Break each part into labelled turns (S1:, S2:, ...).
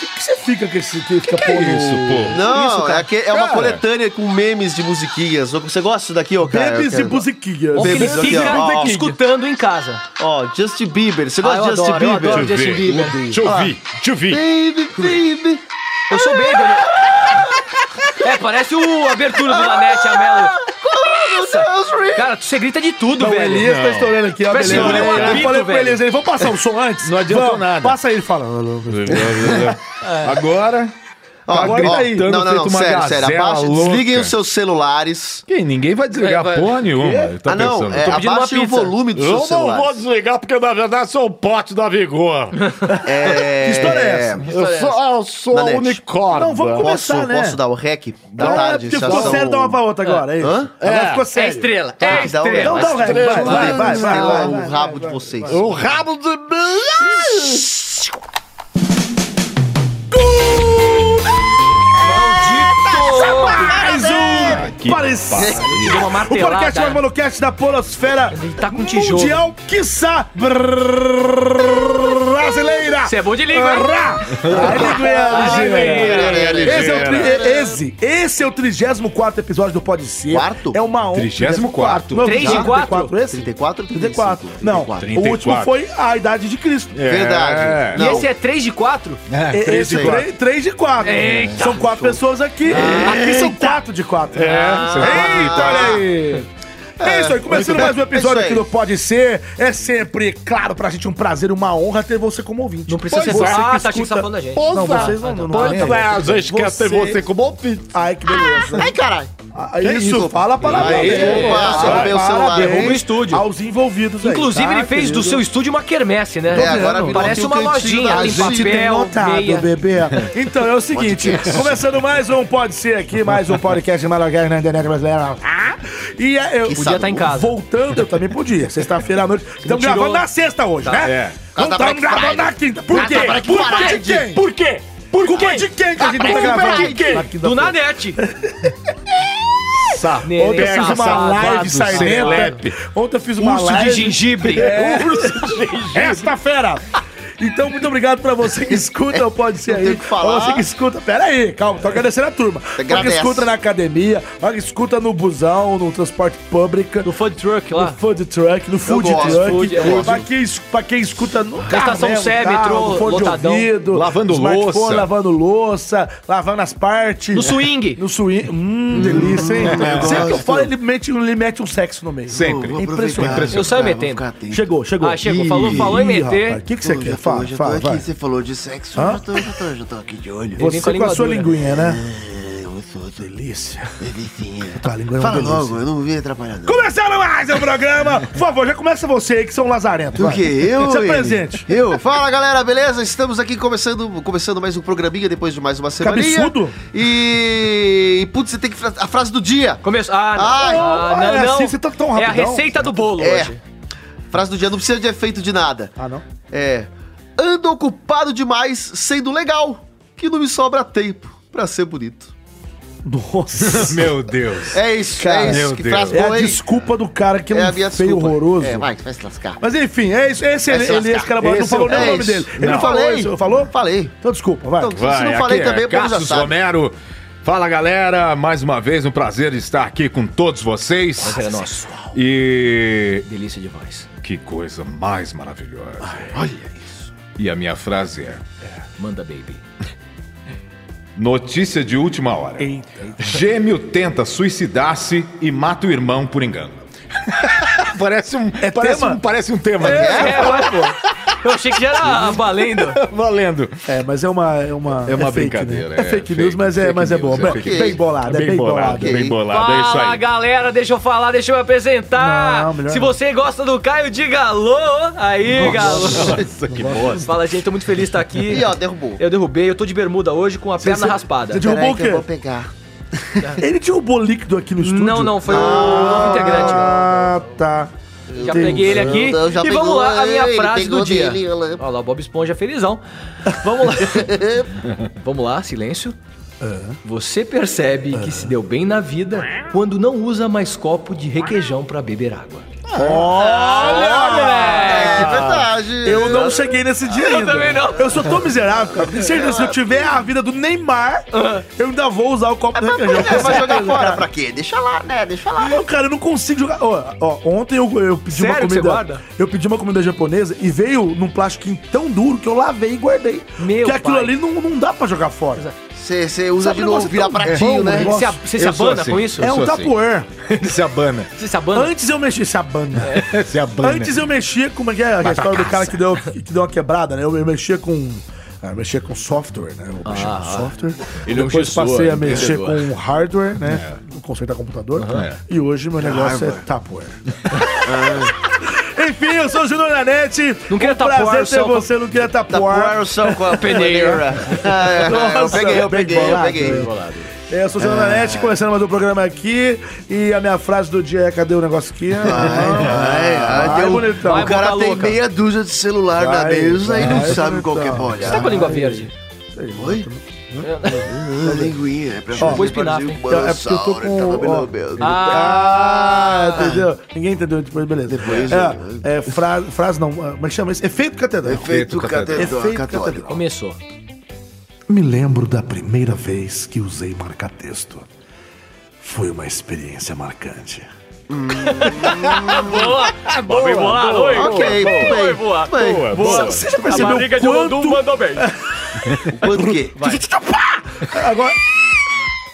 S1: que, que você fica com esse que fica pondo-
S2: isso, pô?
S3: Não,
S1: Isso, cara.
S3: é, que- é uma
S2: Cara.
S3: coletânea com memes de musiquinhas. Ô, Você gosta disso daqui, ô, cara?
S1: Bebes
S3: Eu
S1: e
S3: quero-
S1: musiquinhas.
S3: Ô,
S4: Ele
S3: Bebes aqui,
S4: fica
S3: ó.
S4: escutando em casa.
S3: Ó, Justin Bieber. Você
S4: Ah,
S3: gosta
S4: eu
S3: de Justin
S4: adoro, eu
S3: Bieber?
S4: adoro
S2: Deixa eu
S4: Justin
S2: ver.
S4: Bieber.
S2: Deixa eu ouvir, deixa eu ouvir.
S3: Baby, baby.
S4: Eu sou baby, né? É, parece o a abertura do Lanete Amelo. Cara, você grita de tudo,
S1: Então, o
S4: velho.
S1: Elias tá estourando aqui, ó.
S4: Vai
S1: beleza.
S4: segurar um
S1: Eu
S4: apito,
S1: falei pro
S4: velho.
S1: Elias, ele, vamos passar o som antes? Não
S2: adiantou nada.
S1: Passa ele falando.
S2: Agora.
S3: Ó,
S1: Tá
S3: ó,
S1: gritando
S3: não, não,
S1: feito
S3: não,
S1: uma
S3: sério, sério.
S2: gazela
S3: Abaixa,
S2: louca.
S3: desliguem os seus celulares.
S2: Quem? Ninguém vai desligar
S4: Vai, vai.
S2: porra nenhuma. ele Tá
S3: ah, não,
S2: pensando.
S3: é,
S2: Tô-
S4: pedindo uma
S3: abaixem o
S4: pizza.
S3: volume dos
S2: Eu
S3: seus
S2: não vou
S3: celulares.
S2: desligar porque na verdade sou o pote da vigor.
S3: É...
S1: Que história é essa?
S2: Eu sou, eu sou
S3: Nanete.
S2: unicórnio.
S1: Não, vamos
S3: Posso,
S1: começar, né?
S3: posso dar o rec da
S1: Não,
S3: tarde?
S1: porque
S3: já
S1: ficou
S3: são-
S1: sério, dá uma pra outra agora. É isso.
S3: Hã?
S1: Agora
S2: É.
S1: ficou
S4: É
S1: sério.
S4: estrela.
S3: Tem
S4: É
S3: que dar um
S1: Então
S4: estrela.
S1: dá o rec, vai, vai, vai, vai, vai,
S3: Estrela
S1: vai,
S3: o
S1: vai,
S3: rabo
S1: vai,
S3: de
S1: vai.
S3: vocês.
S2: O rabo de.
S1: Mais um!
S2: Aqui.
S1: Parecia.
S4: Deu
S1: O
S4: uma
S1: podcast mais
S4: martelada.
S1: maluquete da Polosfera
S4: Ele tá com tijolo.
S1: Mundial, quiçá, brasileira!
S4: Você é bom de língua, hein?
S1: Rá! Ai, Miguel,
S4: Ai,
S1: gente.
S2: Ligeira, é
S1: Esse é, o tri-
S2: ligeira.
S1: esse, esse é o 34 episódio do Pode Ser.
S3: Quarto?
S1: É uma honra.
S2: 34.
S1: Não,
S4: 3 e
S1: 34 esse?
S3: 34 ou
S1: 34.
S3: 35?
S1: Não,
S2: 34.
S1: o último foi a idade de Cristo.
S2: É.
S3: Verdade.
S4: E
S3: Não.
S4: esse é 3 de 4?
S2: É,
S1: E-
S2: três
S1: Esse
S2: e quatro.
S1: 3 de 4.
S4: Eita.
S1: São quatro pessoas aqui. Aqui são 4 de 4.
S2: É, você vai-
S1: Eita, olha aí! É isso aí, começando mais um
S3: É isso
S1: episódio
S3: aí.
S1: aqui do Pode Ser. É sempre, claro, pra gente um prazer, uma honra ter você como ouvinte.
S4: Não precisa
S1: Pois
S4: ser
S1: você
S4: só-
S1: que
S4: Ah, tá,
S1: escuta-
S4: achei que você tá falando da gente.
S1: Não, vocês não. não, não,
S2: Pois
S1: não
S2: é, a gente quer ter
S1: Vocês-
S2: você como ouvinte.
S1: Ai, que beleza.
S3: Ai, caralho.
S1: Ah, isso,
S3: isso?
S1: fala parabéns.
S3: Aí, opa,
S1: Parabéns
S3: derrubei o celular,
S4: derruba o estúdio.
S1: Aos envolvidos aí,
S4: Inclusive,
S1: tá,
S4: ele fez do
S1: querido?
S4: seu estúdio uma quermesse, né?
S3: É, agora virou
S4: Parece
S3: aqui o
S4: uma
S3: cantinho da
S4: lojinha, tem
S3: gente,
S1: A gente tem
S4: papel,
S1: notado,
S4: meia.
S1: bebê. Então é o seguinte, começando mais um Pode Ser aqui, mais um podcast Maraguer na internet brasileira. Ah, E é, eu,
S3: Que
S4: Podia tá em casa.
S1: Voltando, eu também podia. Sexta-feira à noite. Estamos
S4: tirou-
S1: gravando na sexta hoje, né?
S2: É.
S1: Não
S3: Cada
S1: estamos
S3: Black
S1: gravando
S3: Friday.
S1: na quinta. Por
S3: Cada
S1: quê?
S3: Black
S1: Por culpa de
S3: Friday.
S1: quem? Por quê? Por culpa de quem que a gente não tá
S4: culpa
S1: gravando?
S4: de quem?
S1: Na quinta-feira.
S4: Do Nanete.
S1: Sa-
S4: Neném
S1: Ontem eu fiz uma
S4: safado,
S1: live
S2: celebre.
S1: sairenta. Ontem eu fiz uma
S4: Urso de
S1: live.
S4: gengibre.
S1: É. Esta fera. Então, muito obrigado pra você que escuta, ou pode ser
S3: Não
S1: aí.
S3: tem o que falar.
S1: ou Você que escuta, pera aí, calma, tô agradecendo a turma. Você que
S3: Agradece.
S1: escuta na academia, você que escuta no busão, no transporte público,
S4: Do food truck lá.
S1: no food truck, no food
S3: gosto,
S1: truck.
S4: Ah. food, eu gosto.
S1: pra, quem, es- pra quem escuta no carro,
S4: estação
S1: né, no
S4: Sé,
S1: carro,
S4: metrô,
S1: no fone
S4: lotadão.
S1: de ouvido,
S2: Lavando
S1: smartphone,
S2: louça.
S1: lavando louça, lavando as partes.
S4: No swing.
S1: No swing. Hum, delícia, hein? Sempre que eu falo, ele mete, ele mete um sexo no meio.
S2: Sempre.
S3: Vou aproveitar.
S2: Impressionante.
S4: Eu saio
S3: Cara, vou
S4: metendo.
S3: ficar atento.
S1: Chegou, chegou.
S4: Ah, chegou, falou, falou em meter.
S1: O que, que você
S3: Eu já
S1: quer?
S3: tô-
S1: Fala,
S3: já tô
S1: fala,
S3: aqui,
S1: vai.
S3: você falou de sexo,
S1: Hã?
S3: já tô, já tô- já tô aqui de olho.
S4: Ele vem com a
S1: Você com a
S4: língua
S1: sua
S4: dura.
S1: linguinha, né?
S3: Eu sou
S1: Delícia.
S3: delicinha.
S1: Tua língua é uma
S3: Fala
S1: delícia.
S3: logo, eu não vi atrapalhar não.
S1: Começando mais o programa. Por favor, já começa você aí, que são lazarento.
S3: Do
S1: vai.
S3: que eu?
S1: Você é
S3: ele?
S1: presente.
S3: Eu. Fala galera, beleza? Estamos aqui começando, começando mais um programinha depois de mais uma semana.
S1: Cabeçudo?
S3: E. e, Putz, você tem que. fra- A frase do dia.
S4: Começou. Ah, não.
S3: Ai.
S4: Ah, não,
S1: Olha,
S4: não.
S1: assim, você tá tão
S4: É a
S1: rapidão.
S4: receita do bolo
S3: É.
S4: hoje.
S3: Frase do dia, não precisa de efeito de nada.
S1: Ah, não?
S3: É. Ando ocupado demais sendo legal, que não me sobra tempo pra ser bonito.
S1: Nossa.
S2: Meu Deus.
S3: É isso,
S1: Cara,
S3: é isso.
S2: meu
S3: Que
S2: Deus.
S3: frase
S1: É a
S3: boa, hein?
S1: desculpa do cara que é um
S3: É a minha
S1: feio
S3: desculpa.
S1: horroroso.
S3: É, vai, vai se lascar.
S1: Mas enfim, é isso. Esse é
S3: Vai se
S1: ele, esse
S3: lascar.
S1: cara não
S2: Esse
S1: falou
S2: é
S1: nem o
S3: É
S1: nome
S3: isso.
S1: dele. Ele não
S3: Não.
S1: falou
S3: Falei.
S1: isso. Falou?
S3: Falei.
S1: Então desculpa, vai.
S3: Então, Se não falei também, o povo já
S2: é Cassius
S3: sabe.
S2: Romero. Fala galera, mais uma vez um prazer estar aqui com todos vocês.
S4: Prazer é nosso.
S2: E
S4: Delícia de voz.
S2: que coisa mais maravilhosa. olha isso. E a minha frase é:
S4: Manda, baby.
S2: notícia de última hora. Gêmeo tenta suicidar-se e mata o irmão por engano. parece um, parece
S1: tema?
S2: um, parece um tema.
S4: É, vai, pô. Eu achei que já era valendo.
S2: Valendo.
S1: É, mas é uma. É uma,
S2: É uma
S1: fake
S2: brincadeira,
S1: news. É,
S2: é
S1: fake
S2: fake-
S1: news, mas é,
S2: fake
S1: mas é
S2: news,
S1: bom.
S2: é
S1: bem,
S2: fake
S1: bem
S3: news.
S1: bolado, é bem, bolado.
S2: bem bolado, é isso
S4: Fala,
S2: aí.
S4: galera. Deixa eu falar, deixa eu apresentar.
S1: Não, melhor
S4: Se
S1: não.
S4: você gosta do Caio, diga alô. Aí, galo.
S2: Nossa, que bosta.
S4: Fala, gente. Tô muito feliz de estar aqui.
S3: Ih, ó, derrubou.
S4: Eu derrubei. Eu tô de bermuda hoje com a perna
S1: cê-
S4: raspada.
S1: cê derrubou
S3: Peraí
S1: o
S3: que eu vou
S1: quê?
S3: pegar.
S1: Ele derrubou líquido aqui no um estúdio.
S4: Não, não. Foi o integrante.
S1: Ah, tá.
S4: Já peguei ele aqui.
S3: Eu já
S4: e
S3: pegou,
S4: vamos lá, a minha
S3: ele
S4: frase
S3: pegou
S4: do dia.
S3: dele, olha.
S4: Olha lá, o Bob Esponja é felizão. Vamos lá. vamos lá, silêncio. Você percebe que se deu bem na vida quando não usa mais copo de requeijão pra beber água.
S1: Olha,
S4: moleque!
S3: é verdade.
S1: Ah, Eu não cheguei nesse dia
S5: Eu
S1: ainda.
S5: também não.
S1: Eu sou tão miserável, cara. Tenho certeza, se eu tiver a vida do Neymar,
S5: Ah.
S1: eu ainda vou usar o
S5: É
S1: copo do requeijão.
S3: Você vai jogar fora pra quê? Deixa lá, né? Deixa lá.
S1: Não, cara, eu não consigo jogar. Ó, ó, ontem eu, eu pedi uma
S5: Sério que você
S1: comida.
S5: guarda?
S1: Eu pedi uma comida japonesa e veio num plastiquinho tão duro que eu lavei e guardei.
S5: Meu
S1: que aquilo
S5: pai.
S1: ali não, não dá pra jogar fora.
S3: Você você usa
S1: Sabe
S3: de
S1: um
S3: novo,
S1: negócio
S3: vira
S1: tão
S3: pratinho,
S1: bom,
S3: né?
S1: né?
S5: Você,
S1: Nossa,
S5: ab- você se
S2: eu sou
S5: abana
S2: assim.
S5: com isso?
S2: Eu
S1: É
S2: sou
S1: um
S2: assim.
S1: tapoer.
S2: Se abana.
S5: Você se abana?
S1: Antes eu mexia essa banda.
S5: É.
S2: Se abana.
S1: Antes eu mexia com como é que é a história do cara que deu, que deu uma quebrada, né? Eu, eu mexia com. ah, Eu mexia com software, né? Eu mexia com software.
S2: Ele é um
S1: Depois
S2: gestor,
S1: passei a
S2: entendedor.
S1: mexer com hardware, né? Consertar computador.
S2: é.
S1: E hoje meu negócio é Tupperware. Ah. Enfim, eu sou o Júnior Nanete. Um
S5: Não queria Tupperware,
S1: Prazer ter
S5: só-
S1: você, não queria
S3: Tá
S1: Tupperware.
S3: poar o som com a peneira. Ah, é, é, Eu
S1: Nossa,
S3: peguei, eu
S1: bem
S3: peguei, eu
S1: bolado,
S3: peguei.
S1: bem bolado. Eu sou o Júnior Nanete, começando mais um programa aqui. E a minha frase do dia é: cadê o negócio aqui?
S3: Ai, ai,
S1: Vai,
S3: deu-
S1: bonitão.
S3: um O cara
S5: Vai,
S3: tem
S5: boca
S3: meia dúzia de celular na
S1: Vai,
S3: mesa e não
S1: vai,
S3: sabe
S1: bonitão.
S3: qual que é pra olhar.
S5: Você tá com a língua verde?
S3: Oi? Hum, linguinha, é pra fazer
S5: vou espinar,
S3: parecer
S5: hein?
S3: um
S1: É porque eu tô
S3: dinossauro, ele tava
S1: com-
S3: bem
S1: ó.
S3: lobelo.
S1: Ah, entendeu? Ninguém entendeu depois, beleza.
S3: Depois,
S1: é, é, fra- frase não, ah, como é que chama isso? Efeito catedral.
S3: Efeito
S1: Efeito
S4: Ah,
S3: católico.
S1: catedral.
S5: Começou.
S1: Me lembro da primeira vez que usei marca-texto. Foi uma experiência marcante.
S6: Boa! Boa, bem bolado, oi!
S3: Ok, tudo bem.
S6: boa,
S3: tudo bem.
S6: Boa!
S1: Você já percebeu
S6: a barriga
S1: quanto-
S6: de Odum mandou bem.
S3: Quanto que?
S1: Agora,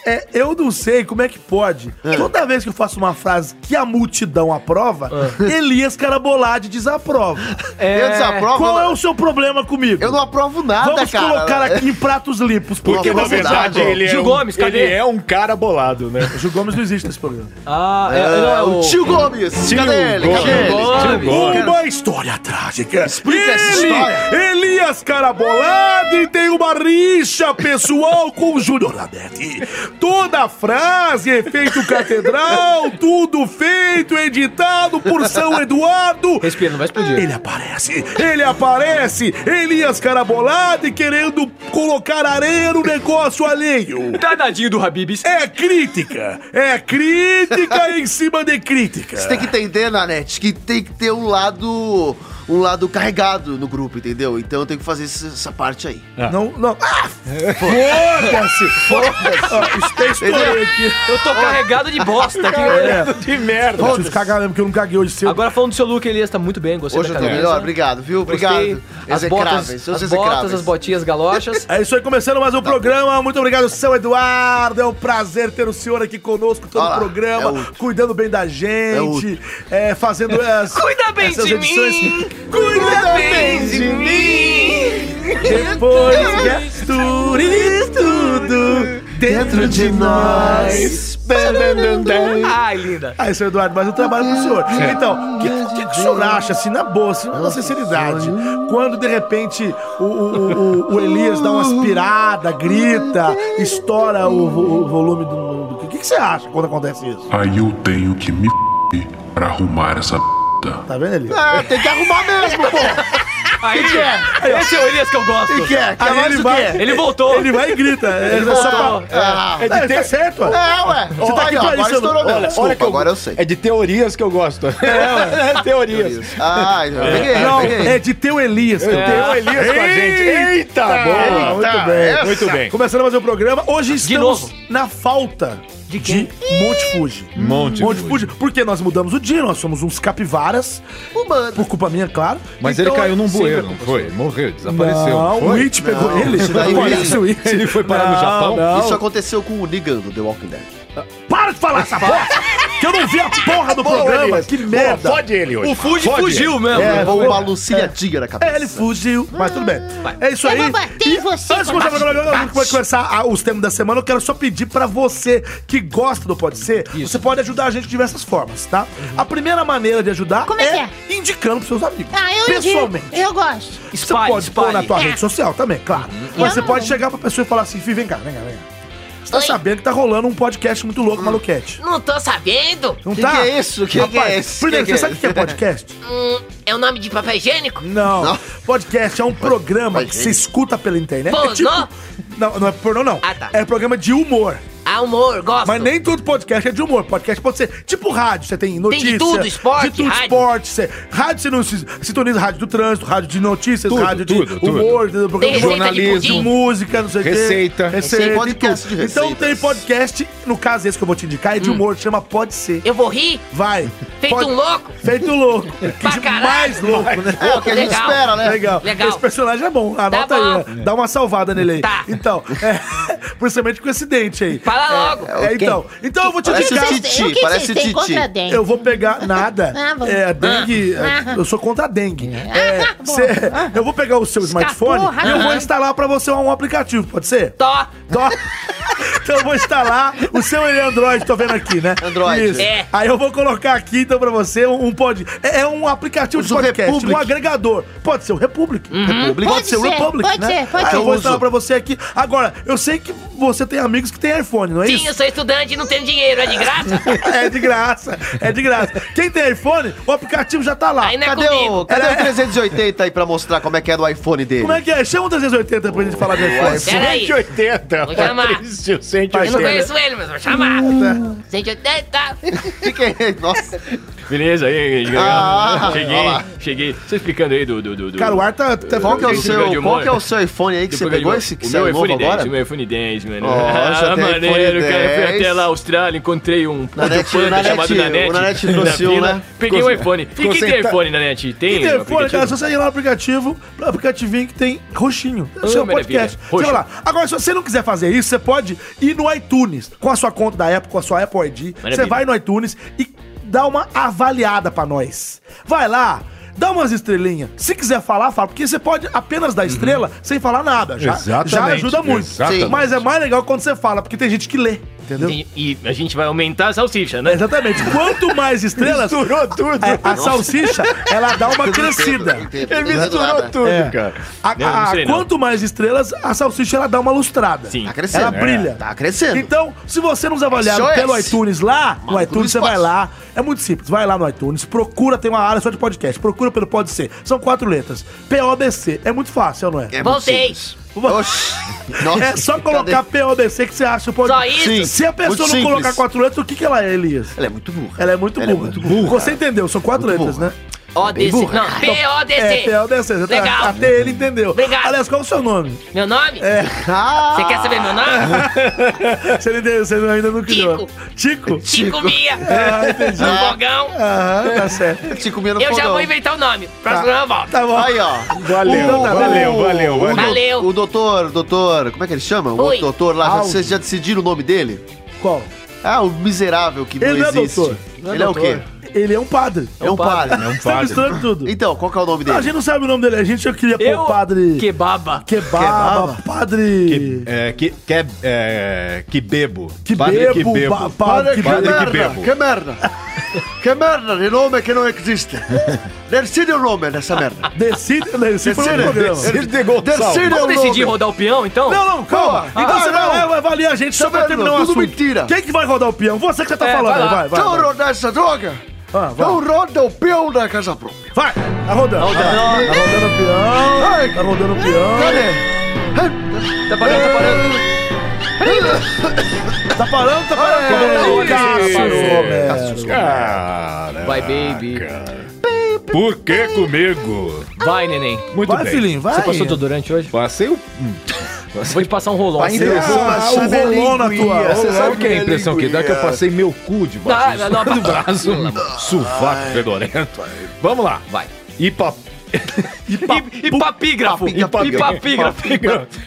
S1: é, eu não sei como é que pode. Toda vez que eu faço uma frase que a multidão aprova, Elias Carabolade desaprova.
S3: Eu desaprovo?
S1: Qual é o seu problema comigo?
S3: Eu não aprovo nada,
S1: Vamos
S3: cara.
S1: colocar aqui em pratos limpos, porque
S3: Não,
S1: na
S3: vamos dar,
S1: verdade.
S3: pô.
S6: é
S5: Gil
S6: um-
S5: Gomes, cadê?
S6: Ele é um cara bolado, né?
S1: Gil Gomes não existe nesse programa.
S5: Ah, é, não,
S3: Ah,
S5: é
S3: o tio Gomes. Cadê ele? Cadê ele?
S5: Gomes.
S1: Uma história trágica.
S3: Explica essa história.
S1: Elias Carabolade tem uma rixa pessoal com o Júnior Ladetti. Toda frase, efeito catedral, tudo feito, editado por São Eduardo.
S5: Respira, não vai explodir.
S1: Ele aparece, ele aparece, Elias Carabolade querendo colocar areia no negócio alheio.
S5: Danadinho do Habibis.
S1: É crítica, é crítica em cima de crítica.
S3: Você tem que entender, Nanete, que tem que ter um lado. Um lado carregado no grupo, entendeu? Então eu tenho que fazer esse- essa parte aí.
S1: Não, não. Ah, foda-se! Foda-se! Estourei aqui.
S5: Eu tô carregado de bosta
S4: É.
S3: É.
S5: aqui.
S6: Que merda!
S1: Eu preciso cagar mesmo, porque eu não caguei hoje cedo.
S5: Agora falando do seu look, Elias, tá muito bem, gostei
S3: Hoje eu
S5: da
S3: tô
S5: camisa.
S3: melhor, obrigado, viu?
S5: Gostei.
S3: Obrigado.
S5: As
S3: Execráveis,
S5: botas,
S3: seus
S5: as botas, as
S3: execráveis.
S5: botinhas galochas.
S1: É isso aí, começando mais um programa. Muito obrigado, seu Eduardo. É um prazer ter o senhor aqui conosco todo
S3: Olha lá,
S1: o
S3: é
S1: programa,
S3: outro.
S1: cuidando bem da
S3: É
S1: gente,
S3: outro.
S1: é, fazendo as,
S5: Cuida bem
S1: essas
S5: de
S1: edições.
S5: mim.
S1: Cuida bem de Depois
S3: é-
S1: misturis tudo dentro de nós.
S5: Ai, linda.
S1: Aí, seu Eduardo, mas eu trabalho com Ah, é o senhor. Então, o que, que, que o senhor acha, assim, na boa, assim, na sinceridade? Quando, de repente, o, o- o- o Elias dá uma aspirada, grita, estoura o, vo- o volume do mundo. O que, que você acha quando acontece isso?
S7: Aí eu tenho que me f pra arrumar essa p.
S1: Tá vendo, Elias?
S3: Ah, tem que arrumar mesmo, pô.
S5: Aí, esse é o Elias que eu gosto.
S3: O que é? Quer
S1: Aí
S3: mais
S1: Ah, ele
S3: o quê?
S1: vai,
S5: Ele voltou.
S1: Ele vai e grita. Ele vai só
S5: voltou.
S1: pra...
S3: Ah,
S1: É, tá certo, ó.
S3: É, ué. Você
S1: Ó,
S3: tá aqui, ó.
S1: olha
S3: Agora
S1: isso,
S3: estourou
S1: olha,
S3: mesmo. Desculpa, agora eu sei.
S2: É de teorias que eu gosto. É, teorias.
S3: Ah, eu peguei, eu
S1: Não,
S3: peguei.
S1: é de ter o Elias. que eu tenho.
S2: Tem o Elias com a gente. Eita, É assim. boa.
S1: Tá Muito bem.
S2: Muito bem.
S1: Começando mais um programa, hoje estamos
S5: novo?
S1: na falta de, Monte Fuji.
S2: Hum. Monte
S1: Monte Fuji.
S2: Fuji.
S1: Porque nós mudamos o dia, nós somos uns capivaras,
S3: Humano.
S1: por culpa minha, claro.
S2: Mas
S1: Então,
S2: ele caiu num
S1: sim,
S2: bueiro, não foi? Morreu, desapareceu.
S1: Não, o
S2: foi?
S1: It pegou ele.
S3: isso daí
S1: Conhece o It?
S2: Ele foi parar no
S1: Não,
S2: Japão?
S1: não.
S3: Isso aconteceu com o Negan do The Walking Dead.
S1: Para de falar essa porra! que eu não vi a porra do programa!
S2: Elias.
S1: Que
S2: Boa,
S1: merda!
S2: fode ele hoje.
S5: O Fuji
S2: Fode
S5: fugiu
S2: ele.
S5: mesmo.
S1: É,
S3: Levou
S1: foi-
S3: uma alucinadinha na cabeça.
S1: É, ele fugiu, mas tudo bem. É isso aí.
S8: Eu vou bater em
S1: E
S8: você,
S1: antes de começar o programa, a gente vai conversar ah, os temas da semana. Eu quero só pedir pra você que gosta do Pode Ser,
S5: Isso.
S1: você pode ajudar a gente de diversas formas, tá? A primeira maneira de ajudar
S8: Uhum. Como
S1: é,
S8: é que
S1: indicando pros seus amigos.
S9: Tá,
S8: Ah, eu
S1: pessoalmente.
S8: indico. Eu gosto.
S1: Você
S5: Espalhe,
S1: pode pôr na
S5: espalhe.
S1: tua
S8: É.
S1: rede social também, claro. Mas
S8: Eu
S1: você
S8: não.
S1: pode chegar pra pessoa e falar assim, Fih, vem cá, vem cá, vem cá. Você tá
S8: Oi. Hum.
S1: sabendo que tá rolando um podcast muito louco, maluquete.
S8: Não tô sabendo.
S1: Não
S3: Que
S1: tá?
S3: que é isso? Que que
S1: Rapaz,
S3: é esse?
S1: Primeiro,
S3: Que
S1: você
S3: que é
S1: sabe o que é podcast?
S8: Hum, é o nome de papel higiênico?
S1: Não.
S3: Não.
S1: Podcast é um programa
S3: mas,
S1: que se
S3: gente.
S1: escuta pela internet. É tipo-
S8: Pornô?
S1: não, não é pornô, não.
S8: Ah, tá.
S1: É programa de humor.
S8: Ah, humor, gosto.
S1: Mas nem todo podcast é de humor. Podcast pode ser tipo rádio. Você tem notícia.
S8: de tudo, esporte,
S1: de tudo,
S8: rádio.
S1: esporte. Você, rádio você não se- sintoniza rádio do trânsito, rádio de notícias,
S2: Tudo,
S1: rádio
S2: tudo,
S1: de
S2: tudo.
S1: humor, de
S8: Tem
S1: programa
S8: receita
S2: jornalismo.
S8: de
S1: de
S8: pudim?
S1: música, não sei o quê.
S2: Receita.
S1: Receita.
S3: Tem
S1: de
S3: podcast
S1: tudo.
S3: de
S1: Então
S3: receitas.
S1: tem podcast, no caso esse que eu vou te indicar, é de humor, chama Pode Ser.
S8: Hum. Eu vou rir?
S1: Vai.
S8: Feito
S1: Pode-
S8: um louco?
S1: Feito louco. Que
S8: caralho.
S1: mais louco, né?
S3: É o que a gente
S8: Legal.
S3: espera, né?
S1: Legal.
S8: Legal.
S1: Esse personagem é bom. Anota
S8: Tá
S1: aí.
S8: bom.
S1: ó. Dá uma salvada nele aí.
S8: Tá.
S1: Então, é, principalmente com esse dente aí.
S8: Fala logo.
S1: É, então, então eu vou te
S3: Parece
S1: indicar.
S3: o É Titi,
S10: O que
S3: parece
S10: vocês têm
S3: Titi.
S10: contra dente?
S1: Eu vou pegar nada.
S10: Ah, bom.
S1: é, dengue.
S10: Ah.
S1: é, eu sou contra a dengue. É, cê- eu vou pegar o seu smartphone e eu vou
S8: rapidinho.
S1: instalar pra você um aplicativo, pode ser?
S8: Tó.
S1: Dó. Então eu vou instalar o seu ele é Android, tô vendo aqui, né?
S3: Android.
S8: É.
S1: Aí eu vou colocar aqui então pra você um, um pod. É, é um aplicativo
S3: Usa
S1: de
S3: o
S1: podcast,
S3: Republic.
S1: um agregador. Pode ser o Republic.
S8: Uhum.
S3: Republic.
S10: Pode ser, pode ser, pode
S1: Aí
S10: ser.
S1: né? Ah, eu vou
S3: uso.
S1: instalar pra você aqui. Agora, eu sei que você tem amigos que tem iPhone, não é
S8: Sim,
S1: isso?
S8: eu sou estudante e não tenho dinheiro, é de graça?
S1: É de graça, é de graça. Quem tem iPhone, o aplicativo já tá lá.
S8: Aí não é
S3: Cadê o,
S8: comigo.
S3: cadê
S1: Era-
S3: o 380 aí pra mostrar como é que é do iPhone dele?
S1: Como é que é? Chama o 380 pra gente falar do iPhone.
S8: Pera aí.
S6: 180.
S8: Vou chamar.
S6: Patrício,
S8: Eu não
S6: 180.
S8: conheço ele, mas vou chamar.
S1: Hum.
S8: 180.
S3: Que que é? Nossa.
S4: Beleza, aí,
S3: Ah,
S4: cheguei,
S3: olha lá.
S4: cheguei. Você explicando aí do... do, do, do
S1: Cara, o ar tá. tá
S3: Qual que é o
S4: Esse programa de
S3: seu, qual
S4: humor.
S3: que é o seu iPhone aí que
S4: do
S3: você
S4: programa.
S3: pegou esse que
S4: o meu
S3: saiu novo
S4: iPhone é 10,
S3: agora?
S4: o meu iPhone 10, mano. Ah,
S3: Ó, já tem iPhone
S4: maneiro, cara. Eu fui
S3: 10.
S4: até lá, Austrália, encontrei um
S3: Nanete,
S4: panda
S3: Nanete,
S4: chamado
S3: o
S4: Nanete.
S3: Nanete
S4: na
S3: trouxe um,
S4: fila.
S3: né?
S4: Peguei um iPhone. E quem tem
S2: senta-
S4: iPhone, Nanete? Tem
S1: Tem telefone, cara,
S4: é um aplicativo?
S1: só você ir lá no aplicativo, no aplicativinho que tem roxinho. Esse é o
S4: maravilha.
S1: podcast.
S4: Roxo.
S1: Sei lá. Agora, se você não quiser fazer isso, você pode ir no iTunes, com a sua conta da Apple, com a sua Apple ID. Você
S4: Maravilha.
S1: vai no iTunes e dá uma avaliada pra nós. Vai lá. Dá umas estrelinhas. Se quiser falar, fala. Porque você pode apenas dar estrela sem falar nada. Já,
S2: Exatamente,
S1: já ajuda muito.
S2: exatamente.
S1: Sim. Mas é mais legal quando você fala, porque tem gente que lê. Entendeu?
S4: E, e a gente vai aumentar a salsicha, né?
S1: Exatamente. Quanto mais estrelas,
S6: Misturou tudo.
S1: a, a salsicha, ela dá uma crescida.
S6: Ele misturou tudo,
S1: É.
S6: cara.
S1: A-
S4: Não, não
S1: a-
S4: sei não.
S1: quanto mais estrelas, a salsicha ela dá uma lustrada.
S4: Sim.
S3: Tá crescendo.
S1: Ela brilha.
S3: Tá crescendo.
S1: Então, se você nos avaliar
S3: SOS.
S1: pelo iTunes lá, no iTunes você
S3: espaço.
S1: vai lá. É muito simples. Vai lá no iTunes, procura, tem uma área só de podcast. Procura pelo Pode Ser. São quatro letras. PODC. É muito fácil, não é?
S3: É
S8: Voltei.
S3: muito simples. Oxi. Nossa.
S1: É só
S3: Então,
S1: colocar PODC que você acha o
S8: Só
S1: podcast.
S8: isso?
S3: Sim.
S1: Se a pessoa
S3: Muito
S1: não
S3: simples.
S1: colocar quatro letras, o que, que ela é, Elias?
S3: Ela é muito burra.
S1: Ela é muito
S3: Ela é
S1: burra.
S3: muito burra,
S1: Você entendeu, são quatro
S3: Muito
S1: letras,
S3: burra.
S1: né?
S8: ODC.
S3: burro.
S8: Não,
S1: É,
S8: PODC.
S1: PODC. Você tá-
S8: Legal.
S1: Até ele entendeu.
S8: Obrigado.
S1: Aliás, qual é o seu nome?
S8: Meu nome?
S1: É.
S3: Ah,
S8: Você quer saber meu
S1: Ah,
S8: nome?
S1: Você, não entendeu, você ainda não criou. Tico?
S8: Chico Mia.
S1: Ah, entendi.
S8: No fogão.
S1: Aham, tá certo.
S3: te comendo
S8: Eu já
S3: fogão.
S8: vou inventar o nome. Próximo ano eu volto.
S1: Tá bom.
S3: Aí, ó.
S6: Valeu,
S3: Então tá bom.
S6: valeu, valeu, valeu.
S8: Valeu.
S3: O doutor, doutor, como é que ele chama? O
S8: Oi.
S3: outro doutor lá, já-
S1: Aldo.
S3: vocês já decidiram o nome dele?
S1: Qual?
S3: Ah, o miserável que
S1: Ele
S3: não
S1: não é
S3: existe.
S1: doutor.
S3: ele é o quê?
S1: Ele é um padre.
S3: É um padre.
S1: Você tá misturando tudo.
S3: Então, qual que é o nome
S1: Não, a
S3: dele?
S1: gente não sabe o nome dele. A gente eu queria pôr
S5: Eu-
S1: o padre...
S5: Quebaba.
S1: Quebaba, padre...
S2: É, que, que, é, é, que bebo.
S1: Que
S2: Padre
S1: bebo,
S2: que bebo.
S1: ba- padre que
S2: Padre
S1: bebo.
S2: que bebo.
S3: Que merda! Que merda de nome que não existe! Decide o nome dessa merda!
S1: Decide, decide pro
S3: Decide,
S1: programa.
S3: decide.
S2: Ele pegou o
S3: Decide
S5: Vamos
S3: o
S5: decidir
S3: nome!
S5: rodar o peão, então?
S1: Não, não, calma.
S3: Pô,
S1: então
S3: ah,
S1: você
S3: não.
S1: vai, vai avaliar a gente só pra
S3: Saberno,
S1: terminar o
S3: tudo
S1: assunto.
S3: mentira.
S1: Quem que vai rodar o peão? Você que você tá
S5: É,
S1: falando.
S5: vai lá.
S1: Vai, vai, vai.
S3: Não rodar essa droga!
S1: Ah, vai.
S3: Não roda o peão da casa própria!
S1: Vai, tá rodando. Tá rodando o peão.
S3: Ai.
S1: Tá rodando o peão.
S3: Cadê?
S5: Tá parando, tá parando.
S1: Tá parando, tá parando.
S3: Ai.
S1: Cara, parou,
S2: né?
S1: velho.
S2: Cara.
S5: Vai, baby.
S2: Por que comigo?
S5: Vai, neném.
S2: Muito
S1: Vai,
S2: bem.
S1: filhinho, vai.
S5: Você passou desodorante hoje?
S2: Passei o.
S5: Vou te passar um rolão.
S2: Passei
S1: Deus,
S2: o-
S1: ah, o
S2: minha
S1: rolão na
S2: linguinha.
S1: tua-
S2: Você
S1: rolão
S2: sabe que é a
S1: minha
S2: impressão que dá? Que eu passei meu cu
S5: Ah,
S2: debaixo
S4: Tá.
S2: do
S5: não, não.
S2: braço. um Sovaco fedorento. Vamos lá.
S5: Vai.
S2: Hipa-
S5: E, e
S4: Tá,
S5: papígrafo. E papígrafo.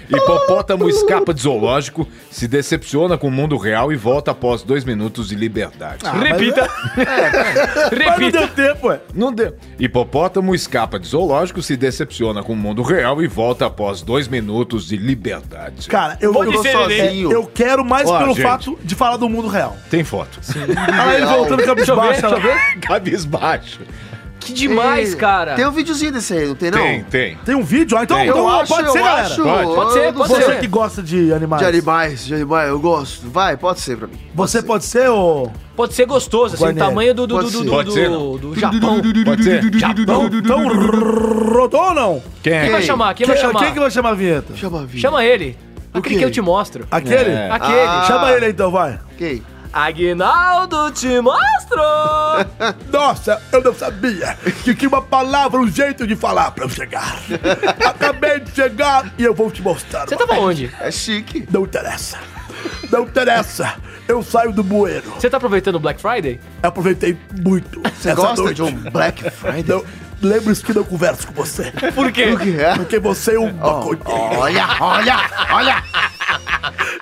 S2: Hipopótamo escapa de zoológico, se decepciona com o mundo real e volta após dois minutos de liberdade.
S4: Ah.
S5: Repita.
S3: Ah, é.
S1: Mas não
S5: Repita.
S1: deu tempo, ué.
S2: Não deu. Hipopótamo escapa de zoológico, se decepciona com o mundo real e volta após dois minutos de liberdade.
S1: Cara, eu,
S3: Vou
S1: eu,
S3: dizer,
S1: sozinho.
S3: neném.
S1: eu quero mais
S2: Ó,
S1: pelo
S2: gente.
S1: fato de falar do mundo real.
S2: Tem foto.
S1: Olha ele voltando
S5: Deixa eu ver,
S1: cabisbaixo.
S5: deixa eu
S1: ela-
S5: ver.
S2: Cabisbaixo.
S5: Que demais, cara.
S3: Tem um videozinho desse aí, não tem não?
S2: Tem, tem.
S1: Tem um vídeo? Ah, então,
S2: Tem.
S1: então
S3: Eu
S1: ó,
S3: acho,
S1: pode
S3: eu
S1: ser, galera.
S3: acho.
S2: Pode.
S3: eu
S5: Pode ser,
S3: não
S5: pode
S3: sei.
S5: ser.
S1: Você que gosta de animais.
S3: De animais, de animais, eu gosto. Vai, pode ser pra mim.
S1: Você pode ser o...
S5: Pode ser gostoso, assim, o
S1: Guarneri.
S5: tamanho do, do,
S3: Pode
S5: do,
S3: ser.
S5: do,
S2: Pode ser,
S5: do,
S2: não.
S5: do Japão.
S2: Pode ser?
S1: Então, então rodou ou não?
S2: Quem
S5: Quem
S2: é?
S5: vai chamar? Quem vai chamar?
S1: que vai chamar a vinheta?
S3: Chama a vida.
S5: Chama ele.
S4: Aquele que eu te mostro.
S1: Aquele?
S4: É. Aquele.
S1: Chama ele aí, então, vai.
S3: Ok.
S4: Aguinaldo te mostro!
S1: Nossa, eu não sabia que tinha uma palavra, um jeito de falar pra eu chegar. Acabei de chegar e eu vou te mostrar.
S4: Você tava onde?
S3: É chique.
S1: Não interessa. Não interessa. Eu saio do bueiro.
S4: Você tá aproveitando o Black Friday?
S1: Aproveitei muito.
S3: Você gosta de um Black Friday?
S1: Não, lembre-se que não converso com você.
S4: Por quê?
S3: O que é?
S1: Porque você é um
S3: oh.
S1: maconheiro.
S3: Olha, olha, olha.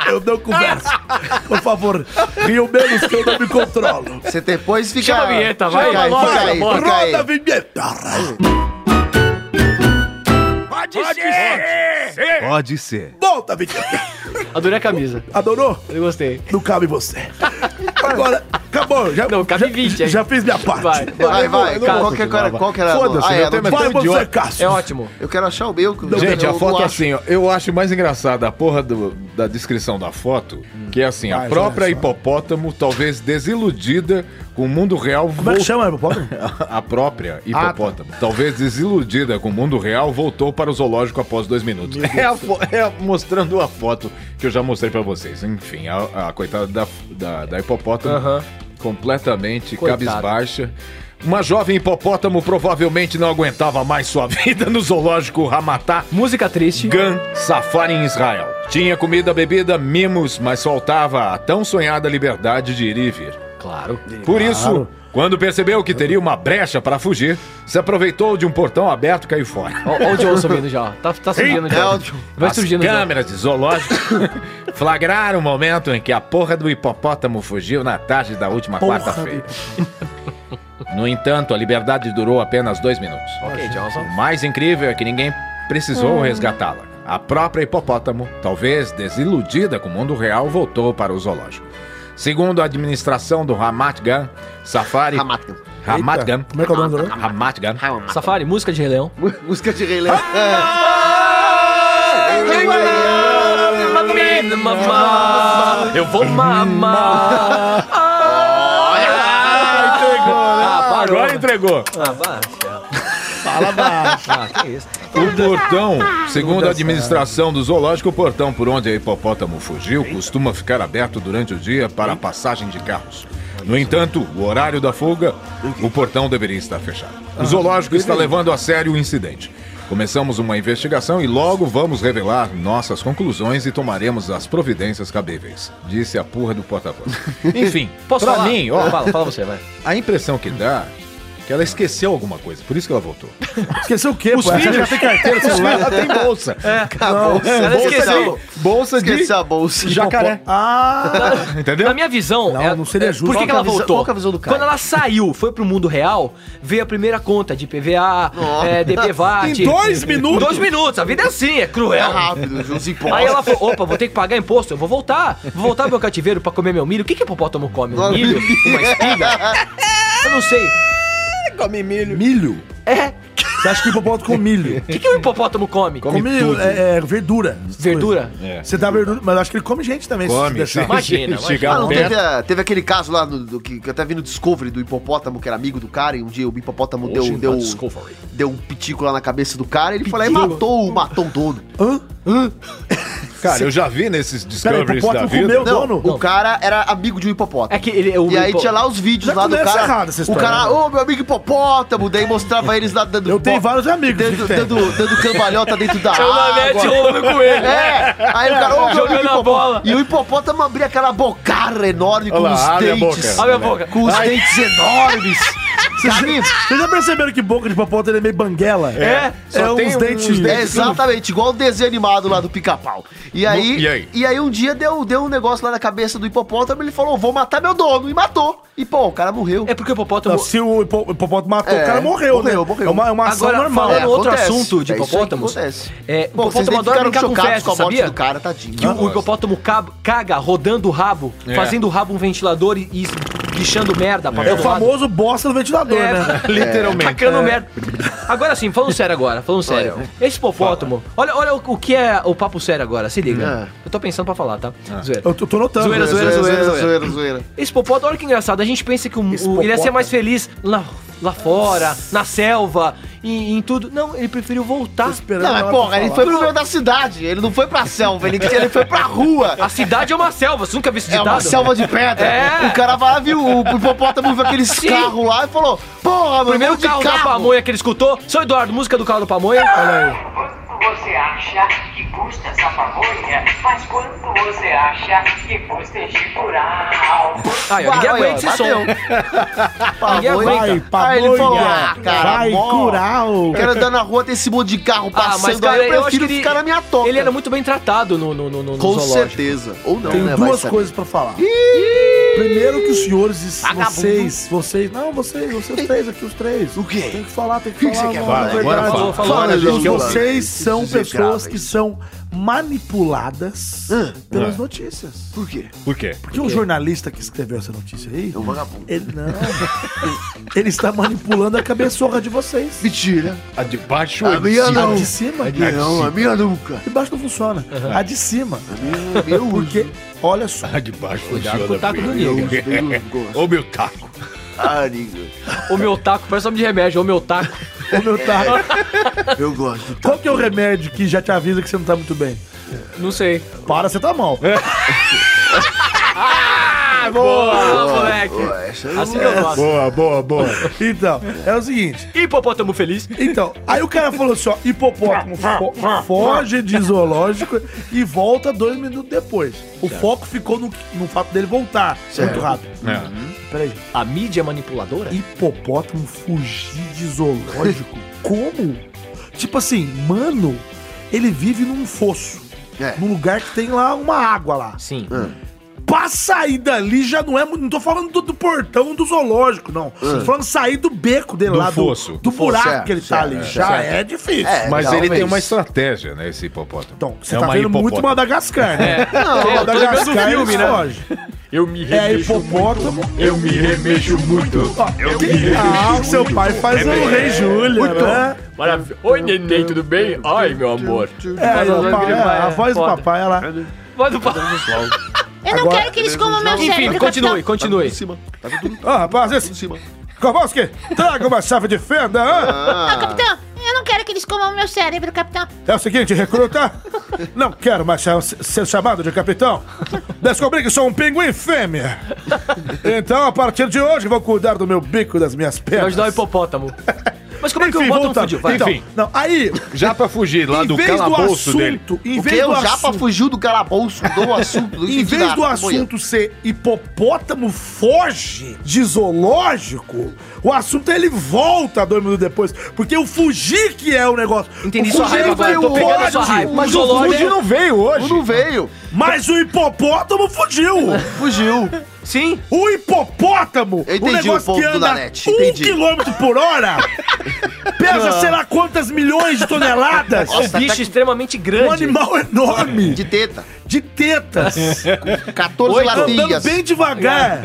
S1: Eu não converso. Por favor, rio menos que eu não me controlo.
S3: Você depois fica...
S4: Chama a vinheta, vai,
S3: Fica aí,
S4: vai,
S3: fica
S4: vai,
S3: aí,
S4: vai,
S3: fica aí.
S1: Roda a vinheta.
S2: Pode ser.
S1: Volta a vinheta.
S4: Adorei a camisa.
S1: Adorou?
S4: Eu gostei.
S1: Não cabe você. Agora, acabou. Já,
S4: Não, cabe
S1: já-
S4: 20 aí.
S1: Já fiz minha parte.
S4: Vai,
S3: Vai, vai.
S4: Não, não,
S3: Qual que era? Qual que era?
S2: Foda-se,
S3: Ah,
S2: meu
S3: era-
S2: tema é
S1: Vai
S2: tão
S1: você,
S2: idiota.
S1: Cássio.
S4: É ótimo.
S3: Eu quero achar o meu. que eu-
S2: Gente,
S3: Então, eu
S2: a
S3: não
S2: foto é
S3: acho.
S2: assim, ó, eu acho mais engraçada a porra do- da descrição da foto, que é assim, a
S1: Vai,
S2: própria
S1: vai, vai.
S2: hipopótamo, talvez desiludida com o mundo real,
S1: Como é que
S2: vol-
S1: chama, hipopótamo?
S2: a própria hipopótamo, talvez desiludida com o mundo real, voltou para o zoológico após dois minutos. É, a fo- é a- mostrando a foto que eu já mostrei para vocês. Enfim, a, a coitada da, da, da hipopótamo,
S4: Aham.
S2: completamente
S4: Coitada.
S2: cabisbaixa. Uma jovem hipopótamo provavelmente não aguentava mais sua vida no zoológico Ramatá.
S4: Música triste.
S2: Gun Safari em Israel. Tinha comida, bebida, mimos, mas faltava a tão sonhada liberdade de ir e vir.
S4: Claro.
S2: Por isso, quando percebeu que teria uma brecha para fugir, se aproveitou de um portão aberto e caiu fora.
S4: Olha o John subindo já. ó. Tá, tá surgindo
S3: É
S4: já.
S3: ótimo.
S4: Vai
S2: As
S4: surgindo já.
S2: câmeras de zoológico flagraram o momento em que a porra do hipopótamo fugiu na tarde da última
S1: Porra
S2: quarta-feira. No entanto, a liberdade durou apenas dois minutos.
S4: Ok, Johnson.
S2: O mais incrível é que ninguém precisou
S1: Hum.
S2: resgatá-la. A própria hipopótamo, talvez desiludida com o mundo real, voltou para o zoológico. Segundo a administração do Ramatgan, Safari...
S3: Ramatgan.
S2: Ramatgan.
S1: Como é que é o nome dele?
S2: Ramatgan.
S4: Safari, música de Rei Leão.
S3: Mu- Música de Rei Leão.
S4: Eu vou mamar.
S2: Ah, Agora entregou.
S1: Fala baixo.
S2: O portão, segundo a administração do zoológico, o portão por onde a hipopótamo fugiu costuma ficar aberto durante o dia para a passagem de carros. No entanto, o horário da fuga, o portão deveria estar fechado. O zoológico está levando a sério o incidente. Começamos uma investigação e logo vamos revelar nossas conclusões e tomaremos as providências cabíveis, disse a porra do porta-voz. Enfim,
S4: Posso
S2: pra
S4: falar?
S2: mim, ó,
S4: Fala, fala você, vai.
S2: a impressão que dá é que ela esqueceu alguma coisa, por isso que ela voltou.
S1: Esqueceu é o quê, pô? Essa já tem carteira, celular.
S2: Ela tem bolsa. É.
S3: Acabou.
S4: Ela esqueceu.
S2: Bolsa de
S3: Esqueceu tá a bolsa.
S1: É
S2: jacaré.
S1: Ah,
S4: Na
S2: Entendeu?
S4: minha visão,
S1: Não,
S4: é-
S1: não seria
S4: é-
S1: justo.
S4: Por que,
S1: Qual
S4: que
S1: que é
S4: ela
S1: a visão-
S4: voltou?
S3: qual que é a visão do cara?
S4: Quando ela saiu, foi pro mundo real, veio a primeira conta de PVA, é, DPVAT.
S1: Em dois minutos?
S4: Em dois minutos. A vida é assim, é
S3: É
S4: cruel.
S3: rápido, Jus
S4: Aí ela
S3: Impostos.
S4: falou: opa, vou ter que pagar imposto, eu vou voltar. Vou voltar pro meu cativeiro pra comer meu milho. O que que hipopótamo come? Um
S3: Não,
S4: milho? Uma espiga? Eu não sei.
S1: milho.
S4: É.
S1: Você acha que hipopótamo com milho?
S4: O que, que o hipopótamo come?
S2: Come
S1: Come
S2: tudo.
S1: é, é, verdura.
S4: Verdura?
S2: É.
S1: Você dá verdura, mas eu acho que ele come gente também. se
S2: Come,
S1: deixar.
S2: sim.
S4: Imagina,
S2: Chegar
S3: Ah, não,
S2: perto.
S3: teve, a- teve aquele caso lá do, do que, que eu até vi no Discovery do hipopótamo, que era amigo do cara, e um dia o hipopótamo deu, deu,
S4: Discovery.
S3: deu um pitico lá na cabeça do cara, ele foi lá e matou, o- matou o dono.
S1: Hã?
S2: Cara, eu já vi nesses
S1: Peraí,
S2: discoveries da
S1: hipopótamo
S2: vida.
S1: comeu o
S3: Não,
S1: dono?
S3: o cara era amigo de um hipopótamo.
S4: É que ele. O
S3: E aí
S4: hipo-
S3: tinha lá os vídeos
S1: Já
S3: lá do
S1: começa
S3: cara.
S1: errado essa
S3: o
S1: história,
S3: cara,
S1: né?
S3: ô meu amigo hipopótamo, daí mostrava eles lá dando
S1: Eu tenho vários amigos
S3: dando,
S1: que tem.
S3: dando, dando cambalhota dentro da
S4: Tinha uma net
S3: água.
S4: rolando com ele.
S3: É, aí o cara, ô meu
S4: Jogando
S3: amigo
S4: a bola.
S3: hipopótamo. E o hipopótamo abria aquela bocarra enorme com
S2: Olha lá,
S3: os
S2: abre a
S3: dentes.
S2: boca.
S4: Abre a boca.
S3: Com os dentes enormes. Sabe?
S1: Vocês já perceberam que boca de hipopótamo é meio banguela?
S4: É,
S1: é
S2: só tem
S1: uns
S2: uns
S1: dentes.
S3: É exatamente, igual o desenho animado lá do pica-pau. E aí,
S2: E aí?
S3: um dia deu, deu um negócio lá na cabeça do hipopótamo, ele falou, vou matar meu dono, e matou. E pô, o cara morreu.
S4: É porque o hipopótamo.
S1: Não, se o hipo- hipopótamo matou,
S3: É,
S1: o cara morreu,
S3: morreu,
S1: né?
S3: morreu.
S1: É uma, é uma ação
S4: Agora,
S1: normal.
S4: falando
S1: É.
S4: outro assunto de
S3: é isso aí que
S4: hipopótamos,
S3: acontece.
S4: é,
S3: Pô,
S4: hipopótamo
S3: vocês nem
S4: adora
S3: ficaram
S4: brincar com
S3: chocados
S4: festa,
S3: com a morte
S4: sabia?
S3: do cara, tadinho.
S4: Que o, o hipopótamo cab- caga rodando o rabo,
S2: É.
S4: fazendo o rabo um ventilador e, e lixando merda pra
S1: É o
S4: todo lado.
S1: famoso bosta do ventilador,
S4: É.
S1: né?
S2: Literalmente.
S4: Tacando merda. Agora sim, falando sério agora, falando sério. Esse hipopótamo, olha, olha o, o que é o papo sério agora, se liga.
S1: É.
S4: Eu tô pensando pra falar, tá? Zoeira.
S1: Eu tô, tô notando.
S4: Zoeira, zoeira, zoeira, zoeira.
S3: zoeira.
S4: Esse hipopótamo, olha que engraçado, a gente pensa que o, o- ele ia ser mais feliz lá lá fora, na selva, em, em tudo. Não, ele preferiu voltar.
S1: esperando
S3: Não,
S1: a
S3: mas
S1: hora
S3: porra,
S1: pra
S3: ele
S1: falar.
S3: foi pro meio da cidade. Ele não foi pra selva, ele, ele foi pra rua.
S4: A cidade é uma selva, você nunca viu esse
S3: É
S4: ditado?
S3: uma selva de pedra.
S4: É.
S3: O cara vai lá, viu o hipopótamo, viu aqueles
S4: Sim.
S3: carros lá e falou: Porra, mano,
S4: Primeiro
S3: vamos de
S4: carro, da pamonha que ele escutou. São Eduardo, música do carro da pamonha.
S3: Ah,
S10: Quanto você acha que custa essa pamonha? Mas quanto você acha que custa este curau?
S4: Aí, ó, ninguém
S3: Vai,
S4: aguenta
S3: ó,
S4: esse
S1: Vai,
S3: Pamonha.
S4: som. Ninguém aguenta.
S3: Aí ele falou,
S1: pamonha,
S3: ah, cara,
S1: vai
S3: mó.
S1: curar o...
S3: Eu quero andar na rua, tem esse monte de carro
S4: Ah,
S3: passando.
S4: mas
S3: aí
S4: cara,
S3: eu
S4: eu acho que
S3: prefiro
S4: ele,
S3: ficar na minha toca.
S4: ele era muito bem tratado no, no, no, no
S3: Com
S4: zoológico.
S3: certeza. Ou não,
S1: Tem
S3: né? vai
S1: duas
S3: saber.
S1: coisas pra falar. Primeiro que os senhores, e vocês, vocês, não, vocês, vocês três aqui, os três.
S3: O quê?
S1: Tem que falar, tem que
S3: que
S1: falar.
S3: você quer
S1: não,
S3: falar?
S1: na
S2: Agora
S1: verdade.
S2: fala,
S1: Fala,
S3: fala,
S1: gente,
S3: João, fala.
S1: Vocês são
S3: Esses
S1: pessoas
S3: desgraçados.
S1: que são manipuladas pelas notícias.
S3: Por quê?
S2: Por quê?
S1: Porque o jornalista que escreveu essa notícia aí,
S3: É um vagabundo.
S1: ele não. ele está manipulando a cabeçorra de vocês.
S3: Mentira.
S2: A de baixo
S3: A
S2: ou de
S3: minha
S2: cima?
S1: A
S3: não.
S1: de cima?
S2: de
S1: A
S3: Não, a minha nunca.
S1: de baixo não funciona. A de cima.
S3: Meu
S1: Porque, olha só.
S2: A de baixo
S4: Cuidado com o taco
S2: Ô
S4: do Nigga.
S2: Ô meu taco.
S3: Ah, nigga.
S4: O meu taco, parece um nome de remédio, o meu taco.
S1: Ô, meu taco.
S3: Eu gosto.
S1: É. Qual que é o remédio que já te avisa que você não tá muito bem?
S4: Não sei.
S1: Para, você tá mal.
S3: Ah,
S4: Boa, moleque.
S3: Ué, Ah, essa eu
S4: Assim que eu gosto.
S2: Boa, boa, boa.
S1: Então, é o seguinte.
S4: Hipopótamo feliz.
S1: Então, aí o cara falou assim, ó, hipopótamo fo- foge de zoológico e volta dois minutos depois. O foco ficou no, no fato dele voltar
S3: Certo.
S1: muito rápido.
S2: É.
S1: Peraí,
S4: A mídia manipuladora?
S1: hipopótamo fugir de zoológico? Como? Tipo assim, mano, ele vive num fosso.
S3: É.
S1: Num lugar que tem lá uma água lá.
S4: Sim.
S1: Pra sair dali já não é. mu- Não tô falando do, do portão do zoológico, não.
S3: Hum.
S1: Tô falando sair do beco dele
S2: Do
S1: lá,
S2: fosso.
S1: do, do buraco
S3: Certo,
S1: que ele tá
S3: certo,
S1: ali.
S3: é,
S1: já é difícil.
S3: É,
S2: Mas
S3: talvez.
S2: ele tem uma estratégia, né, esse hipopótamo.
S1: Então, você
S2: É
S1: tá
S2: uma
S1: vendo muito
S2: hipopótamo.
S1: Madagascar, né? É.
S3: Ah, Não,
S4: É, eu tô lembrando do
S1: Madagascar
S4: filme,
S1: ele
S4: né?
S1: foge.
S6: Eu me
S1: É
S6: remexo.
S1: hipopótamo.
S6: Eu me remexo muito. Eu me
S1: Ah, o
S6: remexo.
S1: seu pai faz o Rei Júlia, né?
S6: Maravilha. Oi, neném, tudo bem? Ai, meu amor.
S1: É, aí, ó, pa- é, a voz do
S4: Foda.
S1: papai, olha lá.
S4: Vai
S3: Tá
S4: do papo.
S9: Eu não quero que eles comam meu
S4: Enfim,
S9: cérebro,
S4: continue,
S3: Tudo em
S4: continue.
S3: cima. Tá tudo
S1: Ó, rapaz,
S3: em
S1: esse...
S3: cima.
S1: Kowalski, traga uma chave de fenda, hã?
S3: Ah,
S9: capitão. Capitão, eu não quero que eles comam meu cérebro, capitão.
S1: É o seguinte, recruta. Não quero mais cha- ser chamado de capitão. Descobri que sou um pinguim fêmea. Então, a partir de hoje, vou cuidar do meu bico e das minhas
S4: Vai
S1: pernas.
S4: ajudar o hipopótamo. Mas como é que o
S1: Enfim,
S4: hipopótamo
S1: voltando.
S4: fugiu? Vai.
S1: Então,
S2: Enfim.
S1: não, aí,
S2: Já pra fugir lá
S1: em
S2: do
S1: vez do
S2: calabouço
S1: assunto,
S2: dele.
S1: em
S3: o que?
S1: vez do
S3: O Japa
S1: assunto,
S3: fugiu do calabouço, do assunto. não
S1: Em
S3: entendi
S1: vez
S3: nada,
S1: do
S3: tá bom,
S1: assunto ser hipopótamo foge de zoológico, o assunto é ele volta dois minutos depois. Porque o fugir que é o negócio.
S4: Entendi
S1: o
S4: sua
S1: fugir
S4: raiva agora, eu tô
S1: veio
S4: pegando a sua
S1: hoje,
S4: raiva.
S1: Mas,
S4: Mas o zoológico é-
S2: não veio
S3: Eu
S2: hoje.
S3: Não veio.
S1: mas o hipopótamo fugiu.
S3: Fugiu.
S4: Sim,
S1: O hipopótamo,
S3: Eu
S1: o
S3: entendi o
S1: negócio
S3: ponto
S1: que
S3: do
S1: anda
S3: Nanete,
S1: um
S3: entendi.
S1: quilômetro por hora, pesa sei lá quantas milhões de toneladas.
S4: é um
S3: Nossa, tá
S4: bicho
S3: até que-
S4: extremamente
S1: Um
S4: grande.
S1: animal enorme,
S3: De teta.
S1: de tetas.
S3: É. 14
S1: Oi, andando
S3: latinhas.
S1: bem devagar.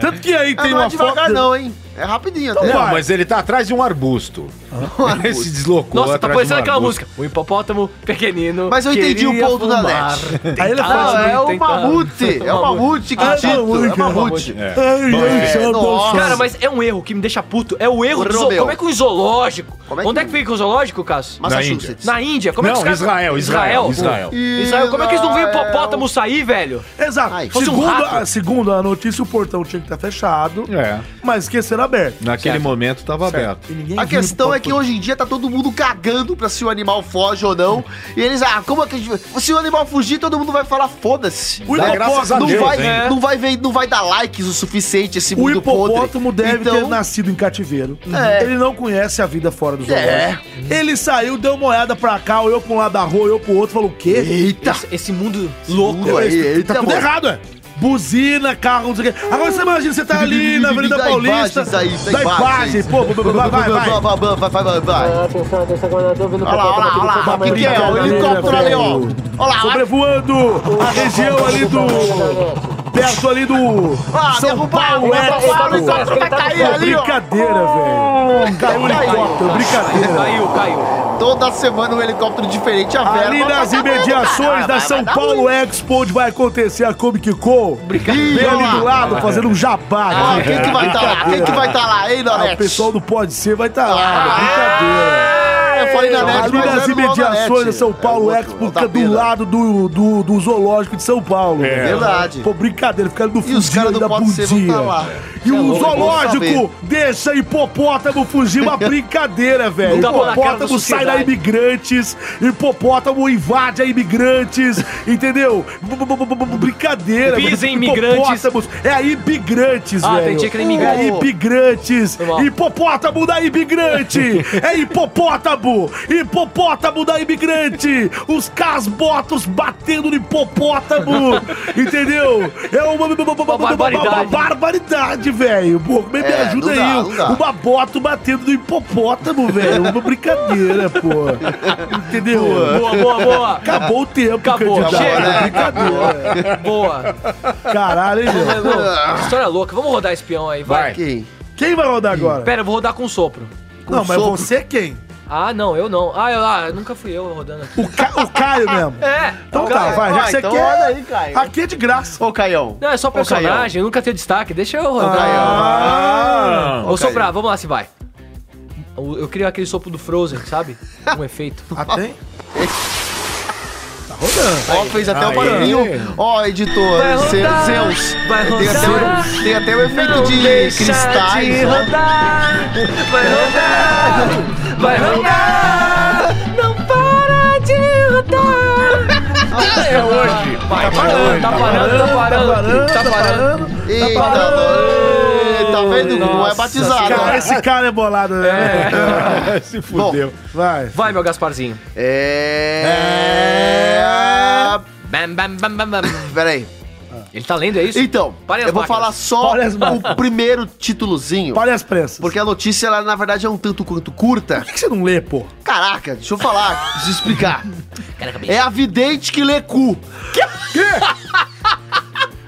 S1: Tanto que aí
S3: Ah,
S1: tem
S3: não é
S1: uma
S3: devagar,
S1: foto.
S3: não, hein? É rapidinho até.
S1: Então
S2: Não,
S1: vai.
S2: mas ele tá atrás de um arbusto. Ele se deslocou
S4: Nossa, tá
S2: atrás
S4: parecendo
S2: de um
S4: aquela
S2: arbusto.
S4: música. O hipopótamo pequenino.
S3: Mas eu entendi
S4: queria
S3: o ponto da
S4: fumar.
S3: net.
S1: Aí ele
S3: Não,
S1: faz. um
S4: Ah,
S3: é o
S4: tentando.
S3: mamute. É o mamute que
S1: Ah,
S3: tinha. É o
S1: mamute.
S3: mamute.
S1: Ai, ai,
S3: é,
S1: só dá um
S3: nossa.
S1: soco.
S4: Cara, mas é um erro que me deixa puto. É o erro do zoo.
S3: Romeu.
S4: Como é que o zoológico?
S3: Como é que-
S4: Onde é que fica o zoológico, Cássio?
S3: Massachusetts.
S4: Na Índia? Como é que
S2: Não,
S4: os caras-
S2: Israel, Israel, Israel.
S4: Israel, como é que eles não veem o hipopótamo sair, velho?
S1: Exato.
S3: Ai,
S4: fosse um
S1: segundo,
S4: rato.
S1: a, segundo a notícia, o portão tinha que estar fechado,
S2: É.
S1: mas esqueceram aberto.
S2: Naquele momento tava
S1: E
S2: aberto.
S1: ninguém
S3: A
S1: viu
S3: questão
S1: o
S3: é que hoje em dia tá todo mundo cagando pra se o animal foge ou não. E eles, ah, como é que a gente... vai- Se o animal fugir, todo mundo vai falar, foda-se.
S1: O
S3: Dá
S1: hipopótamo-
S3: graças a não,
S2: Deus,
S3: vai,
S2: hein?
S3: não, vai ver, não vai dar likes o suficiente esse
S1: O
S3: mundo podre.
S1: hipopótamo deve ter
S3: Então,
S1: nascido em cativeiro.
S3: É.
S1: Ele não conhece a vida fora do zoológico.
S3: É.
S1: Ele saiu, deu uma olhada pra cá, olhou pra um lado da rua, olhou pro outro, falou o quê?
S3: Eita,
S4: Esse, esse mundo louco.
S3: Ué,
S1: Esse-
S3: eita,
S1: tá tudo
S3: mano.
S1: errado, é. Buzina, carro, não sei o quê. Agora você imagina, você tá ali na Avenida
S3: Dá
S1: Paulista.
S3: imagens aí, dá
S1: da imagem,
S3: imagens.
S1: pô, vai, vai, vai.
S3: Vai, vai, vai, vai, vai, vai. Olha lá, olha lá, olha lá. O que, que é?
S1: Brincadeira,
S3: O helicóptero ali, ó. Olha lá, lá.
S1: Sobrevoando a região ali do. perto ali do
S3: Ah,
S1: São
S3: derrubaram,
S1: Paulo
S3: derrubaram, o helicóptero
S1: Tá
S3: vai cair
S1: Expo.
S3: ali, ó.
S1: Brincadeira, velho. Caiu o helicóptero, brincadeira.
S4: Caiu, caiu.
S3: Toda semana um helicóptero diferente, a
S1: Ali
S3: verba
S1: nas
S3: tá acabando,
S1: imediações da
S3: cara. Vai-
S1: São
S3: vai um- dar
S1: Paulo
S3: ruim.
S1: Expo, onde vai acontecer a Comic Con.
S3: Ih,
S1: Bem ali
S3: olha
S1: do
S3: lá.
S1: lado, fazendo um jabá.
S3: Ah,
S1: galera.
S3: quem que vai estar lá? Quem que vai estar lá, hein,
S1: Ah,
S3: Nanete?
S1: o pessoal do Pode Ser vai estar lá,
S3: Ah,
S1: brincadeira.
S3: Eu falei na net,
S1: Ali nas imediações da São
S3: É
S1: Paulo Expo, fica do lado do, do, do zoológico de São Paulo. É
S3: verdade.
S1: Pô, brincadeira, fica ali no
S3: E os
S1: fundinho
S3: caras
S1: da
S3: do Pode Ser vão
S1: bundinha.
S3: estar lá.
S1: E
S3: Cê é
S1: o
S3: louco, vou
S1: zoológico
S3: saber.
S1: deixa hipopótamo fugir, uma brincadeira, velho.
S4: Não dá pra na cara da
S1: Hipopótamo sai da
S4: sociedade.
S1: imigrantes, hipopótamo invade a imigrantes, entendeu? B- b- b- b- b- Brincadeira,
S4: Pisa
S1: velho.
S4: em imigrantes.
S1: Hipopótamos, É a imigrantes,
S4: Ah,
S1: velho.
S4: entendi que era imigrante.
S1: É imigrantes.
S4: Foi mal.
S1: Hipopótamo da imigrante. é hipopótamo. Hipopótamo da imigrante. Os casbotos batendo no hipopótamo, entendeu? É uma, uma
S4: barbaridade.
S1: barbaridade, velho. Pô, me, me
S3: É,
S1: ajuda
S3: não dá,
S1: aí.
S3: não dá.
S1: Uma moto batendo no hipopótamo, velho. Uma brincadeira, pô. Entendeu?
S4: Boa, boa, boa.
S1: Acabou o tempo,
S4: Acabou,
S1: candidato.
S4: chega.
S3: né?
S1: É Brincadeira.
S4: Boa.
S1: Caralho, hein, meu?
S4: Não, história é louca. Vamos rodar esse peão aí, vai.
S3: Quem?
S1: Quem vai rodar agora?
S4: Pera, eu vou rodar com um sopro.
S1: Não, mas
S3: sopro.
S1: você quem?
S4: Ah, não, eu não. Ah, eu, ah, nunca fui eu rodando aqui.
S1: O, Ca- o Caio mesmo.
S4: É.
S1: Então
S4: cara,
S1: tá, vai. Já
S3: Ah,
S1: que você
S3: então roda aí,
S1: quer.
S3: Caio.
S1: Aqui é de graça.
S3: Ô, Caião.
S4: Não, é só personagem, eu nunca tenho destaque. Deixa eu rodar.
S1: Ah,
S4: Vou soprar, vamos lá se vai. Eu eu queria aquele sopro do Frozen, sabe? Um efeito.
S1: Ah, tem? Tá rodando.
S3: Ó, fez até o
S2: Aí.
S3: barulhinho. Ó, editor,
S4: Vai rodar,
S3: Ze- Zeus.
S4: vai
S3: tem, até
S4: rodar.
S3: o, tem até o efeito
S4: Não
S3: de
S4: deixa né?
S3: cristais.
S4: de
S3: ó.
S4: rodar, vai rodar, vai rodar, não para de rodar. É hoje. Vai, tá parando, tá parando, tá parando, tá parando.
S3: Eita,
S4: parando.
S3: mano. tá vendo? Não é
S4: Tá Nossa
S3: batizado.
S1: Cara,
S3: ó.
S1: esse cara é bolado, né?
S2: Se fudeu.
S1: Vai.
S4: Vai, meu Gasparzinho.
S3: É.
S4: Bam, bam, bam, bam, bam.
S3: Pera aí.
S4: Ele tá lendo, é isso?
S3: Então,
S4: Pare É. as
S3: eu vou
S4: máquinas.
S3: falar só
S1: Pare as máquinas.
S3: o primeiro títulozinho.
S1: Olha as pressas.
S3: Porque a notícia, ela, na verdade, é um tanto quanto curta.
S1: Por que você não lê, pô?
S3: Caraca, deixa eu falar, deixa eu explicar.
S8: Caraca, bicho.
S3: É a vidente que lê cu.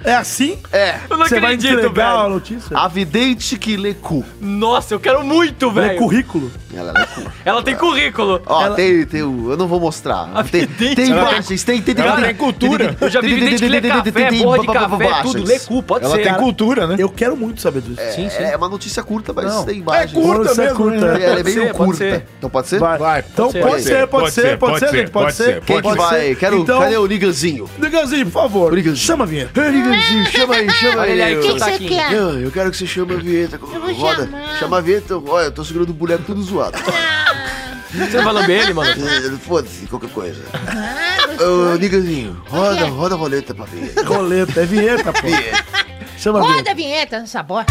S1: É assim?
S3: É,
S4: Eu
S1: Você vai entregar a notícia?
S3: a vidente que lê cu.
S4: Nossa, eu quero muito,
S1: Lê
S4: velho.
S1: currículo.
S3: Ela lê cu.
S4: Ela tem currículo.
S3: Ó,
S1: Ela-
S3: tem, tem, o- eu não vou mostrar. Tem,
S4: vidente,
S3: tem
S4: ela
S3: imagens, tem, tem, tem,
S2: ela
S3: tem,
S2: tem cultura.
S4: Eu já vi vidente que lê café, borra de café, tudo. Lê cu, pode
S2: Ela
S4: ser.
S2: tem cultura, né?
S1: Eu quero muito saber disso.
S4: Sim, sim.
S3: É, é uma notícia curta, mas
S1: Não,
S3: tem imagens.
S2: é curta
S1: Nossa,
S2: mesmo,
S1: curta.
S2: né?
S3: Ela é meio
S4: ser, pode
S3: curta.
S4: ser.
S3: Então pode ser?
S1: Vai.
S2: Vai,
S1: então
S2: pode
S1: pode
S3: ser,
S1: ser, pode ser, pode ser, gente, pode ser.
S3: Quem que vai? Quero,
S1: Então,
S3: Cadê o Niganzinho?
S1: Niganzinho, por favor,
S3: Niganzinho.
S1: chama a vinheta.
S3: Ei, Niganzinho, chama aí, chama aí.
S4: Olha ele aí,
S9: O
S3: eu-
S9: que que
S4: tá
S9: você
S4: aqui.
S9: quer?
S3: Não, eu quero que você chame a vinheta.
S9: vou
S3: Roda,
S9: chamar.
S3: chama a vinheta. Olha, eu tô segurando o boneco tudo zoado.
S4: Você vai lamber ele, mano?
S3: Eh, Foda-se, qualquer coisa. Ô, Niganzinho, roda, roda a roleta pra vinheta.
S1: Roleta, é vinheta, pô. Chama a
S9: Roda
S1: vinheta.
S9: a vinheta nessa bosta.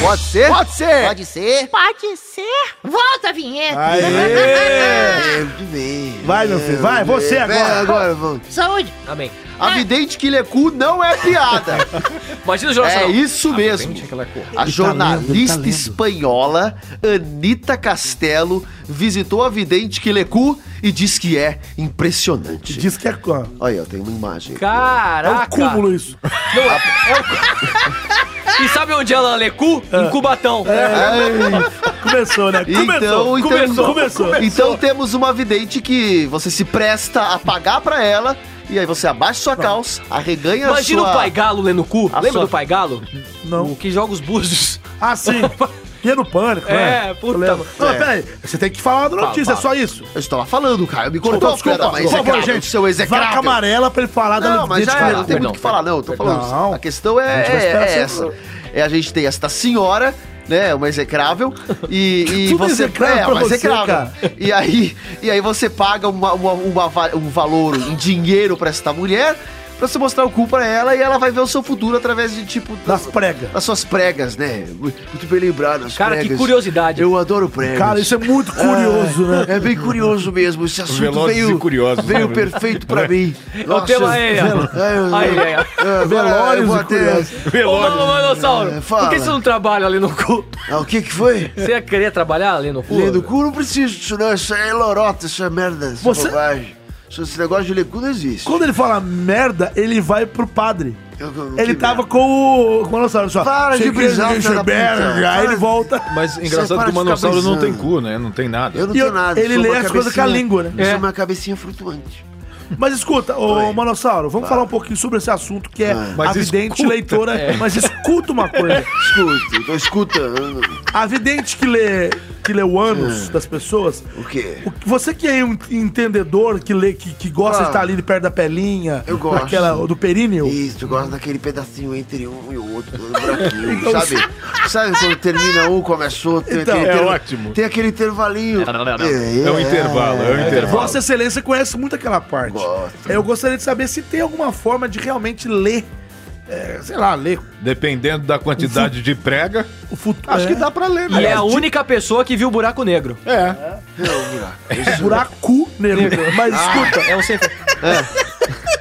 S3: Pode ser? Pode ser. Pode ser.
S9: Pode ser? Volta a vinheta.
S1: Aê!
S3: que bem.
S1: Vai, meu filho, vai, você
S3: Vem
S1: agora.
S3: É, agora, vamos.
S9: Saúde.
S1: Tá
S4: Amém.
S3: A vidente que lê cu não é piada.
S4: Imagina o jornal.
S3: É isso mesmo.
S1: tá
S3: A jornalista espanhola Anita Castelo visitou a vidente Quilecu e diz que é impressionante.
S1: Diz que é qual?
S3: Olha, aí, ó, tem uma imagem.
S1: É um
S4: Caraca.
S1: cúmulo isso.
S4: Não, é, é o cu- E sabe onde ela lê cu? Em Cubatão.
S3: É.
S1: Começou, né? Começou,
S3: Então, então-
S1: começou, começou.
S3: Então temos uma vidente que você se presta a pagar pra ela e aí você abaixa sua calça, arreganha
S4: Imagina
S3: a sua...
S4: o Pai Galo lendo cu.
S3: a
S4: Lembra
S3: sua-
S4: do Pai Galo?
S1: Não.
S4: O que joga os búzios.
S1: Ah, sim. E é no pânico, né?
S4: É, puta,
S1: Eu lembro.
S4: mano.
S1: Não,
S3: É.
S1: mas peraí. Você tem que falar da notícia, é só isso.
S3: Eu estava falando, cara, me
S1: Desculpa,
S3: cortou,
S1: desculpa,
S3: desculpa, mas
S1: por favor,
S3: execrável,
S1: gente.
S3: seu
S1: Vaca
S3: execrável.
S1: amarela pra ele falar da
S3: Não, mas
S1: notícia.
S3: já era,
S1: cara.
S3: não tem muito o que falar, não. eu Tô falando.
S1: Não.
S3: A questão é,
S1: A gente vai
S3: é-
S1: esperar
S3: é
S1: ser-
S3: essa. É, a gente tem esta senhora, né? Uma execrável. E, e
S1: Tudo
S3: você.
S1: execrável
S3: é,
S1: pra
S3: uma
S1: você,
S3: execrável.
S1: cara.
S3: E aí, e aí você paga uma, uma- uma va- um valor em dinheiro pra esta mulher. Pra você mostrar o cu pra ela e ela vai ver o seu futuro através de, tipo,
S1: Das pregas.
S3: das suas pregas, né? Muito bem lembrado, as
S4: Cara,
S3: pregas.
S4: que curiosidade.
S3: Eu adoro pregas.
S1: Cara, isso é muito curioso, né?
S3: É bem curioso mesmo. Esse assunto
S2: Velozes
S3: veio,
S2: e curiosos,
S3: veio
S2: né?
S3: perfeito pra mim. Nossa,
S4: tema aí, ó.
S3: eu-
S4: Aí, aí,
S3: É,
S4: ó.
S3: agora eu
S1: Velórios
S3: vou
S1: e curiosos.
S3: até...
S4: Ô,
S2: Velório.
S4: mano, Manossauro,
S3: É, fala.
S4: por que você não trabalha lendo cu?
S3: Ah, o que que foi?
S4: Você ia querer trabalhar lendo cu?
S3: Lendo cu, não preciso disso não. Isso aí é lorota, isso é merda, isso é
S1: Você-
S3: bobagem. Esse negócio de lecu não existe.
S1: Quando ele fala merda, ele vai pro padre.
S3: Eu- eu-
S1: Ele
S3: que
S1: tava
S3: merda.
S1: com o. Com o Manossauro só.
S3: Para de
S1: "Sei que
S3: brisar,
S1: existe
S3: filha da puta.
S1: merda", Aí ele
S3: Para-
S1: volta.
S2: Mas
S3: Você
S2: engraçado que
S3: para
S2: o
S3: de ficar
S2: manossauro não tem
S3: brisando.
S2: cu, né? Não tem nada.
S3: Eu não
S1: E
S3: tenho
S1: eu-
S3: nada.
S1: ele
S3: sou
S1: lê
S3: uma
S1: as coisas com a
S3: cabecinha-
S1: língua, né?
S3: Eu
S1: É.
S3: sou uma cabecinha flutuante.
S1: Mas escuta, ô Manossauro, vamos falar um pouquinho sobre esse assunto que é a
S2: Mas
S1: vidente
S2: escuta.
S1: leitora. Mas escuta uma coisa.
S3: Escuto, tô escutando.
S1: A vidente que lê, que lê o ânus das pessoas.
S3: O quê?
S1: o que- Você que é um entendedor, que lê, que, que gosta
S3: Ah.
S1: de estar ali de perto da pelinha,
S3: Eu gosto.
S1: daquela- do períneo.
S3: Isso, tu gosta daquele pedacinho entre um e o outro, todo buraquinho, sabe? Sabe quando termina um, começa outro, tem
S1: Então,
S3: aquele
S2: é
S3: interva-
S2: ótimo.
S3: Tem aquele intervalinho.
S2: É
S3: Então,
S2: um intervalo, é um intervalo.
S1: Vossa Excelência conhece muito aquela parte.
S3: Gosto.
S1: Eu gostaria de saber se tem alguma forma de realmente ler, é, sei lá, ler
S2: Dependendo da quantidade de prega,
S1: o futuro.
S2: acho que dá pra ler, né?
S4: E é a única pessoa que viu o buraco negro.
S2: É.
S1: É, buraco negro. Mas escuta,
S4: É um sem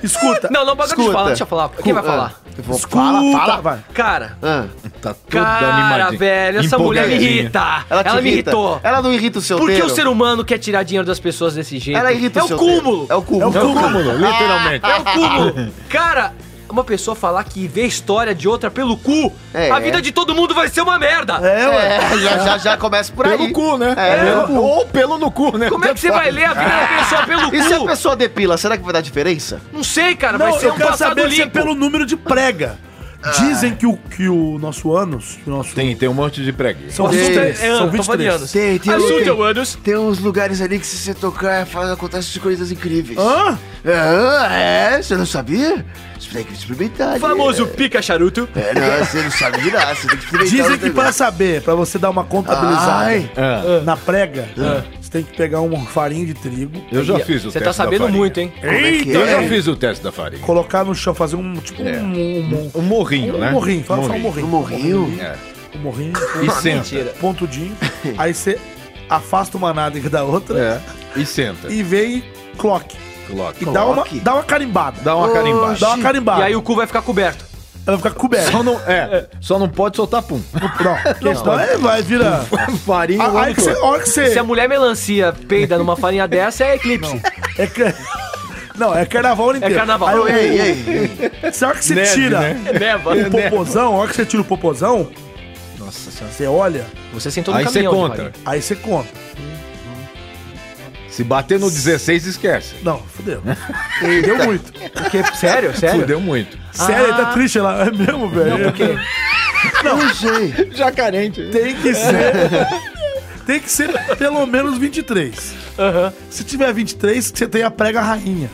S1: escuta.
S4: Não, não, bagulho de
S3: Escuta.
S4: falar, deixa eu falar. Quem vai falar?
S3: Eu vou
S1: escuta,
S3: falar, fala.
S1: vai.
S4: É. Cara,
S3: Ah,
S2: Tá toda
S4: cara,
S2: animadinha.
S4: velho, essa mulher me
S2: Empolgadinha.
S4: irrita. Ela,
S3: te
S4: me
S3: irrita.
S4: irritou.
S3: Ela não irrita o seu
S4: Por que
S3: dedo?
S4: o ser humano quer tirar dinheiro das pessoas desse jeito?
S3: Ela irrita
S4: é
S3: o
S4: o
S3: seu
S4: cúmulo.
S3: dedo. É o cúmulo.
S2: É o cúmulo, literalmente.
S4: É o cúmulo. Cara, uma pessoa falar que vê a história de outra pelo cu,
S3: É.
S4: a vida de todo mundo vai ser uma merda.
S1: É, ué.
S3: É, já, já, já começa por aí.
S2: Pelo cu, né?
S3: É, pelo cu.
S2: Ou pelo no cu, né?
S4: Como é que você vai ler a vida da pessoa pelo
S3: E se a
S4: cu?
S3: é pessoa depila, será que vai dar diferença?
S4: Não sei, cara, vai
S1: Não,
S4: ser
S1: eu
S4: um
S1: quero
S4: passado
S1: saber se é
S4: limpo.
S1: pelo número de prega. Dizem que o, que o nosso ânus, que o nosso...
S2: Tem, tem um monte de preguinha.
S1: São
S4: O assunto é-
S1: 23.
S4: é
S1: são
S4: ano, tô
S1: 23.
S4: variando.
S3: Tem, tem, um-
S4: Assunto é
S3: tem,
S4: o ânus.
S3: tem uns lugares ali que se você tocar, faz, acontece coisas incríveis.
S1: Hã?
S3: É, é, você não sabia? Você tem que experimentar. né?
S4: O famoso pica charuto.
S3: É, não, você não sabe de nada, você tem que experimentar.
S1: Dizem
S3: os
S1: que para
S3: negócios.
S1: saber, para você dar uma contabilizada
S3: Ai.
S2: Ah,
S1: na prega, você tem que pegar uma farinha de trigo,
S2: eu já fiz o teste
S4: Você tá
S2: da
S4: sabendo
S2: farinha.
S4: muito, hein?
S3: Como é que
S2: Eu já
S3: é?
S2: fiz o teste da farinha.
S1: colocar no chão, fazer um tipo
S2: É.
S1: um, um,
S2: Um morrinho,
S1: um,
S2: né?
S1: morrinho, fala só um morrinho.
S3: Um morrinho?
S2: É.
S1: Um morrinho,
S2: E
S1: um
S2: senta.
S1: pontudinho. aí você afasta uma nádega da outra
S2: É. E senta.
S1: e vem e cloque.
S2: Coloca.
S1: E dá uma,
S3: Cloque?
S1: dá uma carimbada.
S2: Dá uma carimbada.
S1: Dá uma
S4: E
S1: carimbada.
S4: aí o cu vai ficar coberto.
S1: Ela vai ficar coberta.
S2: Só não, é, só não pode soltar pum.
S1: Não, que isso? Aí vai virar.
S3: Ah,
S2: farinha.
S1: A- Aí que você. a hora que
S4: Se a
S1: você-
S4: mulher melancia peida numa farinha dessa, é eclipse.
S1: É que... Não, é carnaval o ano
S4: É
S1: inteiro.
S4: carnaval.
S1: Aí, eu-
S3: Ei, ei, ei.
S1: se a hora que você
S2: Neve,
S1: tira
S2: né?
S4: É neva.
S1: o popozão, a hora que você tira o popozão,
S2: Nossa senhora.
S1: você olha,
S4: Você sentou no
S2: Aí você
S4: caminhão. de
S2: conta.
S4: farinha.
S1: aí você conta.
S2: Se bater no 16, esquece.
S1: Não, fudeu. Deu muito.
S4: Porque, sério, sério.
S2: Fudeu muito.
S1: Sério, ele tá triste lá. É mesmo, velho. Não, porque
S3: Não sei.
S2: Já carente.
S1: tem que ser. Tem que ser pelo menos 23. Se tiver 23, você tem a prega rainha.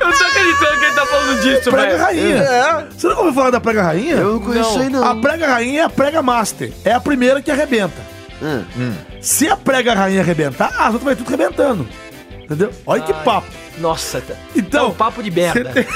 S4: Eu não tô acreditando que ele tá falando disso,
S1: Prega
S4: velho.
S1: rainha. Você nunca ouviu falar da prega rainha?
S3: Eu não conheço isso aí, não.
S1: A prega rainha é a prega master. É a primeira que arrebenta.
S3: Ah,
S1: Se a prega rainha arrebentar, as outras vai tudo arrebentando. Entendeu? Olha que papo.
S4: Nossa, tá-
S1: Então,
S4: é um papo de merda.
S1: você tem-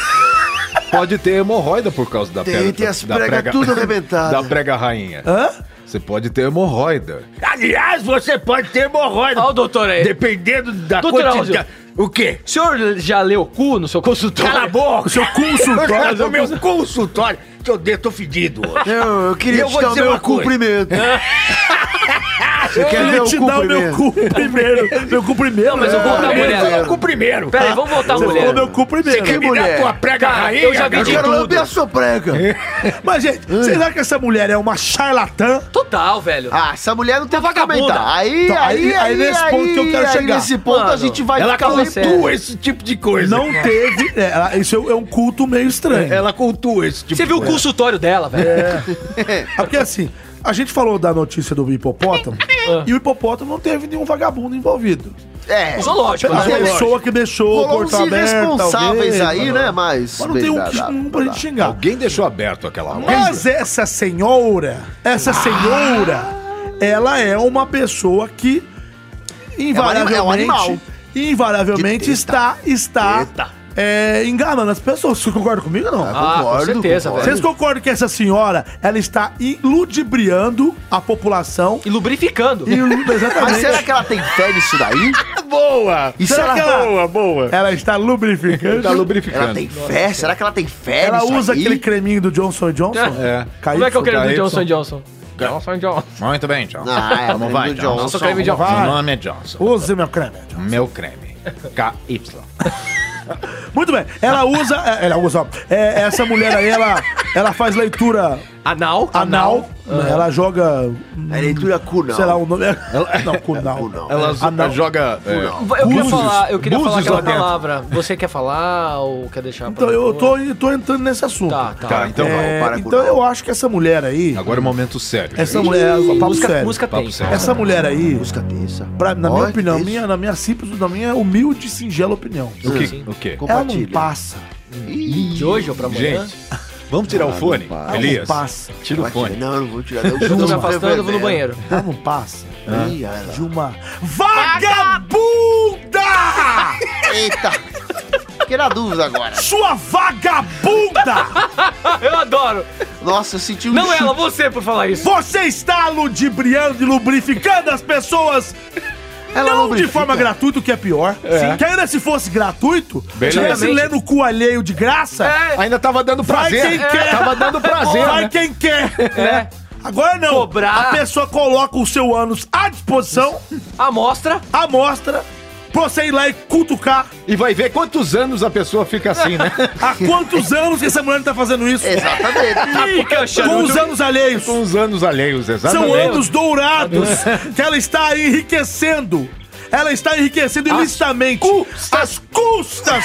S2: Pode ter hemorroida por causa da
S3: Tem-
S2: pedra-
S3: tem as
S2: da
S3: prega tudo arrebentada.
S2: Da prega rainha.
S1: Hã?
S2: Você pode ter hemorroida.
S6: Aliás, você pode ter hemorroida.
S4: Olha o doutor aí.
S6: Dependendo da
S4: Doutor
S6: quantidade. O quê?
S4: O senhor já leu o cu no seu consultório?
S6: Cala a boca!
S1: Seu consultório.
S6: No
S4: um
S6: meu um consultório, seu dedo tô fedido.
S3: Eu, eu queria
S6: Eu
S3: te
S6: vou
S3: dar o
S6: dizer
S3: meu
S6: uma coisa.
S3: cumprimento. Você
S1: Eu
S3: quer ver
S1: queria
S3: o
S1: te dar o meu
S3: cumprimento?
S1: cu primeiro. Meu cu primeiro.
S4: Não, mas eu vou dar
S1: É.
S4: mulher.
S6: Cu primeiro.
S4: Pera aí, vamos voltar,
S1: Você
S4: mulher.
S1: falou meu cu primeiro.
S3: Você quer-
S6: Me dá
S3: mulher.
S6: tua prega
S4: Cara,
S6: rainha.
S4: eu já vi
S3: Eu
S4: de
S6: garoto.
S3: quero
S4: tudo.
S3: lamber a sua prega.
S1: É. Mas, gente,
S4: Hum.
S1: será que essa mulher é uma charlatã?
S4: Total, velho.
S3: Ah, essa mulher não tem
S4: Tá
S3: que comentar.
S4: vagabunda.
S3: Aí,
S1: Então,
S3: aí, aí,
S1: aí- aí nesse ponto que eu quero
S3: aí
S1: chegar.
S3: Nesse ponto
S4: Mano,
S3: a gente vai
S6: Ela
S3: ficar
S4: fala sério.
S6: cultua esse tipo de coisa.
S1: Não teve. é, ela- isso é, é um culto meio
S4: É,
S1: estranho.
S6: Ela cultua esse tipo
S4: Você viu o consultório dela, velho?
S1: É Porque assim, a gente falou da notícia do hipopótamo e o hipopótamo não teve nenhum vagabundo envolvido.
S3: É.
S4: O Zoológico,
S1: A
S3: Mas
S4: né?
S3: é-
S1: pessoa que deixou o
S3: Rolou uns
S1: portão aberto.
S3: irresponsáveis
S1: talvez,
S3: aí, né? Tá. Mas.
S1: Mas não tem um, que- um pra gente xingar.
S2: Ah. Alguém deixou aberto aquela hora.
S1: Mas essa senhora,
S3: Ah.
S1: essa senhora, ela é uma pessoa que invariavelmente,
S3: um é um animal.
S1: invariavelmente
S3: Que
S1: está, está é, enganando as pessoas. Você concorda comigo ou não?
S3: É,
S4: Ah, com
S3: concordo.
S4: certeza, velho.
S1: Vocês concordam que essa senhora, ela está ludibriando a população?
S4: E lubrificando.
S1: E lu- exatamente.
S3: Mas será que ela tem fé nisso daí?
S6: Boa!
S3: E será, que é ela,
S6: Boa, boa.
S1: ela está lubrificando?
S2: Tá
S3: ela
S2: lubrificando.
S3: tem fé? Será que ela tem fé
S1: Ela
S3: nisso
S1: usa
S3: aí?
S1: aquele creminho do Johnson Johnson?
S2: É.
S4: Como é que eu quero
S2: KY.
S4: do Johnson Johnson? Johnson Johnson.
S2: Muito bem, John.
S3: Ah, é,
S2: Como
S3: o
S2: vai, então.
S3: do
S2: John?
S3: Johnson.
S4: creme de
S2: Meu nome é Johnson.
S1: Use meu creme.
S2: Meu creme. KY.
S1: Muito bem. Ela usa. é, Ela usa. ó. É, essa mulher aí, ela, ela faz leitura
S4: Anal?
S1: anal. Ela joga.
S3: É leitura cunal.
S1: Sei lá um o nome. Não, cunal.
S2: Ela zo-
S1: Anal.
S2: joga. é,
S4: Eu queria
S1: Búzios.
S4: falar, eu queria falar
S2: Búzios
S4: aquela
S2: lá dentro.
S4: palavra. Você quer falar ou quer deixar pra
S1: Então eu
S4: depois?
S1: tô, eu tô entrando nesse assunto.
S4: Tá, tá.
S2: Tá, então vai.
S1: É,
S3: Não, para com
S1: então
S3: não.
S1: eu acho que essa mulher aí.
S2: Agora é um momento sério.
S1: Essa mulher. Papo
S4: música
S1: Tá sério.
S4: música
S2: Papo
S4: tem.
S2: sério.
S1: Essa mulher aí.
S3: Música terça.
S1: Pra, na minha
S3: Olha que
S1: opinião,
S3: isso.
S1: minha, na minha simples, na minha humilde, e singela opinião.
S2: O que?
S4: Sim. é
S2: O quê?
S1: Ela não
S3: Compartilha.
S1: passa.
S4: De hoje ou pra amanhã?
S2: Gente, vamos tirar o fone?
S1: Ela não
S2: Elias,
S1: passa.
S2: tira o
S3: Compartilha.
S2: fone.
S3: Não, eu não vou tirar. Eu
S4: Eu tô
S3: juro,
S4: me afastando, eu vou no banheiro.
S1: Ela não passa.
S3: Ih, ela.
S1: De uma vagabunda!
S3: Eita. Fiquei na dúvida agora.
S1: Sua vagabunda!
S4: Eu adoro!
S3: Nossa, eu senti um
S4: Não é,
S3: chute.
S4: ela, você por falar isso.
S1: Você está ludibriando e lubrificando as pessoas
S3: Ela
S1: não de
S3: lubrifica.
S1: forma gratuita, o que é pior. Sim. Que ainda se fosse gratuito,
S2: Beleza.
S1: tivesse lendo o cu alheio de graça,
S4: É,
S2: Ainda tava dando
S1: vai quem
S2: prazer.
S1: quer.
S2: Tava dando prazer.
S1: Vai
S2: né?
S1: quem quer. né?
S4: É.
S1: Agora não.
S4: Cobrar.
S1: A pessoa coloca o seu ânus à disposição,
S4: Amostra.
S1: à mostra, pra você ir lá e cutucar.
S2: E vai ver quantos anos a pessoa fica assim, né?
S1: Há quantos anos que essa mulher não tá fazendo isso?
S3: É, Exatamente.
S4: Porque eu
S1: Com
S4: chamo
S1: os anos alheios.
S2: Com os anos alheios, exatamente.
S1: São anos dourados que ela está enriquecendo. Ela está enriquecendo ilicitamente as custas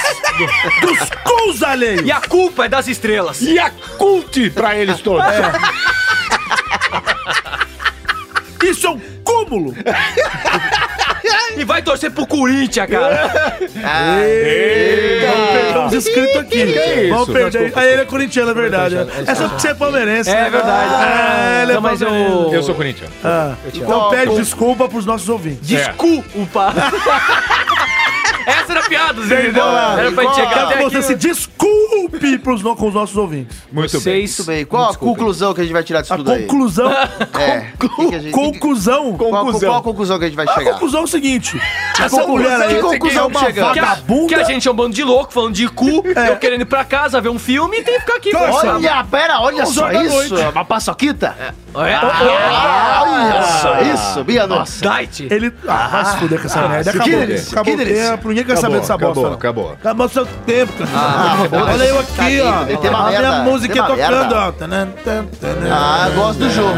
S1: dos cus alheios.
S4: E a culpa é das estrelas.
S2: E a cult pra eles todos.
S1: Isso é um cúmulo.
S4: E vai torcer pro Corinthians, cara.
S1: Vamos perder uns inscritos aqui.
S2: Ah. Que é isso?
S1: Vamos perder. Aí ele é corintiano, é verdade. É só porque você é palmeirense.
S4: É verdade. um.
S1: Ah, ele é
S4: Não, mas eu-
S1: palmeirense.
S2: Eu sou corintiano.
S1: Então pede desculpa pros nossos ouvintes.
S4: Desculpa.
S1: É.
S4: Essa era piada, Zé. entendeu? Era pra gente chegar
S1: Quero
S4: até
S1: que
S4: aqui.
S1: você se desculpe pros no- com os nossos ouvintes.
S2: Muito bem.
S4: Vocês...
S3: Muito bem, qual a conclusão que a gente vai tirar disso
S1: A
S3: tudo aí?
S1: conclusão.
S3: É. que que a gente-
S1: Conclusão.
S3: Qual,
S2: Conclusão.
S3: qual a conclusão que a gente vai
S1: A
S3: chegar?
S1: conclusão é o seguinte. Essa
S3: conclusão
S1: mulher
S3: é
S1: aí.
S3: que conclusão
S1: é uma
S3: que chegamos?
S4: Que a, que a
S1: vagabunda.
S4: gente é um bando de louco, falando de cu,
S3: É.
S4: eu querendo ir pra casa, ver um filme e tem que ficar aqui.
S1: Nossa.
S4: Olha,
S3: Olha, pera, olha só
S1: horas da
S3: isso.
S1: noite.
S3: Uma paçoquita?
S4: Ah, olha.
S3: Olha só isso, minha nossa.
S4: Diet.
S1: Ele. Ah, vai se fuder com essa merda.
S3: que
S1: Acabou.
S3: delícia,
S1: acabou
S3: que
S1: o
S3: delícia.
S1: tempo. Ninguém quer saber
S2: Acabou,
S1: dessa
S2: acabou,
S1: bosta. né?
S2: acabou.
S1: Acabou seu tempo, cara.
S3: Ah,
S1: Olha eu aqui, ó.
S3: Tá, Tem que ter uma
S1: a minha
S3: merda,
S1: música
S3: tem uma
S1: tocando,
S3: merda.
S1: ó. Tanã, tanã, tanã.
S3: Ah, gosto do jogo.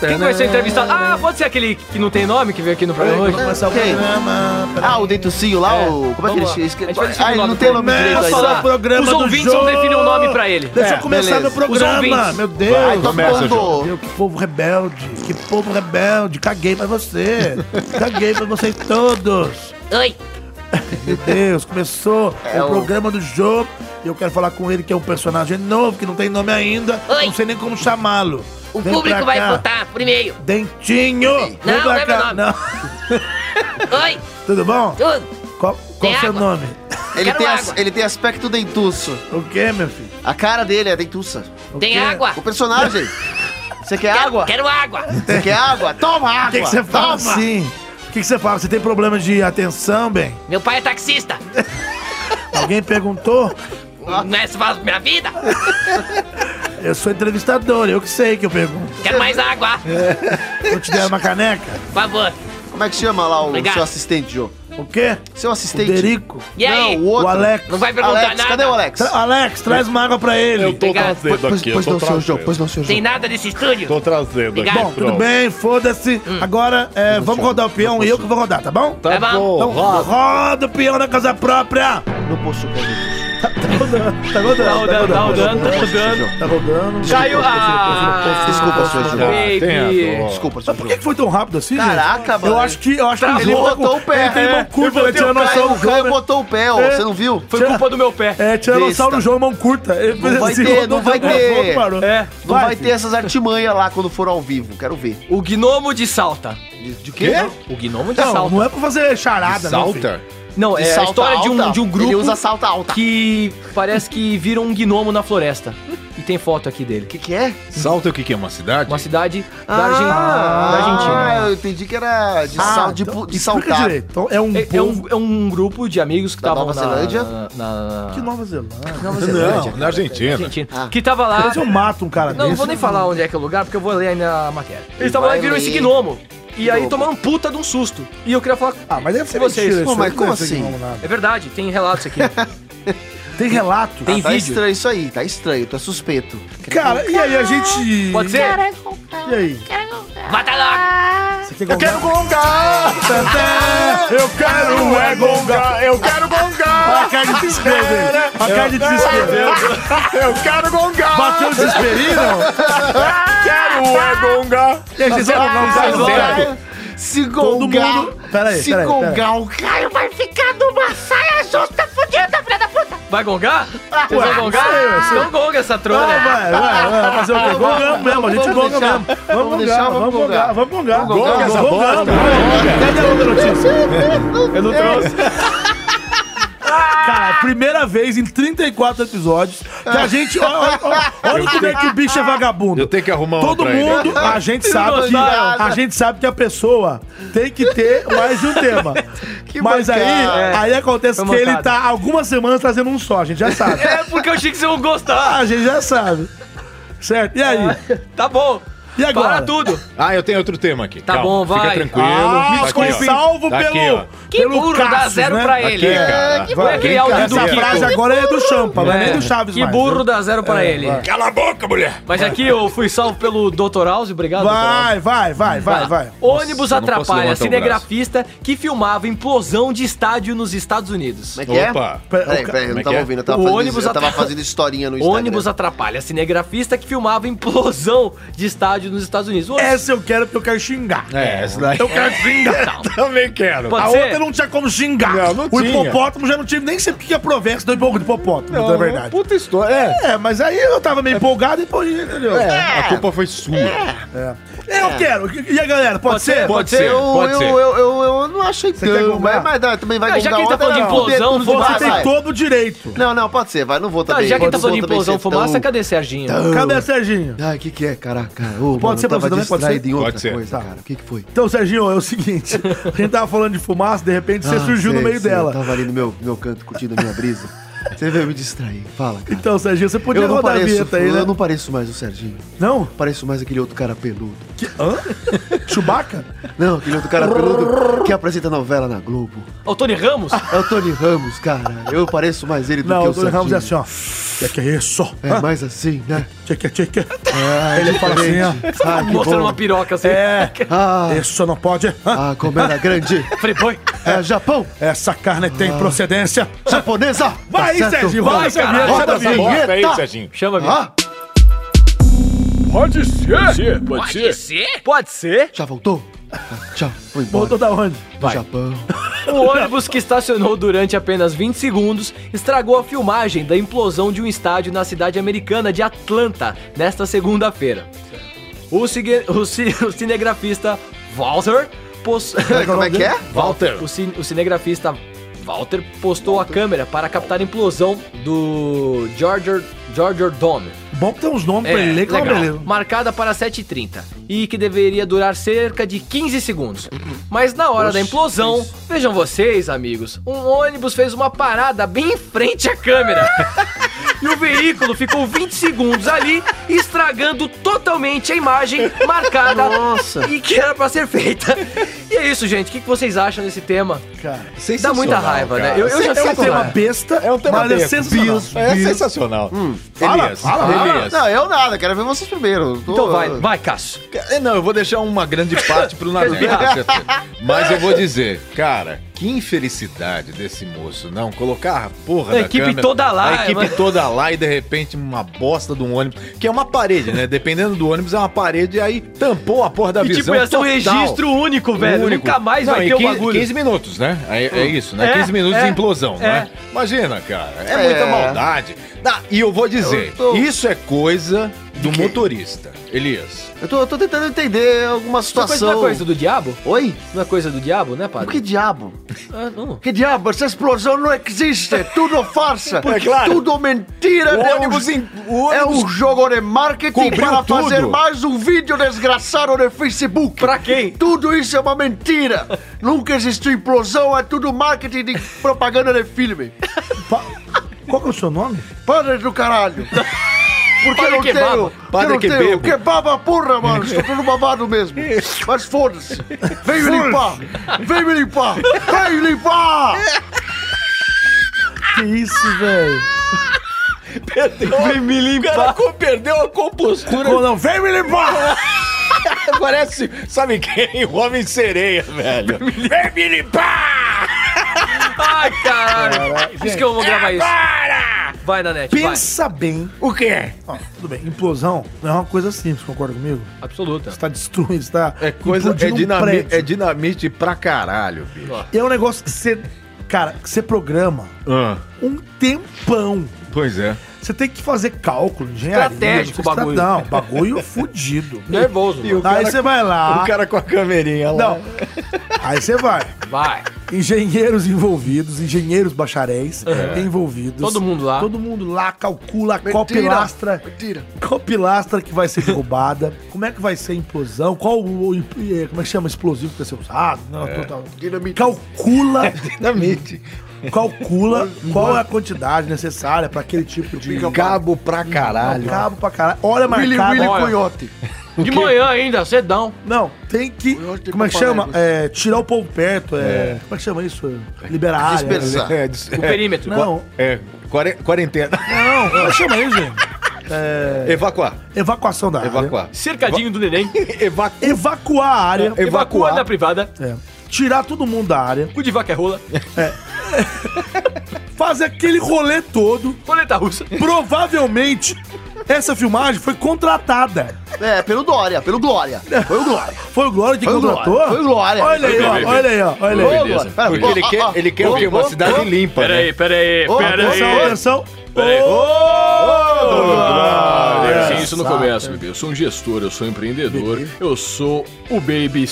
S4: Quem vai ser entrevistado? Ah, pode ser aquele que não tem nome que veio aqui no programa hoje?
S1: Começa o
S3: Quem?
S1: programa.
S3: Ah, o dentucinho lá, o... como é que
S4: Vamos
S3: ele...
S4: lá.
S3: esque-
S4: A gente vai decidir
S3: Ah,
S4: o
S3: ele
S4: nome
S3: não tem o
S4: do
S3: nome
S4: programa.
S3: direito
S4: Vamos
S3: aí.
S4: falar.
S1: o programa
S4: Os
S1: do
S4: ouvintes vão
S1: Jô.
S4: definir um nome pra ele.
S1: Deixa
S2: É,
S1: eu começar
S3: beleza.
S1: meu
S4: Os
S1: programa.
S4: ouvintes.
S1: Meu
S3: Aí
S1: Deus.
S3: todo
S2: Começa,
S3: mundo-
S1: Meu, que povo rebelde, que povo rebelde, caguei pra você, caguei pra vocês todos.
S8: Oi.
S1: Meu Deus, começou
S3: É
S1: o
S3: o-
S1: programa do Jô e eu quero falar com ele que é um personagem novo, que não tem nome ainda,
S8: Oi.
S1: não sei nem como chamá-lo.
S8: O
S1: Vem
S8: público
S1: pra
S8: vai
S1: cá.
S8: votar por e-mail.
S1: Dentinho! Vem
S8: Não,
S1: pra
S8: não é
S1: cá.
S8: meu nome.
S1: Não.
S8: Oi.
S1: Tudo bom?
S8: Tudo.
S1: Qual, qual
S8: Tem
S1: seu
S8: água?
S1: nome?
S3: Ele
S8: Quero
S3: tem, as-
S8: água.
S3: ele tem aspecto dentuço.
S1: O que, meu filho?
S3: A cara dele é dentuça.
S1: O
S8: Tem
S1: quê?
S8: água?
S3: O personagem. Você quer
S8: Quero-
S3: água?
S8: Quero água.
S3: Você quer água? Toma água!
S1: O que que você fala
S3: Toma!
S1: assim? O que que você fala? Você tem problema de atenção, bem?
S8: Meu pai é taxista.
S1: Alguém perguntou?
S8: Não é isso faz minha vida?
S1: Eu sou entrevistador, eu que sei que eu pergunto.
S8: Quero mais água.
S1: Eu te deram uma caneca?
S8: Por favor.
S3: Como é que chama lá o
S8: Obrigado.
S3: seu assistente, Jô?
S1: O quê?
S3: Seu
S1: O
S3: assistente.
S1: Derico?
S8: E aí?
S3: Não, o outro.
S1: O Alex.
S8: Não vai perguntar
S3: Alex,
S8: nada.
S3: cadê o Alex?
S1: Tra- Ah, Alex, traz uma água pra ele.
S2: Eu tô
S8: Obrigado.
S2: trazendo aqui, eu tô trazendo.
S3: não, seu
S8: Tem nada nesse estúdio?
S2: Tô trazendo aqui.
S8: Obrigado.
S1: Bom, tudo bem, foda-se.
S3: Hum.
S1: Agora é, vamos rodar o peão e eu que vou rodar, tá bom?
S8: Tá bom.
S1: Então roda o peão na casa própria.
S3: Não posso pegar.
S1: Tá rodando,
S4: Tá rodando, tá rodando, tá rodando. Ah,
S1: Tá rodando.
S4: Caiu a...
S3: Desculpa, senhor Jô.
S2: Baby.
S3: Desculpa, seu
S1: Mas por que
S3: Jô.
S1: que foi tão rápido assim,
S3: Caraca,
S1: gente?
S3: mano.
S1: Eu acho que... Eu acho que
S3: Ele
S1: jogo-
S3: botou o pé,
S1: Ele tem
S3: é.
S1: mão curta, né?
S3: O Caio,
S1: Tiranossauro
S3: o Caio
S1: João, né?
S3: botou o pé, ó.
S1: É.
S3: Você não viu?
S4: Foi culpa do meu pé.
S1: É, Tiranossauro
S3: Besta.
S1: João, mão curta. Ele fez
S3: vai
S1: assim,
S3: ter,
S1: rodou,
S3: não vai
S1: rodou,
S3: ter.
S1: rodou, parou.
S4: É.
S3: Não
S1: Vai,
S3: vai ter
S1: filho.
S3: essas artimanhas lá quando for ao vivo. Quero ver.
S4: O gnomo de Salta.
S3: De, de quê?
S4: O gnomo de
S1: Não,
S4: Salta.
S1: não é pra fazer charada, não, filho.
S2: Salta?
S4: Não,
S3: De
S4: é a
S3: salta
S4: história de um,
S3: alta?
S4: de um grupo
S3: Ele usa salta alta. O
S4: que parece que vira um gnomo na floresta. E tem foto aqui dele.
S3: que, que é?
S2: Salta o que que é? Uma cidade?
S4: Uma cidade da, Argen- Ah, da Argentina.
S3: Ah, eu entendi que era de,
S1: Ah,
S3: sal, de,
S1: então,
S3: pu- de
S1: explica
S3: saltar.
S1: direito. Então, é um
S4: É, é
S1: povo
S4: um, é um grupo de amigos que
S3: Da
S4: estavam
S3: Nova
S4: na-
S3: Zelândia?
S4: Na, na-
S1: de Nova Zelândia.
S3: Nova
S2: Não, na Argentina.
S4: Argentina.
S3: Ah.
S4: Que tava lá.
S1: Se eu mato um cara
S4: Não, não
S1: desse,
S4: vou nem falar onde é que é o lugar, porque eu vou ler ainda a matéria. Eles estavam
S3: Vai
S4: lá e viram
S3: ler.
S4: esse gnomo. E E aí tomaram um puta de um susto. E eu queria falar
S1: Ah, mas deve ser
S4: com vocês.
S1: mentira isso
S3: Pô, mas
S1: aí,
S3: como
S1: não deve ser
S3: assim?
S1: que não, nada.
S4: É verdade, tem relatos aqui.
S1: Tem relato?
S4: Tem
S3: tá
S4: vídeo.
S3: estranho isso aí, tá estranho, tá suspeito. Tá
S1: Cara, e aí a gente...
S4: Pode ser?
S9: Quero encontrar.
S1: E aí?
S9: Quero encontrar.
S8: Mata logo!
S1: Você quer gongar?
S2: gongar! Eu quero é gongar! Eu
S1: Olha
S2: quero gongar!
S1: a cara de desespero dele. A cara de desespero.
S2: Eu quero gongar!
S1: Bateu o desespero, aí, não?
S2: Quero é gongar!
S1: Deixa eu gongar.
S3: Se
S1: Todo
S3: gongar,
S1: mundo- Pera aí,
S3: se
S1: pera aí, pera aí.
S3: gongar o Caio vai
S9: Ficar numa saia justa fudida, filha da puta.
S4: Vai gongar? Vocês
S1: Ué,
S4: vão gongar?
S1: não sei, ué, sei.
S4: Então gonga essa
S1: Não,
S4: trolha.
S1: vai, vai, vai. Fazer o quê? Gongamos mesmo, a gente
S3: Vamos
S1: gonga
S3: deixar.
S1: mesmo.
S3: Vamos
S1: Vamos
S3: deixar,
S1: gongar,
S3: vamos
S1: vamos gongar,
S3: gongar.
S1: vamos gongar.
S3: Vamos gongar essa
S1: Gongamos, gongamos. Cadê a outra notícia?
S4: Eu não trouxe.
S1: Cara, é a primeira vez em 34 episódios que a gente. ó, ó, ó, Olha como é que o bicho é
S2: Eu
S1: vagabundo.
S2: tenho que arrumar uma
S1: Todo
S2: pra ele.
S1: mundo, a gente sabe que
S3: gostaram.
S1: a gente sabe que a pessoa tem que ter mais de um tema.
S3: Que
S1: Mas aí,
S3: mancada.
S1: aí acontece
S4: Foi
S1: que ele
S4: mancada.
S1: tá algumas semanas trazendo um só, a gente já sabe.
S4: É porque eu achei que vocês iam gostar.
S1: Ah, A gente já sabe. Certo? E aí?
S4: Tá bom.
S1: E agora?
S4: Para tudo.
S2: Ah, eu tenho outro tema aqui.
S4: Tá bom, vai.
S2: Fica tranquilo.
S1: Ah,
S2: Tá
S1: foi
S2: ó.
S1: salvo
S2: Tá aqui,
S1: pelo.
S2: ó.
S8: Que
S1: pelo
S8: burro, dá
S1: Cassius,
S8: zero
S1: né?
S8: pra ele.
S2: Aqui, cara.
S4: Foi
S11: é
S4: aquele áudio do
S1: Essa
S4: Kiko.
S1: frase agora é do Champa, não é
S4: É,
S1: nem do Chaves
S4: que
S1: mais. né? É,
S4: burro dá zero pra ele.
S2: Cala a boca, mulher!
S4: Mas aqui eu fui salvo pelo Dr. House, obrigado. Dr. House.
S1: Vai, vai, vai, vai, vai.
S4: Ônibus
S2: eu não posso
S4: atrapalha
S2: levantar o
S4: cinegrafista que filmava implosão de estádio nos Estados Unidos.
S3: Como é que é?
S2: Opa!
S3: Peraí, peraí, eu
S2: Como
S3: não
S2: é que
S3: tava
S2: é?
S3: ouvindo, eu tava,
S4: O
S3: fazendo,
S4: ônibus
S3: eu tava
S4: atra-
S3: fazendo historinha no Instagram.
S4: Ônibus atrapalha cinegrafista que filmava implosão de estádio nos Estados Unidos. O
S3: É,
S4: ônibus-
S1: Essa eu quero porque eu quero xingar.
S2: É, essa daí.
S1: Eu quero xingar.
S2: Também quero.
S4: Pode
S1: A
S4: ser?
S1: outra não tinha como xingar.
S2: Não, não
S1: o
S2: tinha.
S1: hipopótamo já não tive nem sempre que a proversa do pouco do hipopótamo,
S2: é
S1: na verdade.
S2: Puta história. É.
S1: É, mas aí eu tava meio empolgado e pô, entendeu? É.
S2: A culpa foi sua.
S1: Eu quero. E a galera, pode,
S4: Pode
S1: ser?
S4: ser,
S2: Pode ser,
S3: Eu,
S2: pode
S3: eu,
S2: ser.
S3: eu, eu, eu não achei
S1: quer
S3: tanto,
S1: gongar?
S3: mas, mas dá, também vai
S4: Ah, já que ele tá
S3: outra,
S4: falando de
S3: não.
S4: implosão,
S3: Dedo,
S4: foda-se,
S1: Você
S3: vai,
S1: tem
S3: vai.
S1: todo o direito.
S3: Não, não, pode ser, vai, não vou
S4: Tá,
S3: também.
S4: já que ele
S3: Pode-
S4: tá falando de
S3: vou também
S4: implosão
S3: ser tão-
S4: fumaça, cadê Serginho?
S1: Cadê, Serginho?
S3: Ai, o que que é, caraca? Ô, mano,
S1: Pode ser,
S3: eu tava
S1: você também pode ser?
S3: distraído em outra
S2: Pode ser.
S3: coisa,
S1: Tá.
S3: cara. O que que foi?
S1: Então, Serginho, é o seguinte. A gente tava falando de fumaça, de repente você
S3: Ah,
S1: surgiu no
S3: sei,
S1: meio
S3: sei, Eu
S1: dela.
S3: tava ali no meu, meu canto, curtindo a minha brisa. Você veio me distrair, fala, cara.
S1: Então, Serginho, você podia
S3: Eu não,
S1: rodar a
S3: pareço,
S1: vinheta aí, né?
S3: eu não pareço mais o Serginho.
S1: Não?
S3: Pareço mais aquele outro cara peludo.
S1: Que... Hã? Chewbacca?
S3: Não, aquele outro cara peludo que apresenta novela na Globo.
S4: Ó, O Tony Ramos?
S3: É o Tony Ramos, cara. Eu pareço mais ele do
S1: Não,
S3: que
S1: o
S3: o
S1: Tony
S3: Serginho.
S1: Ramos é assim, ó. Que que é isso?
S3: É
S1: Hã? é,
S3: mais assim, né?
S1: Tchique, tchique. Ele fala assim, ó.
S3: Ah, que
S4: Mostrando
S3: bom.
S4: uma piroca assim.
S1: É,
S3: Ah,
S1: isso não pode. Hã?
S3: ah, como era grande.
S4: Falei, põe.
S3: É Japão,
S1: Essa carne tem procedência.
S3: japonesa.
S1: Vai,
S3: Ah. Tá certo?
S1: Serginho, roda
S4: Vai,
S1: essa
S4: caralho,
S1: vinheta,
S3: roda
S2: Tá
S1: roda
S3: a
S1: a vinheta.
S2: Bota aí, Serginho.
S4: Chama a
S3: Ah,
S2: Pode ser. Pode
S8: Pode ser?
S4: Pode ser?
S3: já voltou? Ah, Tchau, foi embora.
S1: Voltou da onde?
S3: Do Japão.
S4: O Um ônibus que estacionou durante apenas 20 segundos estragou a filmagem da implosão de um estádio na cidade americana de Atlanta nesta segunda-feira. O, cigue- o ci- o cinegrafista Walter pos-
S3: Como é que é?
S4: Walter. O, cin- o cinegrafista Walter postou a câmera para captar a implosão do Georgia, Georgia Dome.
S1: Bom que tem uns nomes pra
S4: É,
S1: ele ler, que é uma beleza.
S4: Marcada para 7h30 e que deveria durar cerca de 15 segundos. Mas na hora da implosão, vejam vocês, amigos, um ônibus fez uma parada bem em frente à câmera. E o veículo ficou 20 segundos ali, estragando totalmente a imagem marcada
S3: Nossa.
S4: e que era pra ser feita. E é isso, gente. O que que vocês acham desse tema?
S1: Cara,
S4: Dá muita raiva,
S2: cara.
S4: né? Eu, eu já
S1: é
S4: sei
S1: um tema
S4: lá.
S1: besta,
S2: É um tema
S1: mas é
S2: besta.
S1: sensacional.
S2: É sensacional.
S4: Hum,
S1: Fala,
S2: Elias,
S1: fala.
S2: Elias.
S3: Ah, Não, eu nada, quero ver vocês primeiro. Eu tô-
S4: Então vai, vai, Cássio.
S2: É, Não, eu vou deixar uma grande parte pro Naruto. Mas eu vou dizer, cara, que infelicidade desse moço, não? Colocar a porra
S4: A
S2: da
S4: equipe
S2: câmera,
S4: toda lá,
S2: A equipe
S4: mas-
S2: toda lá e de repente uma bosta de um ônibus, que é uma parede, né? Dependendo do ônibus, é uma parede e aí tampou a porra da
S4: E tipo,
S2: visão
S4: ia ser um
S2: total.
S4: registro único, velho.
S2: Único.
S4: Nunca mais
S2: Não,
S4: vai
S2: e
S4: ter o
S2: 15
S4: bagulho.
S2: 15 minutos, né? É, é isso, né?
S4: É,
S2: 15 minutos
S4: é,
S2: de implosão, né? Imagina, cara. É, muita maldade. Ah, e eu vou dizer,
S3: Eu tô-
S2: isso é coisa do motorista. Elias.
S3: Eu tô, eu tô tentando entender alguma
S4: Isso é coisa, não é
S3: situação.
S4: coisa do diabo?
S3: Oi?
S4: Não é coisa do diabo, né,
S3: O que
S4: padre?
S3: diabo?
S4: Ah, não.
S3: Que diabo? Essa explosão não existe. é Tudo farsa.
S2: É claro.
S3: Tudo mentira.
S2: O
S3: é um-
S2: ônibus em- o
S3: É
S2: ônibus-
S3: um jogo de marketing
S2: Cobriu
S3: para
S2: tudo.
S3: fazer mais um vídeo desgraçado no Facebook.
S4: Pra quem?
S3: Tudo isso é uma mentira. Nunca existiu implosão. É tudo marketing de propaganda de filme.
S1: Pa- Qual que é o seu nome?
S3: Padre do caralho. Porque eu não
S4: que baba.
S3: tenho. Porque eu
S2: Padre
S3: não
S2: que
S3: tenho.
S2: bebo.
S3: Que baba, porra, mano. Estou todo babado mesmo. Mas foda-se. Vem me limpar. Vem me limpar. Vem me limpar.
S1: Que isso, velho?
S4: Vem me limpar.
S6: Pô, perdeu a compostura.
S1: Ou não, vem me limpar!
S6: Parece, sabe quem? O Homem Sereia, velho. Vem me limpar!
S4: Ai, caralho. Diz que eu vou gravar isso.
S6: Para!
S4: Vai, Nanete, vai.
S1: Pensa bem.
S6: O quê?
S1: Ó, tudo bem, implosão não é uma coisa simples, concorda comigo?
S4: Absoluta.
S1: Você tá destruindo, está.
S2: É coisa. É, dinami
S1: dinâmica.
S2: é dinamite pra caralho, bicho.
S1: E é um negócio que você. Cara, que você programa
S2: Ah,
S1: um tempão.
S2: pois é.
S1: Você tem que fazer cálculo, engenharia.
S4: Estratégico o
S1: você está-
S4: bagulho.
S1: Não, bagulho fudido.
S4: Nervoso, mano.
S1: Aí você vai lá.
S2: O É, cara com a câmerinha lá.
S1: Não. Aí você vai.
S4: Vai.
S1: Engenheiros envolvidos, engenheiros bacharéis
S2: É.
S1: envolvidos.
S4: Todo mundo lá.
S1: Todo mundo lá calcula qual pilastra,
S3: Mentira.
S1: qual pilastra que vai ser derrubada, como é que vai ser a implosão, qual o, o- eh, como é que chama explosivo que vai ser usado, não, total.
S3: É. Dinamite.
S1: calcula,
S2: Dinamite.
S1: calcula qual é a quantidade necessária para aquele tipo de
S2: Cabo pra caralho.
S1: cabo pra caralho. Hora
S3: Willy
S1: marcada.
S3: Willy
S4: Olha.
S3: Coyote.
S4: De manhã ainda, cedão.
S1: Não, tem que.
S3: Eu acho que
S1: Como é que
S3: tem que
S1: chama?
S3: parar
S1: É, tirar o povo perto. É, Como é que chama isso? Liberar a área. né?
S3: Dispersar.
S2: É, dis-
S4: O
S2: é,
S4: perímetro.
S1: Não,
S2: é, quare- quarentena.
S1: não, como é que chama isso, gente?
S3: É.
S2: Evacuar.
S1: Evacuação da área.
S2: Evacuar.
S4: Cercadinho do neném.
S3: É.
S2: Evacuar.
S1: Evacuar a área.
S4: Evacua da privada.
S1: É. Tirar todo mundo da área.
S4: Cu de vaca é rola.
S1: Fazer aquele rolê todo.
S4: Coleta russa.
S1: Provavelmente, essa filmagem foi contratada.
S3: É, pelo Dória, pelo Glória. Foi o Glória.
S1: Foi o Glória que
S3: Foi o
S1: contratou?
S3: Glória, foi o Glória.
S1: Olha aí,
S3: Foi
S1: ó,
S3: o Glória.
S1: olha aí, ó, olha aí.
S4: beleza.
S3: Pera,
S2: Porque
S3: ó,
S2: ele
S3: ó,
S2: quer,
S3: ó,
S2: ele quer
S3: ó,
S2: o quê? Uma
S3: ó,
S2: cidade
S3: ó.
S2: limpa, né?
S4: Peraí, peraí,
S3: Ô,
S4: peraí.
S1: Atenção, atenção.
S4: Peraí.
S1: Glória.
S4: Sem isso não começa, bebê. Eu sou um gestor, eu sou um empreendedor, eu sou o baby,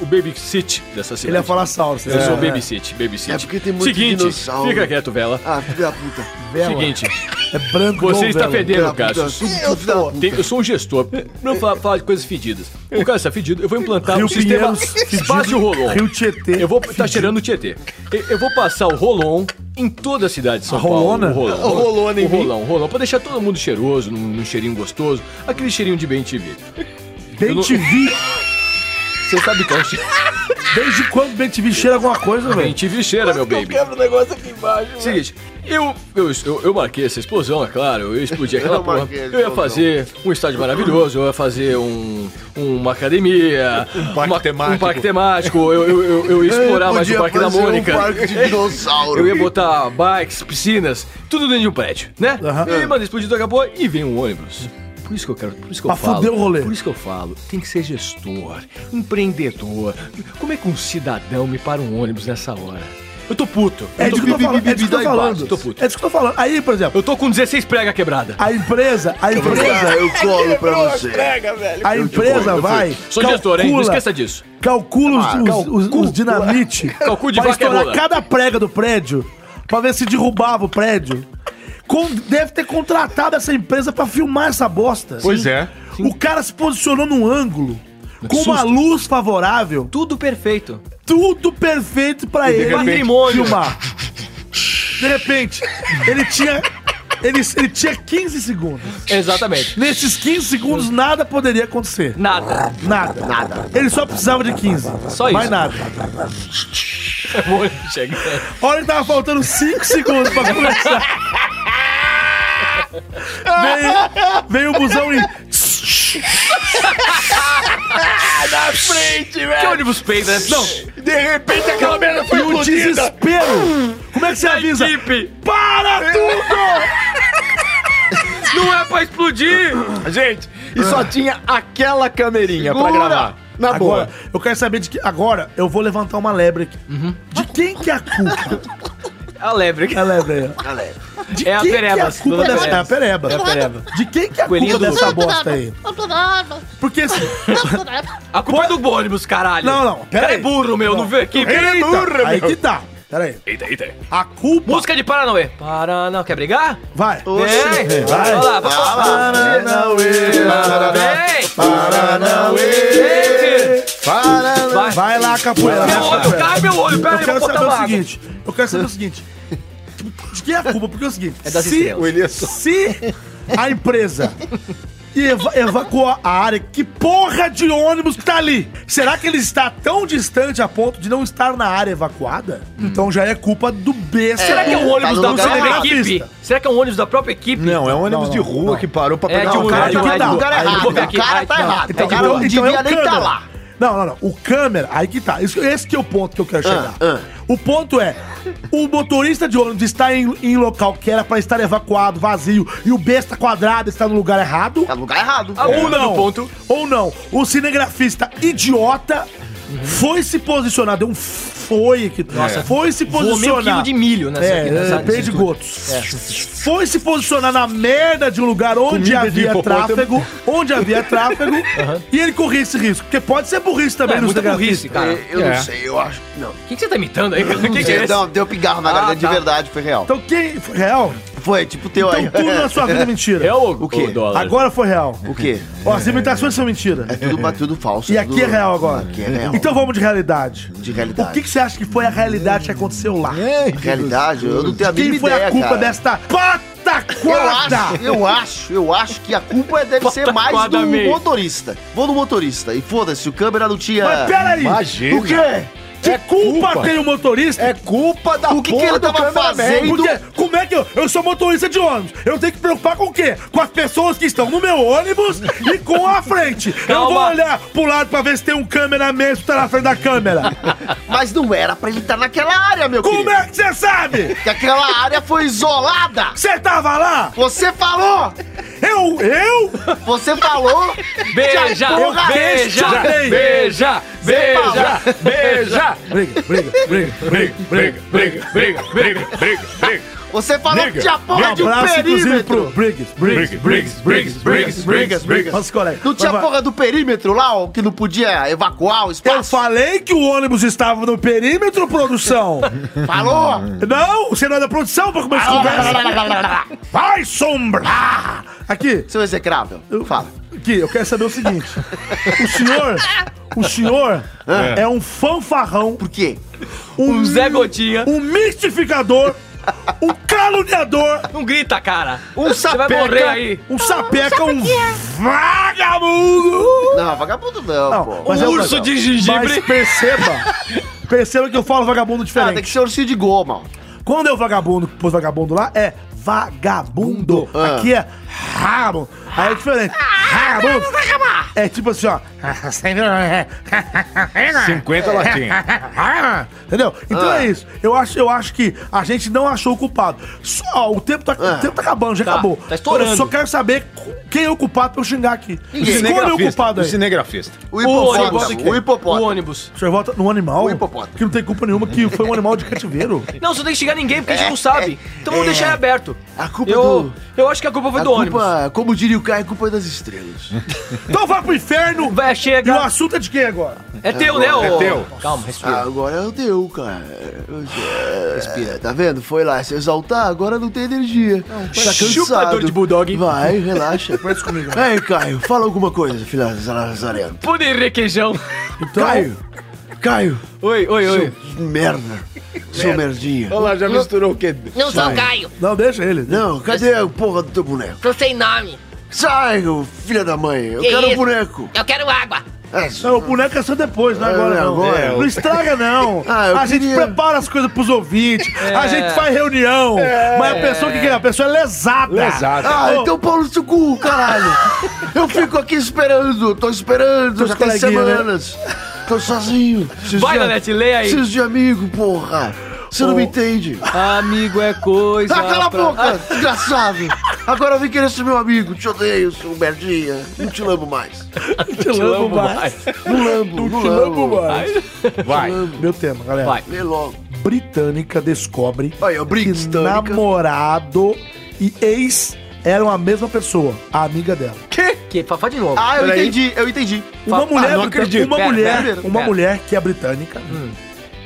S4: o baby sit dessa cidade.
S1: Ele ia falar salve. você
S4: Eu sou o
S1: sabe, né?
S4: baby sit, baby sit.
S3: É porque tem muito
S4: Seguinte,
S3: dinossauro.
S4: fica quieto, Vela.
S3: Ah, filho da puta.
S1: Vela.
S4: Seguinte,
S1: É branco
S4: você
S1: igual
S4: está
S1: vela.
S4: tá fedendo, Cássio.
S3: Eu tô.
S4: Tem- eu sou um gestor. Não falar fala de coisas fedidas. O Cássio está fedido. Eu vou implantar um
S1: Rio
S4: sistema
S1: Pinheiros fedido,
S4: espaço rolon.
S1: Rio Tietê.
S4: Eu vou estar tá cheirando o Tietê. Eu, eu vou passar o rolon em toda a cidade de São
S1: A
S4: Paulo.
S1: rolona?
S4: O rolon.
S3: O rolona em
S4: o
S3: mim.
S4: rolão, o rolão. Pra deixar todo mundo cheiroso, num, num cheirinho gostoso. Aquele cheirinho de bem TV.
S1: Bem TV.
S4: Você sabe que é um cheiro.
S1: Desde quando bem TV cheira alguma coisa,
S4: Bem
S1: velho?
S4: TV cheira, meu baby.
S6: Quebra o negócio aqui embaixo.
S4: Seguinte, eu, eu, eu, eu marquei essa explosão, é claro, eu explodi aquela
S3: não
S4: porra.
S3: marquei a
S4: Eu ia
S3: explosão.
S4: fazer um estádio maravilhoso, eu ia fazer um, uma academia, um
S2: parque temático.
S4: um parque temático, eu, eu, eu, eu ia explorar mais o
S3: Podia
S4: Parque da
S3: fazer um
S4: Mônica.
S3: parque de dinossauro.
S4: Eu
S1: um
S4: ia botar bikes, piscinas, tudo dentro de um prédio, né?
S1: Aham.
S4: E aí, mano, explodiu daqui a pouco e vem um ônibus. Por isso que eu quero, por isso que eu
S1: Pra
S4: falo.
S1: fuder o rolê.
S4: Por isso que eu falo, tem que ser gestor, empreendedor. Como é que um cidadão me para um ônibus nessa hora? Eu tô puto.
S1: É disso que eu tô falando. É disso que eu tô falando.
S4: Eu tô puto.
S1: É disso que eu tô falando. Aí, por exemplo,
S4: Eu tô com 16 prega quebrada.
S1: a empresa, a
S3: Beleza,
S1: empresa,
S3: eu colo pra você.
S6: Prega, velho.
S1: a empresa vai.
S4: Sou gestor, hein? Não esqueça disso.
S1: Calcula os, os, os- os dinamite.
S4: Calcula Ah, de
S1: pra
S4: vaca é
S1: estourar
S4: rola.
S1: cada prega do prédio. Pra ver se derrubava o prédio. Com- deve ter contratado essa empresa pra filmar essa bosta.
S2: Pois é.
S1: O cara se posicionou num ângulo. Com uma
S4: susto.
S1: luz favorável,
S4: Tudo perfeito.
S1: tudo perfeito pra ele
S4: repente-
S1: filmar. De repente, ele tinha. Ele, ele tinha 15 segundos.
S4: Exatamente.
S1: Nesses 15 segundos, nada poderia acontecer.
S4: Nada.
S1: Nada. Nada. Ele só precisava de 15.
S4: Só isso.
S1: Mais nada.
S4: O ônibus É chega.
S1: Olha, tava faltando 5 segundos pra começar. Veio, veio o busão e.
S4: Que ônibus peida, né? Não.
S6: De repente aquela merda foi
S1: E o
S6: explodida.
S1: desespero! Como é que você avisa?
S4: Equipe,
S1: Para tudo!
S4: não é pra explodir.
S6: Gente, e só tinha aquela
S2: É
S6: câmerinha pra
S3: Segura.
S6: gravar. Na boa.
S1: Agora, eu quero saber de que. Agora, eu vou levantar uma lebre aqui. De quem que é a culpa?
S4: A lebre.
S1: É a lebre aí. ó. De
S4: É a
S1: quem
S4: Perebas,
S1: Que é a culpa
S4: dona
S1: dessa. É a pereba.
S4: Perebas.
S1: É a pereba. De quem que é a
S4: Coelhinho
S1: culpa
S4: do
S1: dessa
S4: Gugu.
S1: bosta aí? Porque assim.
S4: A culpa é do ônibus, caralho.
S1: Não, não, pera
S4: Cara é
S1: aí.
S4: burro, meu. Não vê aqui.
S1: Eita,
S6: burra,
S1: aí
S6: meu.
S1: que tá. Pera aí.
S4: Eita, eita.
S1: A culpa.
S4: Música de Paranauê. Paranauê. Quer brigar?
S1: Vai.
S4: Vem.
S1: Vai.
S4: Vai lá, vai lá. Vem. Vem. Vai.
S1: Vai lá, capoeira.
S4: Meu
S1: vai,
S4: olho,
S1: capoeira.
S4: cai meu olho. Pera
S1: Eu
S4: aí,
S1: quero
S4: vou botar
S1: saber
S4: uma
S1: o
S4: água.
S1: seguinte. Eu quero saber o seguinte. de quem é a culpa? Porque é o seguinte:
S4: É das
S1: se,
S4: estrelas. O
S3: tá-
S1: se a empresa eva- evacuou a área, que porra de ônibus que tá ali? Será que ele está tão distante a ponto de não estar na área evacuada? Então já é culpa do B.
S4: Hum. Será que é um ônibus
S3: tá
S4: da
S3: no
S4: própria
S3: lugar
S4: equipe? Será que é um ônibus da própria equipe?
S2: Não, é um ônibus
S1: Não,
S2: de
S1: não,
S2: rua que parou pra
S4: É
S2: pegar
S4: de
S2: um
S4: um
S2: cara.
S4: lugar
S1: cara
S4: de
S1: que dá.
S3: O cara
S4: Aí,
S3: errado.
S4: vou ver
S3: O
S4: aqui.
S3: cara
S4: Aí,
S3: tá
S4: não,
S3: errado.
S4: então
S3: O cara
S4: eu
S3: não
S1: então
S4: vou-
S1: é
S3: devia
S1: o
S3: nem tá
S1: câmera.
S3: lá.
S1: Não, não, não. O câmera, aí que tá. Isso- esse que é o ponto que eu quero chegar. O ponto é, o motorista de ônibus está em, em local que era pra estar evacuado, vazio, e o besta quadrado está no lugar errado.
S3: Tá no lugar errado.
S1: Ou
S4: É.
S1: não.
S4: No ponto.
S1: Ou não. O cinegrafista idiota foi se posicionar. Deu um foi que Nossa, foi se
S4: Vou meio
S1: posicionar.
S4: um quilo de milho
S3: Tá
S4: nessa
S1: é,
S4: aqui. nessa-
S1: é,
S4: nessa
S1: pé de
S4: estrutura.
S1: gotos.
S3: É.
S1: Foi se posicionar na merda de um lugar onde
S2: Comida de
S1: havia
S2: hipopótamo.
S1: tráfego, onde havia tráfego, e ele corria esse risco. Porque pode ser burrice
S4: Não,
S1: também
S4: é
S1: no
S4: muita
S1: cinegrafista.
S4: burrice, cara.
S3: Eu eu
S1: É.
S3: não sei, eu acho. Não.
S4: O que, que você tá imitando aí? O que, que é
S3: Deu-
S4: isso?
S3: Não, deu pigarro
S1: Ah,
S3: na garganta de
S4: tá.
S3: verdade, foi real.
S1: Então quem. Foi real?
S3: Foi, tipo teu aí.
S1: Então tudo na sua vida é mentira.
S4: o,
S3: O quê?
S4: dólar.
S1: Agora foi real.
S3: O quê?
S1: Ó, as imitações são mentira.
S3: É tudo batudo falso.
S1: E
S3: tudo-
S1: aqui é real agora.
S3: Aqui é real.
S1: Então vamos de realidade.
S3: de
S1: O
S3: realidade.
S1: que, que você acha que foi a realidade que aconteceu lá?
S3: Realidade, eu não tenho É, a mínima
S1: Quem foi
S3: ideia,
S1: a culpa
S3: cara.
S1: desta
S3: Eu
S1: pataquada?
S3: acho, eu acho, eu acho que a culpa é, deve ser mais do
S4: Pataquada mesmo.
S3: motorista. Vou no motorista. E foda-se, o câmera não tinha.
S1: Mas peraí!
S2: Imagina.
S1: O quê? Que
S2: É
S1: culpa,
S2: culpa.
S1: tem o motorista?
S2: É culpa da
S3: O que que
S2: porra
S3: ele
S2: do
S3: tava
S2: cameraman.
S3: fazendo?
S1: Porque, como é que eu. Eu sou motorista de ônibus. Eu tenho que preocupar com o quê? Com as pessoas que estão no meu ônibus e com a frente. Eu vou
S4: Calma.
S1: olhar pro lado pra ver se tem um câmera mesmo que tá na frente da câmera.
S3: Mas não era pra ele estar naquela área, meu
S1: Como
S3: querido.
S1: é que você sabe?
S3: Que aquela área foi isolada.
S1: Você tava lá?
S3: Você falou!
S1: Eu. Eu?
S3: Você falou!
S4: Beija,
S3: Porra,
S4: beija,
S1: deixa-
S4: beija, beija, beija.
S1: Briga, briga, briga, briga, briga, briga, briga, briga, briga, briga.
S3: Você falou que tinha
S1: Um
S3: porra de um
S1: abraço, inclusive, pro
S3: perímetro!
S1: Briggs, Briggs, Briggs, Briggs, Briggs, Briggs, Briggs. Nosso colega.
S3: Não tinha
S1: Vai, vai.
S3: porra do perímetro lá, ó, que não podia evacuar o
S1: Eu
S3: espaço?
S1: falei que o ônibus estava no perímetro, produção.
S3: Falou!
S1: Hum. Não, você não é da produção pra
S3: Ah,
S1: começar a conversa. Vai, sombra! Aqui,
S3: Seu execrável, fala.
S1: aqui, eu quero saber o seguinte. O senhor, o senhor é, um fanfarrão,
S3: Por quê?
S4: Um Zé Gotinha.
S1: um mistificador, um caluniador,
S4: Não grita, cara.
S3: Um
S4: Você vai morrer aí.
S1: um sapeca, um vagabundo.
S3: Não, vagabundo não,
S1: Não,
S3: pô.
S1: mas é um
S4: urso de gengibre.
S1: Mas perceba, perceba que eu falo vagabundo
S3: Ah, tem
S1: diferente.
S3: que ser ursinho de goma, ó.
S1: Quando eu vagabundo, pôs vagabundo lá, é vagabundo.
S3: Ah.
S1: Aqui é rabo. Aí é diferente. Rabo. É tipo assim, ó.
S3: É.
S2: 50 latinhas.
S1: Entendeu? Então é isso. Eu acho, eu acho que a gente não achou o culpado. Só, ó, o tempo tá, o tempo tá acabando, já
S4: Tá,
S1: acabou.
S4: tá estourando.
S1: Eu só quero saber cu- quem é o culpado pra eu xingar aqui. Escolha o culpado
S2: Cinegrafista. O
S1: aí.
S2: cinegrafista.
S3: O
S4: ônibus aqui.
S3: hipopótamo, o
S4: O
S3: hipopótamo.
S4: ônibus.
S1: O senhor volta no animal.
S3: O hipopótamo.
S1: Que não tem culpa nenhuma, que foi um animal de cativeiro.
S4: Não, você não tem que chegar ninguém porque a gente não sabe. Então vamos
S3: é.
S4: deixar ele aberto.
S3: A
S1: é
S3: culpa
S4: Eu,
S3: do...
S4: eu acho que a culpa foi
S3: A
S4: do ônibus.
S3: culpa, como diria o cara, a culpa é das estrelas.
S1: Então vai pro inferno.
S4: Vai,
S1: E o
S4: chega.
S1: assunto é de quem agora?
S4: É teu, né, ô?
S2: É teu.
S4: Calma, respira.
S3: Agora é o teu, cara.
S4: Ah,
S3: É, Tá vendo? Foi lá se exaltar, agora não tem energia. tá cansado.
S4: Chupador de bulldog.
S3: Vai, relaxa.
S1: Conversa comigo.
S3: Aí, Caio, fala alguma coisa, filha da Nazareno.
S4: Poder requeijão.
S3: Caio! Caio!
S4: Oi, oi, oi.
S3: Merda! Seu merdinha.
S2: Olha lá, já misturou o quê?
S8: Não sou Caio,
S1: Não, deixa ele.
S3: Não, cadê a porra do teu boneco?
S8: sou sem nome.
S3: Sai, ô filha da mãe! Eu
S8: Que
S3: quero o
S8: isso?
S3: boneco!
S8: Eu quero água.
S3: É,
S1: Não, o boneco é só depois, não é agora
S3: É,
S1: não.
S3: agora.
S1: Não estraga não.
S3: Ah, eu
S1: a gente
S3: queria-
S1: prepara as coisas pros ouvintes, a gente faz reunião, mas a pessoa que quer, a pessoa é lesada.
S2: Lesada.
S3: Ah,
S1: Ô,
S3: então pau no seu cu, caralho! Eu fico aqui esperando, tô esperando,
S1: Teus
S3: já tem
S1: coleguinha, né?
S3: semanas. Tô sozinho. Preciso
S4: Vai,
S3: de-
S4: Nanete, lê aí.
S3: Preciso de amigo, porra. Você não me entende.
S4: Amigo é coisa.
S3: Ah, cala a
S4: pra-
S3: boca, desgraçado. Agora vem querer ser meu amigo. Te odeio, seu merdinha. Não te lambo mais.
S1: Te lambo mais.
S3: Não lambo, não,
S1: Não te
S3: lambo.
S1: lambo mais.
S2: Vai.
S1: Meu tema, galera.
S4: Vai.
S3: Vê logo.
S1: Britânica descobre
S3: Aí, ó,
S1: que
S3: Britânica.
S1: namorado e ex eram a mesma pessoa, a amiga dela.
S4: Que, fa- fala de novo.
S3: Ah, eu
S2: Peraí.
S3: entendi, eu entendi.
S1: Uma
S4: Ah,
S1: mulher,
S2: não
S1: britânica-
S2: acredito.
S1: uma
S4: Pera,
S1: mulher,
S4: pera,
S1: uma
S4: pera.
S1: mulher que é britânica,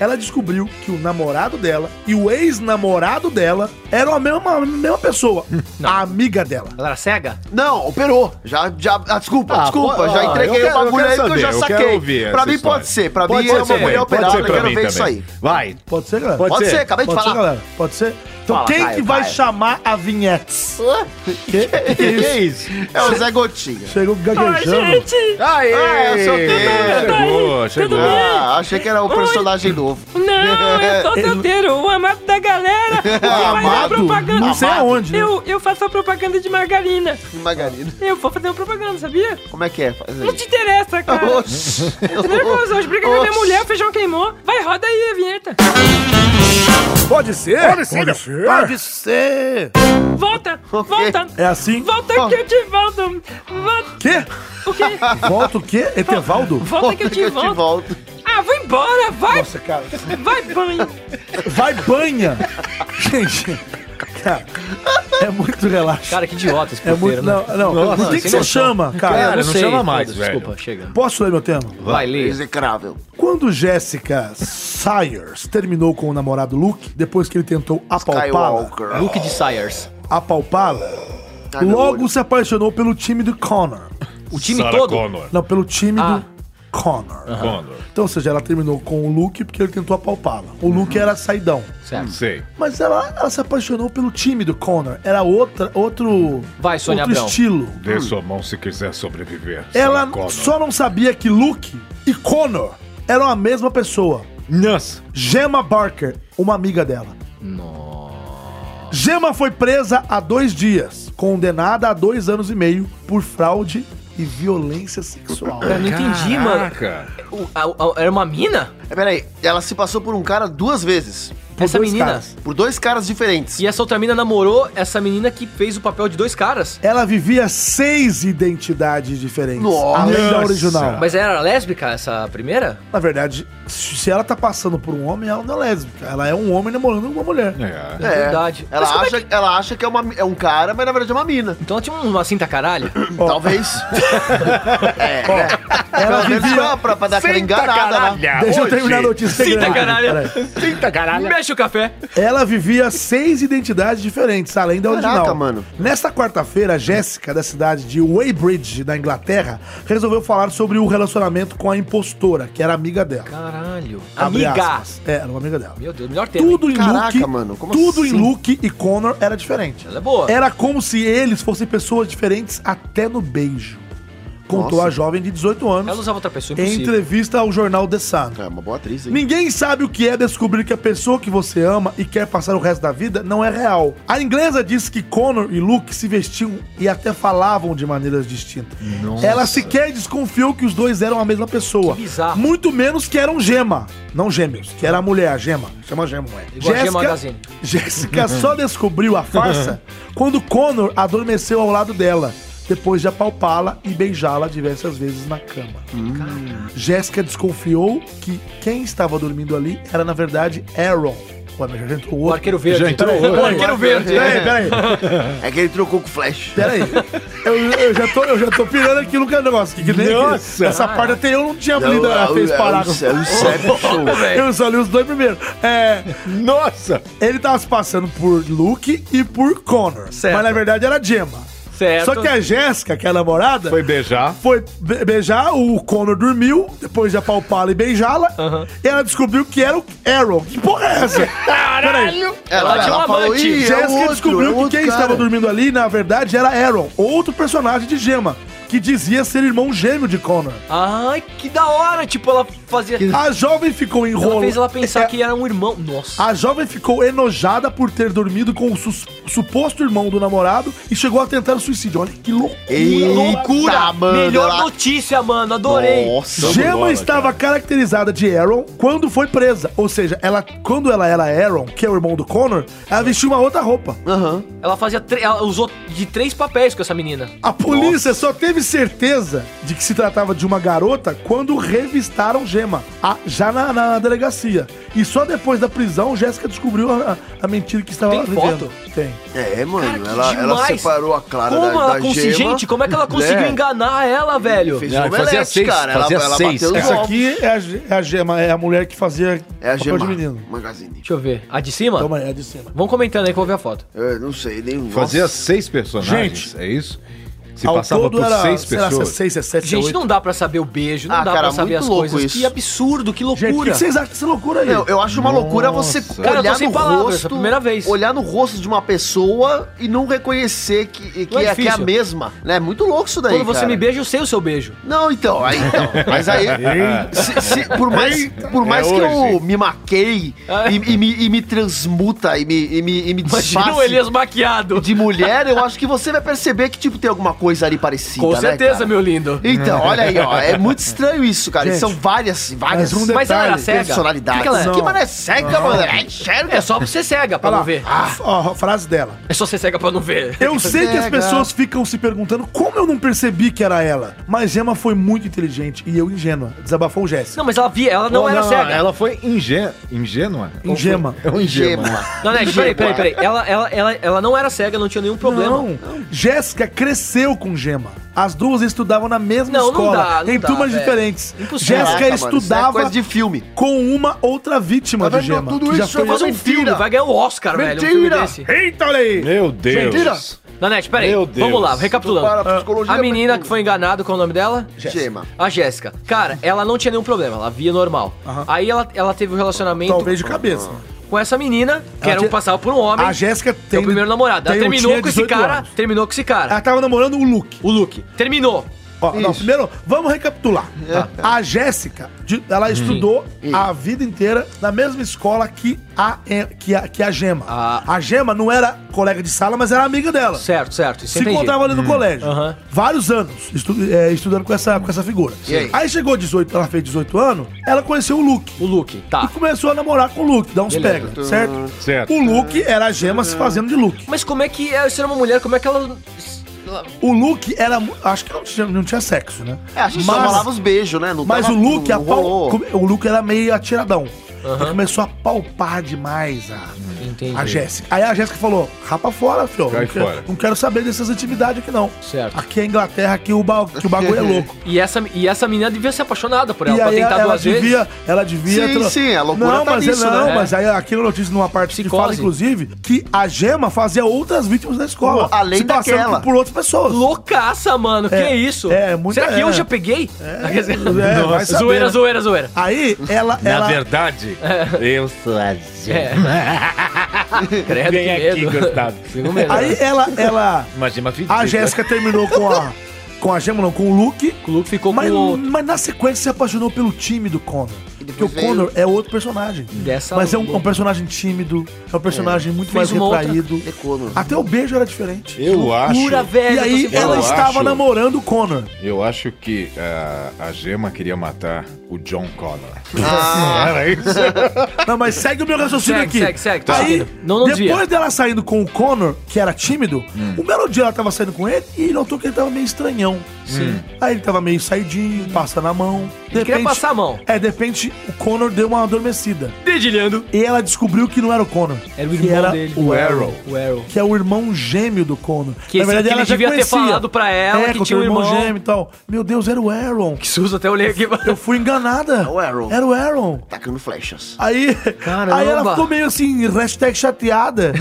S1: ela descobriu que o namorado dela e o ex-namorado dela eram a mesma, a mesma pessoa, a amiga dela.
S4: Ela era cega?
S3: Não, operou. Já, já, ah, desculpa,
S2: Ah,
S3: desculpa.
S2: pô,
S3: já
S2: ah,
S3: entreguei
S2: eu quero-
S3: o bagulho
S2: eu
S3: aí
S2: quero
S3: que eu já
S2: saber, eu
S3: saquei.
S2: quero ouvir
S3: pra
S2: essa
S3: mim
S2: história.
S3: pode ser. Pra
S2: Pode
S3: mim
S2: ser
S3: é uma
S2: também,
S3: mulher
S2: pode
S3: operada.
S2: ser
S3: Eu
S2: pra
S3: quero
S2: mim
S3: ver isso
S2: também.
S3: aí.
S2: Vai.
S1: Pode ser, galera?
S3: Pode
S2: ser.
S3: ser, acabei de
S1: Pode ser,
S3: falar.
S1: galera? Pode ser? Então
S3: Fala,
S1: quem
S3: Caio,
S1: que vai
S3: Caio.
S1: chamar a vinhetes? Que, que
S3: Que
S1: isso?
S3: é isso? É o Zé Gotinha.
S1: Chegou gaguejando.
S3: Aê! Ah, eu sou
S2: Chegou, chegou.
S3: ah, achei que era um personagem novo.
S8: Não, eu sou solteiro, o amado da galera. Que faz a
S3: É, Amado?
S8: propaganda.
S1: Não sei
S3: Amado.
S1: aonde, né?
S8: Eu, eu faço a propaganda de margarina.
S3: Margarida.
S8: Eu vou fazer uma propaganda, sabia?
S3: Como é que é? Faz
S8: Não
S3: aí.
S8: te interessa, cara.
S3: Oxi.
S8: Nervoso hoje, briguei com a minha
S3: Oxi.
S8: mulher, o feijão queimou. Vai, roda aí a vinheta.
S1: Pode ser? Pode ser. Pode ser.
S8: Volta,
S3: Ok.
S8: volta.
S1: É assim?
S8: Volta que eu te volto. Volta.
S1: Quê?
S8: O quê?
S1: Volta o quê? Etevaldo?
S8: Volta que eu te volto.
S3: volto.
S8: Ah, vou embora, vai,
S1: Nossa, cara.
S8: vai, banho.
S1: Vai banha. Gente, cara, é muito relaxo.
S4: Cara, que idiota esse
S1: é muito...
S4: porteiro, né?
S1: Não, não.
S2: Nossa,
S1: Por que, que
S4: sem
S1: você
S4: noção.
S1: chama, cara?
S2: Cara, não
S4: sei,
S2: chama mais,
S4: foda-se,
S2: velho.
S4: Desculpa, chega.
S1: Posso ler meu tema?
S4: Vai, Lê.
S3: Execrável.
S1: Quando Jessica Sayers terminou com o namorado Luke, depois que ele tentou apalpá-la,
S3: Skywalker.
S4: Luke de Sires.
S1: apalpá-la,
S3: Ai, meu
S1: logo
S3: olho.
S1: se apaixonou pelo time do Connor.
S4: O time
S2: Sarah
S4: todo?
S2: Connor.
S1: Não, pelo time
S4: Ah.
S1: do Connor.
S2: Connor.
S1: Então, ou seja, ela terminou com o Luke porque ele tentou apalpá-la. O
S4: Uhum.
S1: Luke era saidão.
S4: Certo.
S2: Sei.
S1: Mas ela, ela se apaixonou pelo time do Connor. Era outra, outro,
S4: Vai, Sônia
S1: outro
S4: Abrão.
S1: estilo.
S2: Dê sua mão se quiser sobreviver.
S1: Ela
S2: Sarah Connor.
S1: só não sabia que Luke e Connor eram a mesma pessoa.
S2: Nossa.
S1: Gemma Barker, uma amiga dela. Nossa. Gemma foi presa há dois dias, condenada a dois anos e meio por fraude e violência sexual.
S4: Eu não entendi, mano.
S2: Caraca.
S4: O- a- a- Era uma mina?
S3: É, Peraí, ela se passou por um cara duas vezes.
S4: essa
S1: dois
S4: menina.
S1: caras.
S3: Por dois caras diferentes.
S4: E essa outra mina namorou essa menina que fez o papel de dois caras.
S1: Ela vivia seis identidades diferentes,
S3: Nossa.
S1: além da original.
S4: Mas era lésbica essa primeira?
S1: Na verdade, se ela tá passando por um homem, ela não é lésbica. Ela é um homem namorando uma mulher.
S2: É.
S3: É,
S4: verdade. Mas
S3: Ela
S4: como é
S3: acha, ela acha que é, uma, é um cara, mas na verdade é uma mina.
S4: Então ela tinha uma cinta caralho.
S3: Talvez. é, né?
S1: Ela
S3: Pelo menos
S1: vivia...
S3: pra, pra- pra dar aquela Tá enganada, né?
S1: Deixa eu terminar a notícia.
S4: Sinta,
S1: grande.
S4: caralho.
S1: Peraí.
S12: Eita, caralho.
S4: Mexe o café.
S1: Ela vivia seis identidades diferentes, além da
S3: Caraca,
S1: original.
S3: mano.
S1: Nesta quarta-feira, Jéssica, da cidade de Weybridge, na Inglaterra, resolveu falar sobre o relacionamento com a impostora, que era amiga dela.
S4: Caralho.
S1: Abre
S4: Amiga.
S1: aspas. É, era uma amiga dela.
S4: Meu Deus, melhor tema. hein?
S1: Tudo em
S3: Caraca,
S1: Luke,
S3: mano, como
S1: tudo em
S3: assim?
S1: Luke e Connor era diferente.
S4: Ela é boa.
S1: Era como se eles fossem pessoas diferentes até no beijo. Contou
S3: Nossa.
S1: a jovem de 18 anos
S4: Ela usava outra pessoa,
S1: em
S4: impossível.
S1: entrevista ao jornal The Sun.
S3: É uma boa atriz, hein?
S1: Ninguém sabe o que é descobrir que a pessoa que você ama e quer passar o resto da vida não é real. A inglesa disse que Connor e Luke se vestiam e até falavam de maneiras distintas. Ela sequer desconfiou que os dois eram a mesma pessoa.
S4: Que bizarro.
S1: Muito menos que eram gema. Não gêmeos, que era a mulher, a gema. Chama gema, mulher.
S4: Igual a Gema Magazine.
S1: Jéssica só descobriu a farsa quando Connor adormeceu ao lado dela, depois de apalpá-la e beijá-la diversas vezes na cama. Jéssica desconfiou que quem estava dormindo ali era, na verdade, Aaron. Ué, mas já entrou
S4: O
S1: outro.
S4: arqueiro verde.
S2: Já entrou
S4: Peraí,
S2: outro.
S4: O arqueiro verde.
S1: Peraí, peraí,
S3: É que ele trocou com o Flash.
S1: peraí. Eu, eu já, tô, eu já tô pirando aqui no negócio. Que, que nem
S2: Nossa.
S1: Essa parte até eu não tinha lido,
S3: É
S1: ela
S3: o-
S1: fez
S3: é o-
S1: parágrafo.
S3: É o Inception.
S1: Eu só li os dois primeiro. É,
S2: Nossa.
S1: ele tava se passando por Luke e por Connor.
S4: Certo.
S1: Mas na verdade era Gemma.
S4: Certo.
S1: Só que a Jéssica, que é a namorada, foi,
S2: Foi beijar.
S1: be- beijar, o Connor dormiu, depois de apalpá-la e beijá-la, e ela descobriu que era o Arrow. Que porra é essa? Caralho!
S3: Ela,
S4: tinha um
S3: ela falou,
S4: amante.
S3: Ih, é
S1: Jéssica
S3: o outro,
S1: descobriu
S3: é o
S1: que
S3: outro
S1: quem
S3: cara."
S1: estava dormindo ali, na verdade, era Aaron, outro personagem de Gema, que dizia ser irmão gêmeo de Connor.
S4: Ai, que da hora. Tipo, ela fazia...
S1: A jovem ficou
S4: Ela
S1: enrolada. é,
S4: fez ela pensar
S3: É
S4: que era um irmão. Nossa.
S1: A jovem ficou enojada por ter dormido com o sus- suposto irmão do namorado e chegou a tentar o suicídio. Olha que loucura!
S3: Eita, mano,
S4: Tá, Melhor
S3: ela-
S4: notícia, mano. Adorei.
S3: Nossa.
S1: Gema estava caracterizada de Aaron quando foi presa. Ou seja, ela, quando ela era Aaron, que é o irmão do Connor, ela vestiu uma outra roupa.
S3: Aham.
S4: Ela fazia... tre- Ela usou de três papéis com essa menina.
S1: A polícia só teve certeza de que se tratava de uma garota quando revistaram Gema, a- já na, na delegacia. E só depois da prisão, Jéssica descobriu a, a- a mentira que estava
S4: Tem
S1: vivendo.
S4: foto?
S1: Tem.
S3: É,
S4: Cara,
S3: mano,
S4: que
S3: ela, ela
S4: demais.
S3: separou a Clara
S4: Como
S3: da,
S4: ela
S3: da
S4: conseguiu,
S3: Gema.
S4: gente? Como é que ela conseguiu
S3: Né?
S4: enganar ela, velho?
S3: Fez
S2: Não,
S3: um
S2: fazia
S3: omelete,
S2: seis,
S3: cara. Ela,
S2: fazia
S3: ela
S2: seis.
S3: bateu os
S1: Essa
S3: ovos.
S1: aqui é a, Ge- é a Gema, é a mulher que fazia
S3: É a
S1: papel
S3: Gema.
S1: de menino.
S3: Magazine.
S4: Deixa eu ver. A de cima?
S1: Toma aí, é de cima.
S4: Vão comentando aí que eu vou ver a foto.
S3: Eu não sei, nem...
S2: Fazia
S3: Nossa.
S2: seis personagens, é isso? Se passava por seis
S1: será
S2: pessoas.
S1: se é seis, é sete, é
S4: Gente,
S1: oito.
S4: não dá pra saber o beijo, não
S3: Ah,
S4: dá
S3: cara,
S4: pra saber
S3: muito
S4: as
S3: louco
S4: coisas.
S3: isso.
S4: Que absurdo, que loucura.
S1: Gente, o que que vocês acham dessa loucura aí?
S3: Não, eu acho uma loucura você
S4: Cara, eu tô
S3: olhar
S4: sem
S3: no
S4: palavras, é
S3: rosto,
S4: a primeira vez.
S3: olhar no rosto de uma pessoa e não reconhecer que, que,
S4: Não é
S3: é, que é a
S4: difícil.
S3: mesma, né? É Muito louco isso daí,
S4: Quando você
S3: cara.
S4: me beija, eu sei o seu beijo.
S3: Não, então, aí então. Mas aí. se- se- por mais,
S1: É
S3: por mais que eu me maquei e, e me, e me transmuta e me, e me, e me
S4: É. Imagina o
S3: disfarce
S4: Elias maquiado.
S3: de mulher, eu acho que você vai perceber que, tipo, tem alguma coisa ali parecida.
S4: Com
S3: né,
S4: certeza,
S3: cara?
S4: meu lindo.
S3: Então, olha aí, ó. É muito estranho isso, cara.
S1: Gente,
S3: São várias, várias.
S1: mas um
S4: Mas ela era
S1: Detalhe,
S4: cega.
S3: personalidades.
S4: Que que ela é?
S1: Não.
S3: Que mano é cega, mano? É enxerga.
S4: É só pra ser cega, pra
S1: Olha
S4: não
S1: lá,
S4: ver.
S1: ah, ó, a frase dela.
S4: É só ser cega pra não ver.
S1: Eu sei que as
S3: Pega.
S1: pessoas ficam se perguntando como eu não percebi que era ela. Mas Emma foi muito inteligente e eu ingênua. Desabafou o Jesse.
S4: Não, mas ela via, ela não, era cega.
S2: Ela foi ingê... ingênua.
S1: Ingênua.
S2: É um ingênua.
S3: Gema.
S4: Não, não, peraí, peraí, peraí. Ela, ela, ela, ela não era cega, não tinha nenhum problema.
S1: Não. Jéssica cresceu com Gema. As duas estudavam na mesma
S4: Não, não
S1: escola,
S4: dá, não
S1: em
S4: dá,
S1: turmas
S4: velho.
S1: diferentes.
S4: Impossível.
S1: Jéssica
S3: Caraca, mano, isso é
S1: estudava
S3: coisa de filme.
S1: com uma outra vítima
S4: Tá
S1: de Gema.
S3: tudo
S1: que já
S3: isso
S1: foi
S3: é uma
S4: Faz um
S3: Mentira.
S4: filme, vai ganhar o Oscar, velho. Um filme
S3: Mentira.
S4: desse.
S1: Eita, olha aí!
S2: Meu Deus.
S3: Mentira.
S4: Nanete, peraí.
S2: Meu
S4: Vamos
S2: Deus.
S4: lá, recapitulando.
S3: Para a psicologia,
S4: A menina
S3: mas-
S4: que foi enganada, qual é o nome dela?
S3: Gema.
S4: A Jéssica. Cara, ela não tinha nenhum problema, ela via normal. Aí ela, ela teve um relacionamento
S1: Talvez de cabeça.
S4: com essa menina, que
S1: Ela
S4: era um
S1: tinha-
S4: passava por um homem.
S1: A Jéssica
S4: Tem
S1: tem.
S4: o primeiro namorado. Ela
S1: tem-
S4: terminou
S1: tinha
S4: com esse
S1: 18
S4: cara.
S1: anos.
S4: Terminou com esse cara.
S1: Ela tava namorando o Luke.
S4: O Luke. Terminou.
S1: Ó, não, primeiro, vamos recapitular.
S4: É,
S1: Tá. A Jéssica, de- ela estudou a vida inteira na mesma escola que a, E- que a, que a Gema.
S4: Ah.
S1: A Gema não era colega de sala, mas era amiga dela.
S4: Certo, certo. Isso
S1: Se
S4: entendi.
S1: encontrava ali no colégio.
S4: Aham.
S1: Vários anos estu- é, estudando com essa, com essa figura.
S3: E aí?
S1: chegou 18, ela fez 18 anos, ela conheceu o Luke.
S4: O Luke,
S1: E
S4: tá.
S1: começou a namorar com o Luke, dar uns
S4: Beleza.
S1: pega, certo?
S2: Certo.
S1: O Luke era a Gema se fazendo de Luke.
S4: Mas como é que é ser uma mulher? Como é que ela.
S1: O Luke era. mu- Acho que não tinha, não tinha sexo, né?
S3: É, a gente só falava os beijos, né? Não
S1: Mas
S3: tava-
S1: o Luke,
S3: não
S1: a pau-
S3: rolou.
S1: come- o Luke era meio atiradão. Ele começou a palpar demais a,
S4: Entendi.
S1: a Jéssica. Aí a Jéssica falou: rapa fora, filho.
S2: Cai
S1: não, quero-
S2: fora."
S1: não quero saber dessas atividades aqui, não.
S4: Certo.
S1: Aqui é Inglaterra, aqui o, ba- que o bagulho é louco.
S4: E essa, e essa menina devia ser apaixonada por ela,
S1: E
S4: pra
S1: aí
S4: tentar
S1: ela
S4: duas vezes.
S1: devia, ela devia.
S3: Sim, sim, a loucura
S1: não,
S3: tá
S1: mas
S3: nisso,
S1: é- não,
S4: né?
S1: mas aí aqui na notícia, numa parte que fala,
S4: Psicose.
S1: inclusive, que a Gema fazia outras vítimas na escola.
S3: Além
S1: se passando
S3: daquela.
S1: por outras pessoas.
S4: Loucaça, mano. que
S1: É,
S4: isso?
S1: é, muito-
S4: Será que eu
S1: é.
S4: já peguei? Quer dizer,
S1: É, vai
S4: Nossa.
S1: saber,
S4: zoeira,
S1: né?
S4: zoeira, zoeira.
S1: Aí ela.
S2: Na
S1: ela
S2: verdade, eu sou a
S4: É.
S2: Gema.
S4: Credo,
S2: Vem
S4: que
S2: aqui,
S4: medo.
S2: Gustavo.
S4: Fico com medo.
S1: aí ela. ela
S2: Imagina fedida.
S1: A Jéssica terminou com a. Com a Gemma, não, com o Luke.
S4: O Luke ficou
S1: Mas,
S4: com o outro.
S1: mas na sequência se apaixonou pelo time do Connor. Porque o
S3: veio-
S1: Connor é outro personagem.
S4: Dessa
S1: mas é um,
S4: luta.
S1: é um personagem tímido, é um personagem muito
S4: Fez
S1: mais
S4: uma outra-
S1: retraído.
S3: É Connor.
S1: Até o beijo era diferente.
S2: Eu acho.
S4: Pura velha.
S1: e aí
S4: É, tô sem
S1: ela
S4: palavras.
S1: estava
S2: acho-
S1: namorando o Connor.
S2: Eu acho que ah, a Gema queria matar o John Connor.
S3: Ah,
S1: Não, mas segue o meu raciocínio
S4: Segue,
S1: aqui.
S4: segue, segue, tá.
S1: Aí,
S4: Não, não
S1: depois
S4: desvia.
S1: dela saindo com o Connor, que era tímido,
S3: Hum.
S1: o belo dia ela tava saindo com ele e notou que ele tava meio estranhão. Sim. Aí ele tava meio saidinho, passando a mão. De
S4: Ele queria passar a mão.
S1: É, de repente o Connor deu uma adormecida.
S4: Dedilhando.
S1: E ela descobriu que não era o Connor.
S4: Era o
S1: que
S4: irmão
S1: era
S4: dele.
S1: O Arrow.
S4: O Arrow.
S1: Que é o irmão gêmeo do Connor.
S4: Que esse- que ele devia ter falado pra ela que
S1: que
S4: tinha
S1: tinha
S4: um
S1: É, o irmão,
S4: irmão.
S1: gêmeo e tal. Meu Deus, era o Aaron.
S4: Que susto, até olhei aqui.
S1: Eu fui enganada.
S3: É o Arrow.
S1: Era o Aaron.
S3: Tacando flechas.
S1: Aí,
S4: Caramba.
S1: aí ela ficou meio assim, hashtag chateada.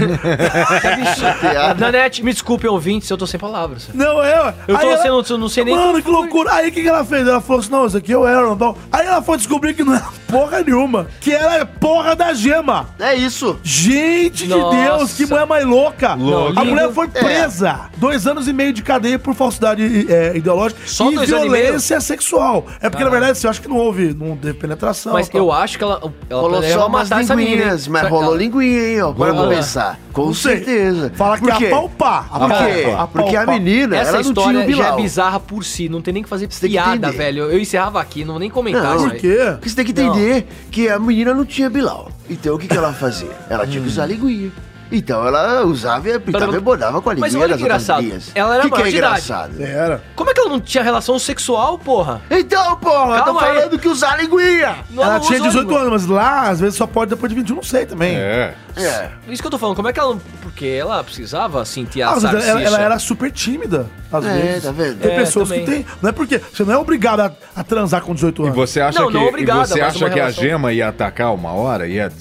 S4: Nanete, me desculpe, ouvintes, eu tô sem palavras.
S1: não, é. ué.
S4: Eu tô
S1: Aí ela-
S4: sendo, eu não sei nem.
S1: Mano, que loucura. Aí o que, que ela fez? Ela falou assim: não, isso aqui é o Aaron. Então, aí ela foi descobrir que não era porra nenhuma. Que era porra da gema.
S3: É isso.
S1: Gente
S4: Nossa.
S1: de Deus, que mulher mais louca!
S4: Louca.
S1: A mulher
S3: É.
S1: foi presa! Dois anos e meio de cadeia por falsidade é, ideológica
S4: Só
S1: e
S4: dois anos e meio?
S1: violência sexual. É porque, na verdade, assim, eu acho que não houve, não teve penetração.
S4: Mas
S1: tal.
S4: eu acho que ela. Ela
S3: Rolou
S4: planejava
S3: só umas
S4: matar essa menina. hein?
S3: linguinhas, mas
S4: Só-
S3: rolou
S4: ela-
S3: linguinha, hein, ó. Para
S4: Rolou.
S3: começar. Com
S1: Não sei.
S3: certeza.
S1: Fala que
S3: Por quê?
S1: é apalpar.
S3: Por quê?
S1: apalpar,
S3: Porque a
S1: apalpar.
S3: menina,
S4: Essa
S3: ela não tinha o
S4: história já é
S3: Bilal.
S4: bizarra por si, não tem nem que fazer
S3: tem que
S4: piada,
S3: entender.
S4: velho. Eu encerrava aqui, não vou nem comentar.
S3: Não,
S4: isso
S1: Por
S4: aí.
S1: quê?
S3: Porque você tem que entender que a menina não tinha Bilal. Então o que, que ela fazia? Ela tinha que usar linguinha. Então ela usava e pintava e bordava com a linguinha
S4: Mas olha
S3: das
S4: que
S3: outras
S4: engraçado,
S3: linhas.
S4: ela era
S3: que que
S4: maior
S3: é
S4: de idade.
S3: engraçado?
S1: Era.
S4: Como é que ela não tinha relação sexual, porra?
S3: Então, porra, eu tô
S4: Calma aí.
S3: falando que usar linguinha.
S4: Não,
S1: ela
S4: não
S1: tinha
S4: usa
S1: 18
S4: ônibus.
S1: anos, mas lá, às vezes, só pode depois de 21, não sei também.
S2: É.
S3: É.
S4: Isso que eu tô falando, como é que ela. não- Porque ela precisava sentir a
S1: Ah, mas ela,
S4: sarsicha.
S1: ela- ela era super tímida. às
S3: É,
S1: vezes.
S3: tá vendo?
S1: Tem
S4: É,
S1: pessoas
S4: também.
S1: que tem. Não é porque. Você não é obrigado a, a transar com 18
S13: E
S1: anos.
S13: você acha
S4: Não,
S13: que,
S4: não,
S13: e
S4: obrigado,
S13: você
S1: é
S4: mas
S13: acha
S4: uma
S13: que a
S4: relação-
S13: gema ia atacar uma hora? Ia,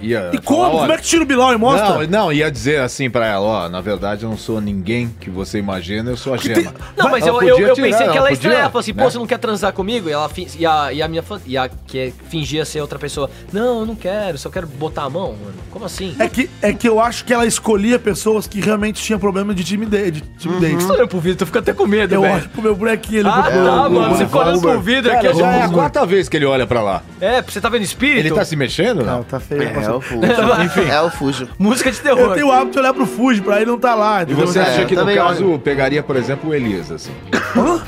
S13: ia
S1: E como? Como é que tira o Bilal e mostra?
S13: Não, não, ia dizer assim pra ela, ó, na verdade eu não sou ninguém que você imagina, eu sou a
S1: Porque
S13: gema.
S1: tem-
S4: Não, mas eu,
S13: Ela
S4: eu,
S13: podia
S4: eu
S13: tirar,
S4: pensei que ela
S13: podia,
S4: estranha. Ela falou assim,
S13: né?
S4: pô, você não quer transar comigo? E, ela fin- e, a, e a minha fa- e a que fingia ser outra pessoa. Não, eu não quero, só quero botar a mão, mano. Como assim?
S1: É que, é que eu acho que ela escolhia pessoas que realmente tinham problema de timidez. De timidez.
S4: olhando pro vidro, tô ficando até com medo,
S1: Eu
S4: velho.
S1: olho pro meu bonequinho ele
S4: Uhum. Ah, tá, mano, você ficou olhando pro vidro aqui, eu
S13: Já é a
S4: já...
S13: quarta vez que ele olha pra lá.
S4: É, você tá vendo espírito?
S1: Então-
S13: Ele tá se mexendo? Não.
S1: Não, tá feio.
S3: É,
S1: passou.
S3: eu fujo. É, eu fujo.
S4: Música de
S1: Eu
S4: terror.
S1: tenho o hábito de olhar pro Fuji, pra ele não tá lá.
S13: E
S1: entendeu?
S13: você
S3: É,
S13: acha que, no
S3: também
S13: caso, pegaria, por exemplo, o Elias, assim,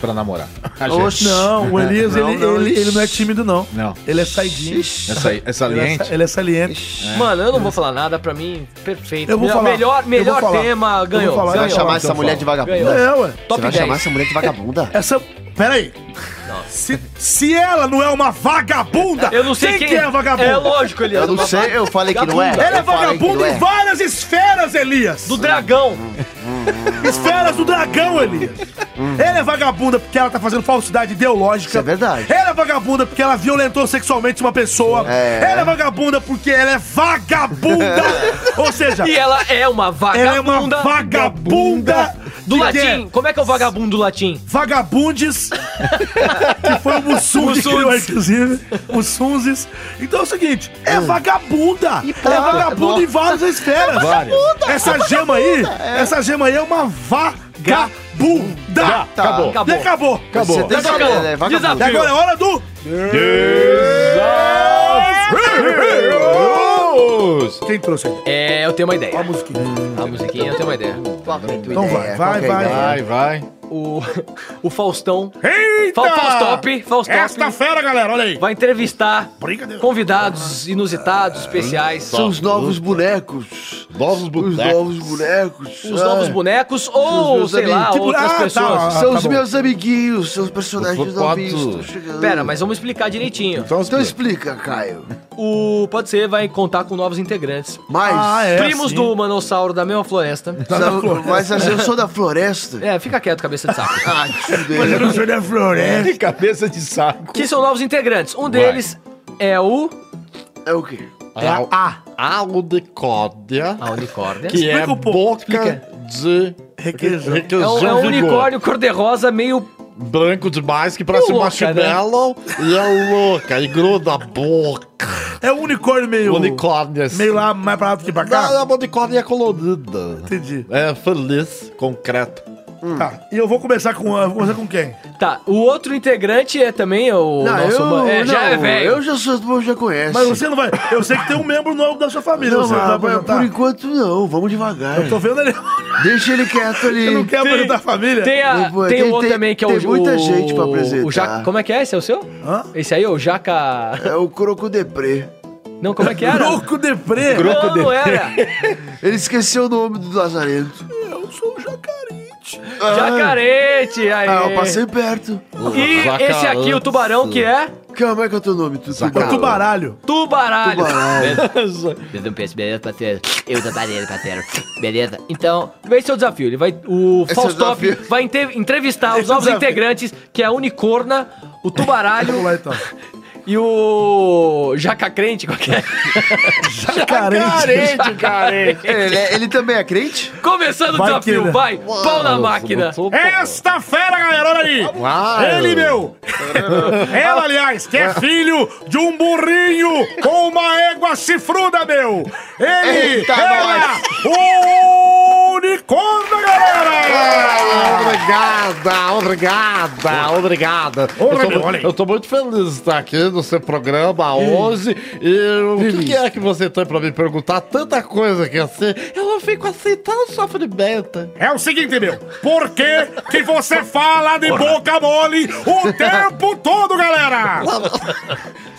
S13: pra namorar? A gente.
S3: Oxi.
S1: Não, o Elias,
S3: Não,
S1: ele,
S3: não.
S1: Ele, ele não é tímido, não.
S13: Não.
S1: Ele é saidinho.
S13: Essa, essa
S1: Ele é,
S13: lente.
S1: sa- ele é saliente.
S4: Mano, eu não vou falar nada, pra mim, perfeito.
S1: Eu vou
S4: melhor,
S1: falar.
S4: melhor,
S1: Eu
S4: melhor
S1: vou falar. Eu
S4: tema,
S1: vou
S4: ganhou.
S1: falar.
S3: Você vai
S1: Ganhou.
S3: chamar essa
S13: Então
S3: mulher de
S4: Ganhou.
S3: vagabunda?
S1: É, ué.
S3: Você
S4: Top
S3: vai
S4: 10.
S3: chamar essa mulher de vagabunda?
S1: Essa. Peraí. Se, se ela não é uma vagabunda,
S4: Eu não sei quem,
S1: que é vagabunda.
S4: É lógico, Elias.
S3: Eu não
S4: Uma
S3: sei, eu falei que não é.
S1: Ela é
S3: Eu falei que não
S1: vagabunda
S3: é.
S1: em várias esferas, Elias.
S4: Do dragão.
S3: Hum.
S1: Esferas do dragão, Elias. Ela é vagabunda porque ela tá fazendo falsidade ideológica.
S3: Isso é verdade.
S1: Ela é vagabunda porque ela violentou sexualmente uma pessoa.
S3: É.
S1: Ela é vagabunda porque ela é vagabunda. Ou seja,
S4: E ela é uma vagabunda.
S1: ela é uma vagabunda
S4: Do
S1: que
S4: latim. Como é que é o vagabundo do latim?
S1: Vagabundes, que foi o Mussum que criou, inclusive, Mussunzes. Então é o seguinte, é vagabunda, é vagabunda em várias esferas. Essa gema aí, essa gema aí é uma vagabunda.
S3: Tá.
S13: Acabou.
S1: E
S4: Acabou.
S1: acabou.
S13: Acabou.
S3: Você tem que
S4: Acabou.
S3: ela é vagabunda.
S1: E agora é hora do...
S13: Desafios!
S1: Quem trouxe aí?
S4: É, eu tenho uma ideia.
S1: A musiquinha.
S4: A musiquinha, eu tenho uma ideia.
S1: Então vai, vai, vai.
S13: Vai, vai.
S4: O, o Faustão.
S1: Eita!
S4: Fa Faustop, Faustop
S1: Esta fera, galera, olha aí.
S4: vai entrevistar
S1: Brincadeira.
S4: convidados inusitados, especiais.
S3: São os novos bonecos.
S13: Novos
S3: Os
S13: bonecos.
S3: novos bonecos.
S4: Os novos
S3: Ah.
S4: bonecos ou,
S3: meus
S4: sei lá,
S1: amigos.
S4: outras
S1: Ah, tá.
S4: pessoas.
S1: Ah,
S3: São
S1: tá
S3: os
S1: bom.
S3: meus amiguinhos, são os personagens
S13: Quatro.
S3: novinhos. estão
S1: Hum.
S3: chegando.
S4: Pera, mas vamos explicar direitinho.
S13: Então,
S3: Então explica, Caio.
S4: O Pode Ser vai contar com novos integrantes.
S3: Mas.
S1: Ah, é.
S4: Primos
S1: sim.
S4: do Manossauro da mesma floresta.
S3: sabe, mas assim, eu sou da floresta.
S4: É, fica quieto, cabeça de saco.
S3: Ah, que
S1: Mas eu
S3: fuder.
S1: não sou da floresta.
S13: tem cabeça de saco.
S4: que são novos integrantes. Um deles é o...
S3: É o quê?
S1: É a A.
S2: Aldecodia,
S4: A unicórnia.
S2: que é
S1: Explica um pouco,
S2: boca de
S1: Requeijão.
S4: É um,
S2: requeijão
S4: é um
S2: vigor.
S4: unicórnio cor-de-rosa meio...
S2: Branco demais, que parece um
S4: louca, né?
S2: marshmallow e é louca, e gruda a boca.
S1: É um unicórnio meio...
S2: Unicórnio. assim.
S1: Meio lá, mais pra lá do que pra cá.
S2: Não, a unicórnio é colorida.
S1: Entendi.
S2: É feliz, concreto.
S1: Tá, e eu vou começar com, eu vou começar com quem?
S4: Tá, o outro integrante é também o nosso... ma- é, já é velho.
S3: Eu já sou, eu já conheço.
S1: Mas você não vai. Eu sei que tem um membro novo da sua família.
S3: Não,
S1: você
S3: mas,
S1: não vai
S3: mas
S1: apresentar.
S3: por enquanto não, vamos devagar.
S1: Eu tô vendo ele.
S3: Deixa ele quieto ali.
S1: Eu não quero apresentar a família.
S4: Tem,
S3: Tem-
S4: a, tem, o outro
S3: tem-
S4: também que é o...
S3: tem muita
S4: o-
S3: gente pra apresentar.
S4: O Jaca, como é que é? Esse é o seu?
S1: Hã?
S4: Esse aí é o Jaca...
S3: É o Croco Deprê.
S4: Não, como é que era?
S1: Louco deprê.
S4: Não, não era.
S3: Ele esqueceu o nome do Lazarento.
S1: Eu sou um o Jacarite.
S4: Jacarete,
S1: É.
S4: aí.
S3: Ah, eu passei perto.
S4: E esse aqui, o tubarão, que é
S3: Como é que é o teu nome? Tu, tu,
S1: O tubaralho.
S4: tubaralho.
S3: Tubaralho.
S8: Beleza, Peixe, beleza, parceiro. Eu sou parceiro, parceiro. Beleza?
S4: Então, vai ser o desafio. Ele vai, o
S3: Esse é o
S4: Faustop
S3: desafio.
S4: vai inte- entrevistar
S1: é
S4: os
S1: o
S4: novos
S1: desafio.
S4: integrantes, que é a Unicorna, o Tubaralho
S1: Vamos lá então.
S4: e o Jaca Crente, é? qualquer.
S1: Jacarente.
S3: ele, é- ele também é crente?
S4: Começando
S1: Vai
S4: o desafio,
S1: que, né?
S4: vai. Pau na máquina.
S1: Esta fera, galera, olha aí!
S2: Ah,
S1: Ele, meu! Ela, aliás, que é filho de um burrinho com uma égua chifruda, meu! Ele!
S3: Eita,
S1: ela! O unicórnio, galera!
S2: Obrigada, obrigada, obrigada.
S1: Ô,
S2: eu, tô,
S1: Ramiro,
S2: mu-
S1: olha aí.
S2: eu tô muito feliz de estar aqui no seu programa hoje. E o que, que é que você tem pra me perguntar? Tanta coisa que assim, eu não fico assim tão sofrimento.
S1: É o seguinte, meu. Por que, que você fala de boca mole o tempo todo, galera?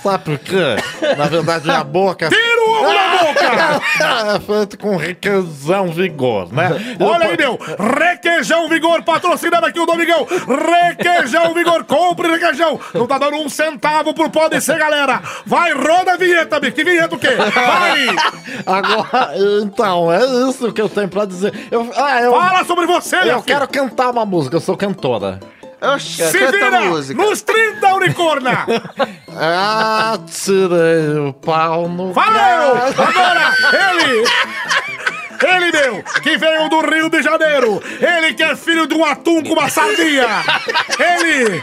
S6: Sabe por quê? Na verdade, é a boca.
S1: Tira o ovo da
S6: boca! Feito com requeijão vigor, né?
S1: Olha aí, meu! Requeijão vigor, patrocinando aqui o Domingão! Requeijão vigor, compre requeijão! Não tá dando um centavo por pode ser, galera! Vai, roda a vinheta, bicho! Que vinheta o quê? Vai!
S6: Agora, então, é isso que eu tenho pra dizer. Eu, ah, eu,
S1: Fala sobre você,
S6: Eu quero cantar uma música, eu sou cantora.
S1: Oxe, É,
S3: é
S1: Se vira! Música. Nos 30, Unicorna!
S6: ah, tirei o pau no.
S1: Valeu! Agora, ele! Ele, meu, que veio do Rio de Janeiro! Ele que é filho de um atum com uma sardinha! Ele!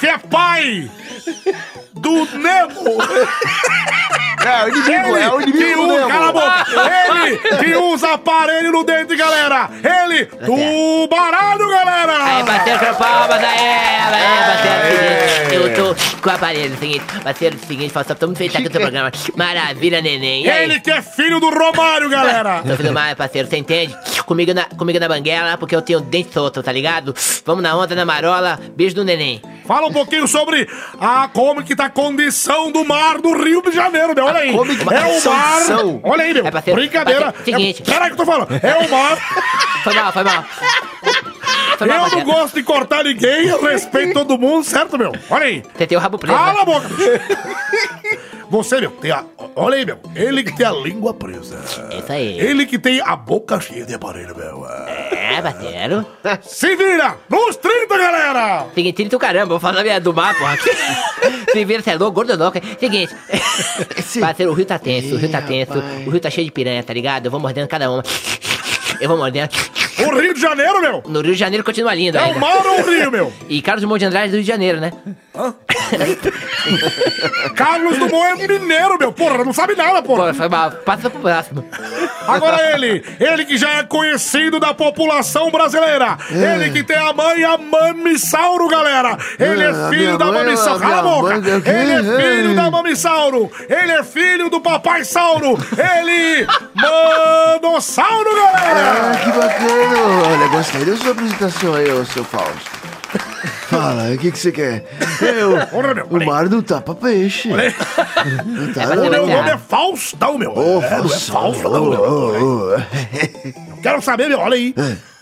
S1: Que é pai! Do Nemo!
S3: É, o inimigo,
S1: ele
S3: é o inimigo
S1: que
S3: do
S1: usa,
S3: Nemo.
S1: cala a boca. Ele que usa aparelho no dente, galera! Ele do baralho, galera!
S8: Aí, bateram com palmas, aí, aí, bateram. seguinte, Eu tô com o aparelho, seguinte, bateram, seguinte, faço estamos feitos aqui no seu programa. Maravilha, neném. E aí?
S1: Ele que é filho do Romário, galera!
S8: Tô filho mais, parceiro, você entende? Comigo na, comigo na banguela, porque eu tenho dente solto, tá ligado? Vamos na onda, na marola, beijo do neném.
S1: Fala um pouquinho sobre a como que tá a condição do mar do Rio de Janeiro, meu. Olha aí.
S3: como que-
S1: é o mar.
S3: condição.
S1: Olha aí, meu.
S8: É, parceiro,
S1: Brincadeira.
S8: parceiro, seguinte.
S1: É, peraí que eu tô falando. É o mar.
S8: Foi mal, foi mal. Foi mal,
S1: Eu não
S8: Batera.
S1: gosto de cortar ninguém. Eu respeito todo mundo, certo, meu? Olha aí.
S8: Você tem o rabo preso.
S1: Cala
S8: né?
S1: a boca. Você, meu, tem a. Olha aí, meu. Ele que tem a língua presa.
S8: É Isso aí.
S1: Ele que tem a boca cheia de aparelho, meu.
S8: É, parceiro.
S1: Se vira! Nos 30, galera!
S8: Seguinte, tira tu caramba, vou falar minha do mar, porra. Se vira, você é louco, gordonoca. Seguinte, parceiro, o rio tá tenso, o rio tá tenso, o rio tá cheio de piranha, tá ligado? Eu vou mordendo cada uma. Eu vou mordendo.
S1: O Rio de Janeiro, meu!
S8: No Rio de Janeiro continua lindo
S1: É o
S8: ainda.
S1: mar ou o rio, meu?
S8: E Carlos Dumont de Andrade é do Rio de Janeiro, né?
S1: Carlos Dumont é mineiro, meu! Porra, não sabe nada, porra!
S8: Pô, foi mal. Passa pro próximo.
S1: Agora ele, ele que já é conhecido da população brasileira.
S3: É.
S1: Ele que tem a mãe, a Mamissauro, galera. Ele é
S3: Ah,
S1: filho
S3: minha
S1: da
S3: mãe,
S1: Mamissauro.
S3: a
S1: Cala a
S3: minha
S1: boca.
S3: mãe deu aqui,
S1: Ele é filho
S3: ei.
S1: da Mamissauro. Ele é filho do Papai Sauro. Ele, Manossauro,
S3: Ah,
S1: galera.
S3: que bacana! Olha, gostei da sua apresentação aí, ô seu Fausto. Fala, o que que você quer? Eu,
S1: Porra, meu,
S3: o
S1: peraí.
S3: mar não tapa peixe. Não tá,
S8: É, mas
S3: não.
S8: eu-
S1: Meu nome é Faustão, meu.
S3: Ô,
S1: é, não é
S3: Faustão,
S1: Faustão,
S3: tá ô,
S1: meu.
S3: ô, ô.
S1: Quero saber, meu, olha aí.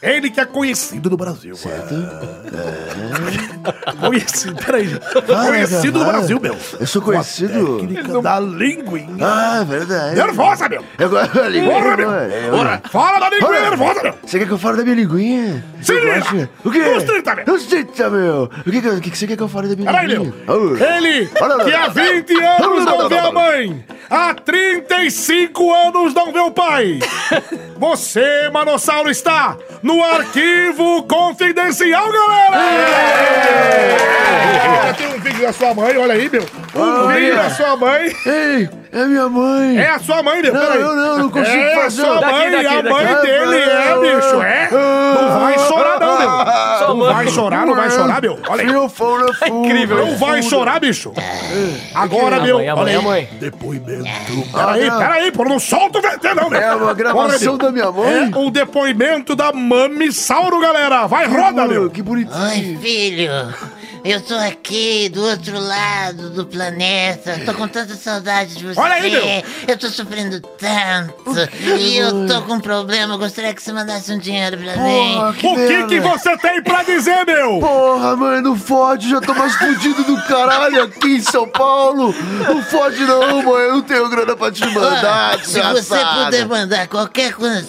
S1: Ele que é conhecido no Brasil. Certo. Conhecido, peraí. conhecido no
S3: Gamal.
S1: Brasil, meu.
S3: Eu sou conhecido.
S1: Técnica da linguinha.
S3: Ah, é verdade.
S1: Nervosa, meu.
S3: Eu gosto da linguinha.
S1: Porra, meu.
S3: É,
S1: Porra. Fala da linguinha
S3: Porra.
S1: nervosa, meu.
S3: Você quer que eu fale da minha linguinha?
S1: Sim,
S3: Eu
S1: Lira.
S3: acho- O quê?
S1: Os 30, meu.
S3: Os 30, meu. O que, que, o que que você quer que eu fale da minha
S1: Peraí, meu.
S3: linguinha? Ô.
S1: Ele que há 20 anos não vê a mãe. Há 35 anos não vê o pai. Você, Manossauro, está no arquivo confidencial,
S3: É.
S1: galera! Tem um vídeo da sua mãe, olha aí, meu.
S3: Ah,
S1: Um vídeo da sua mãe.
S3: Ei, é minha mãe.
S1: É a sua mãe, meu.
S3: Não,
S1: peraí.
S3: eu não, não consigo
S1: é
S3: fazer.
S1: a sua
S3: Daqui, Ah,
S1: mãe,
S5: daqui,
S1: a
S5: daqui.
S1: mãe dele é, bicho, é. Não vai chorar, não, meu. Não vai chorar, não vai chorar, meu. Olha aí. É
S3: Triunfo na fuga.
S1: Não vai chorar, bicho! Agora, meu.
S5: É. Amanhã,
S1: olha
S5: amanhã, É.
S1: aí.
S5: mãe.
S1: Depoimento. Peraí, peraí, pô, não solta o VT, não, meu!
S3: É uma gravação
S1: Olha, meu.
S3: da minha mãe?
S1: É o depoimento da Mamissauro, galera! Vai, roda, meu!
S3: Que bonitinho.
S11: Filho, eu tô aqui do outro lado do planeta. Tô com tanta saudade de você.
S1: Olha aí, meu.
S11: Eu tô sofrendo tanto. E eu tô com um problema. Eu Gostaria que você mandasse um dinheiro pra mim.
S3: Porra, que
S1: o que,
S3: merda. né?
S1: que você tem pra dizer, meu?
S3: Porra, mano, fode, já tô mais fudido do caralho aqui em São Paulo. Não fode não, mano, eu não tenho grana pra te mandar,
S11: Ah, Se você
S3: desgraçado.
S11: puder mandar qualquer coisa.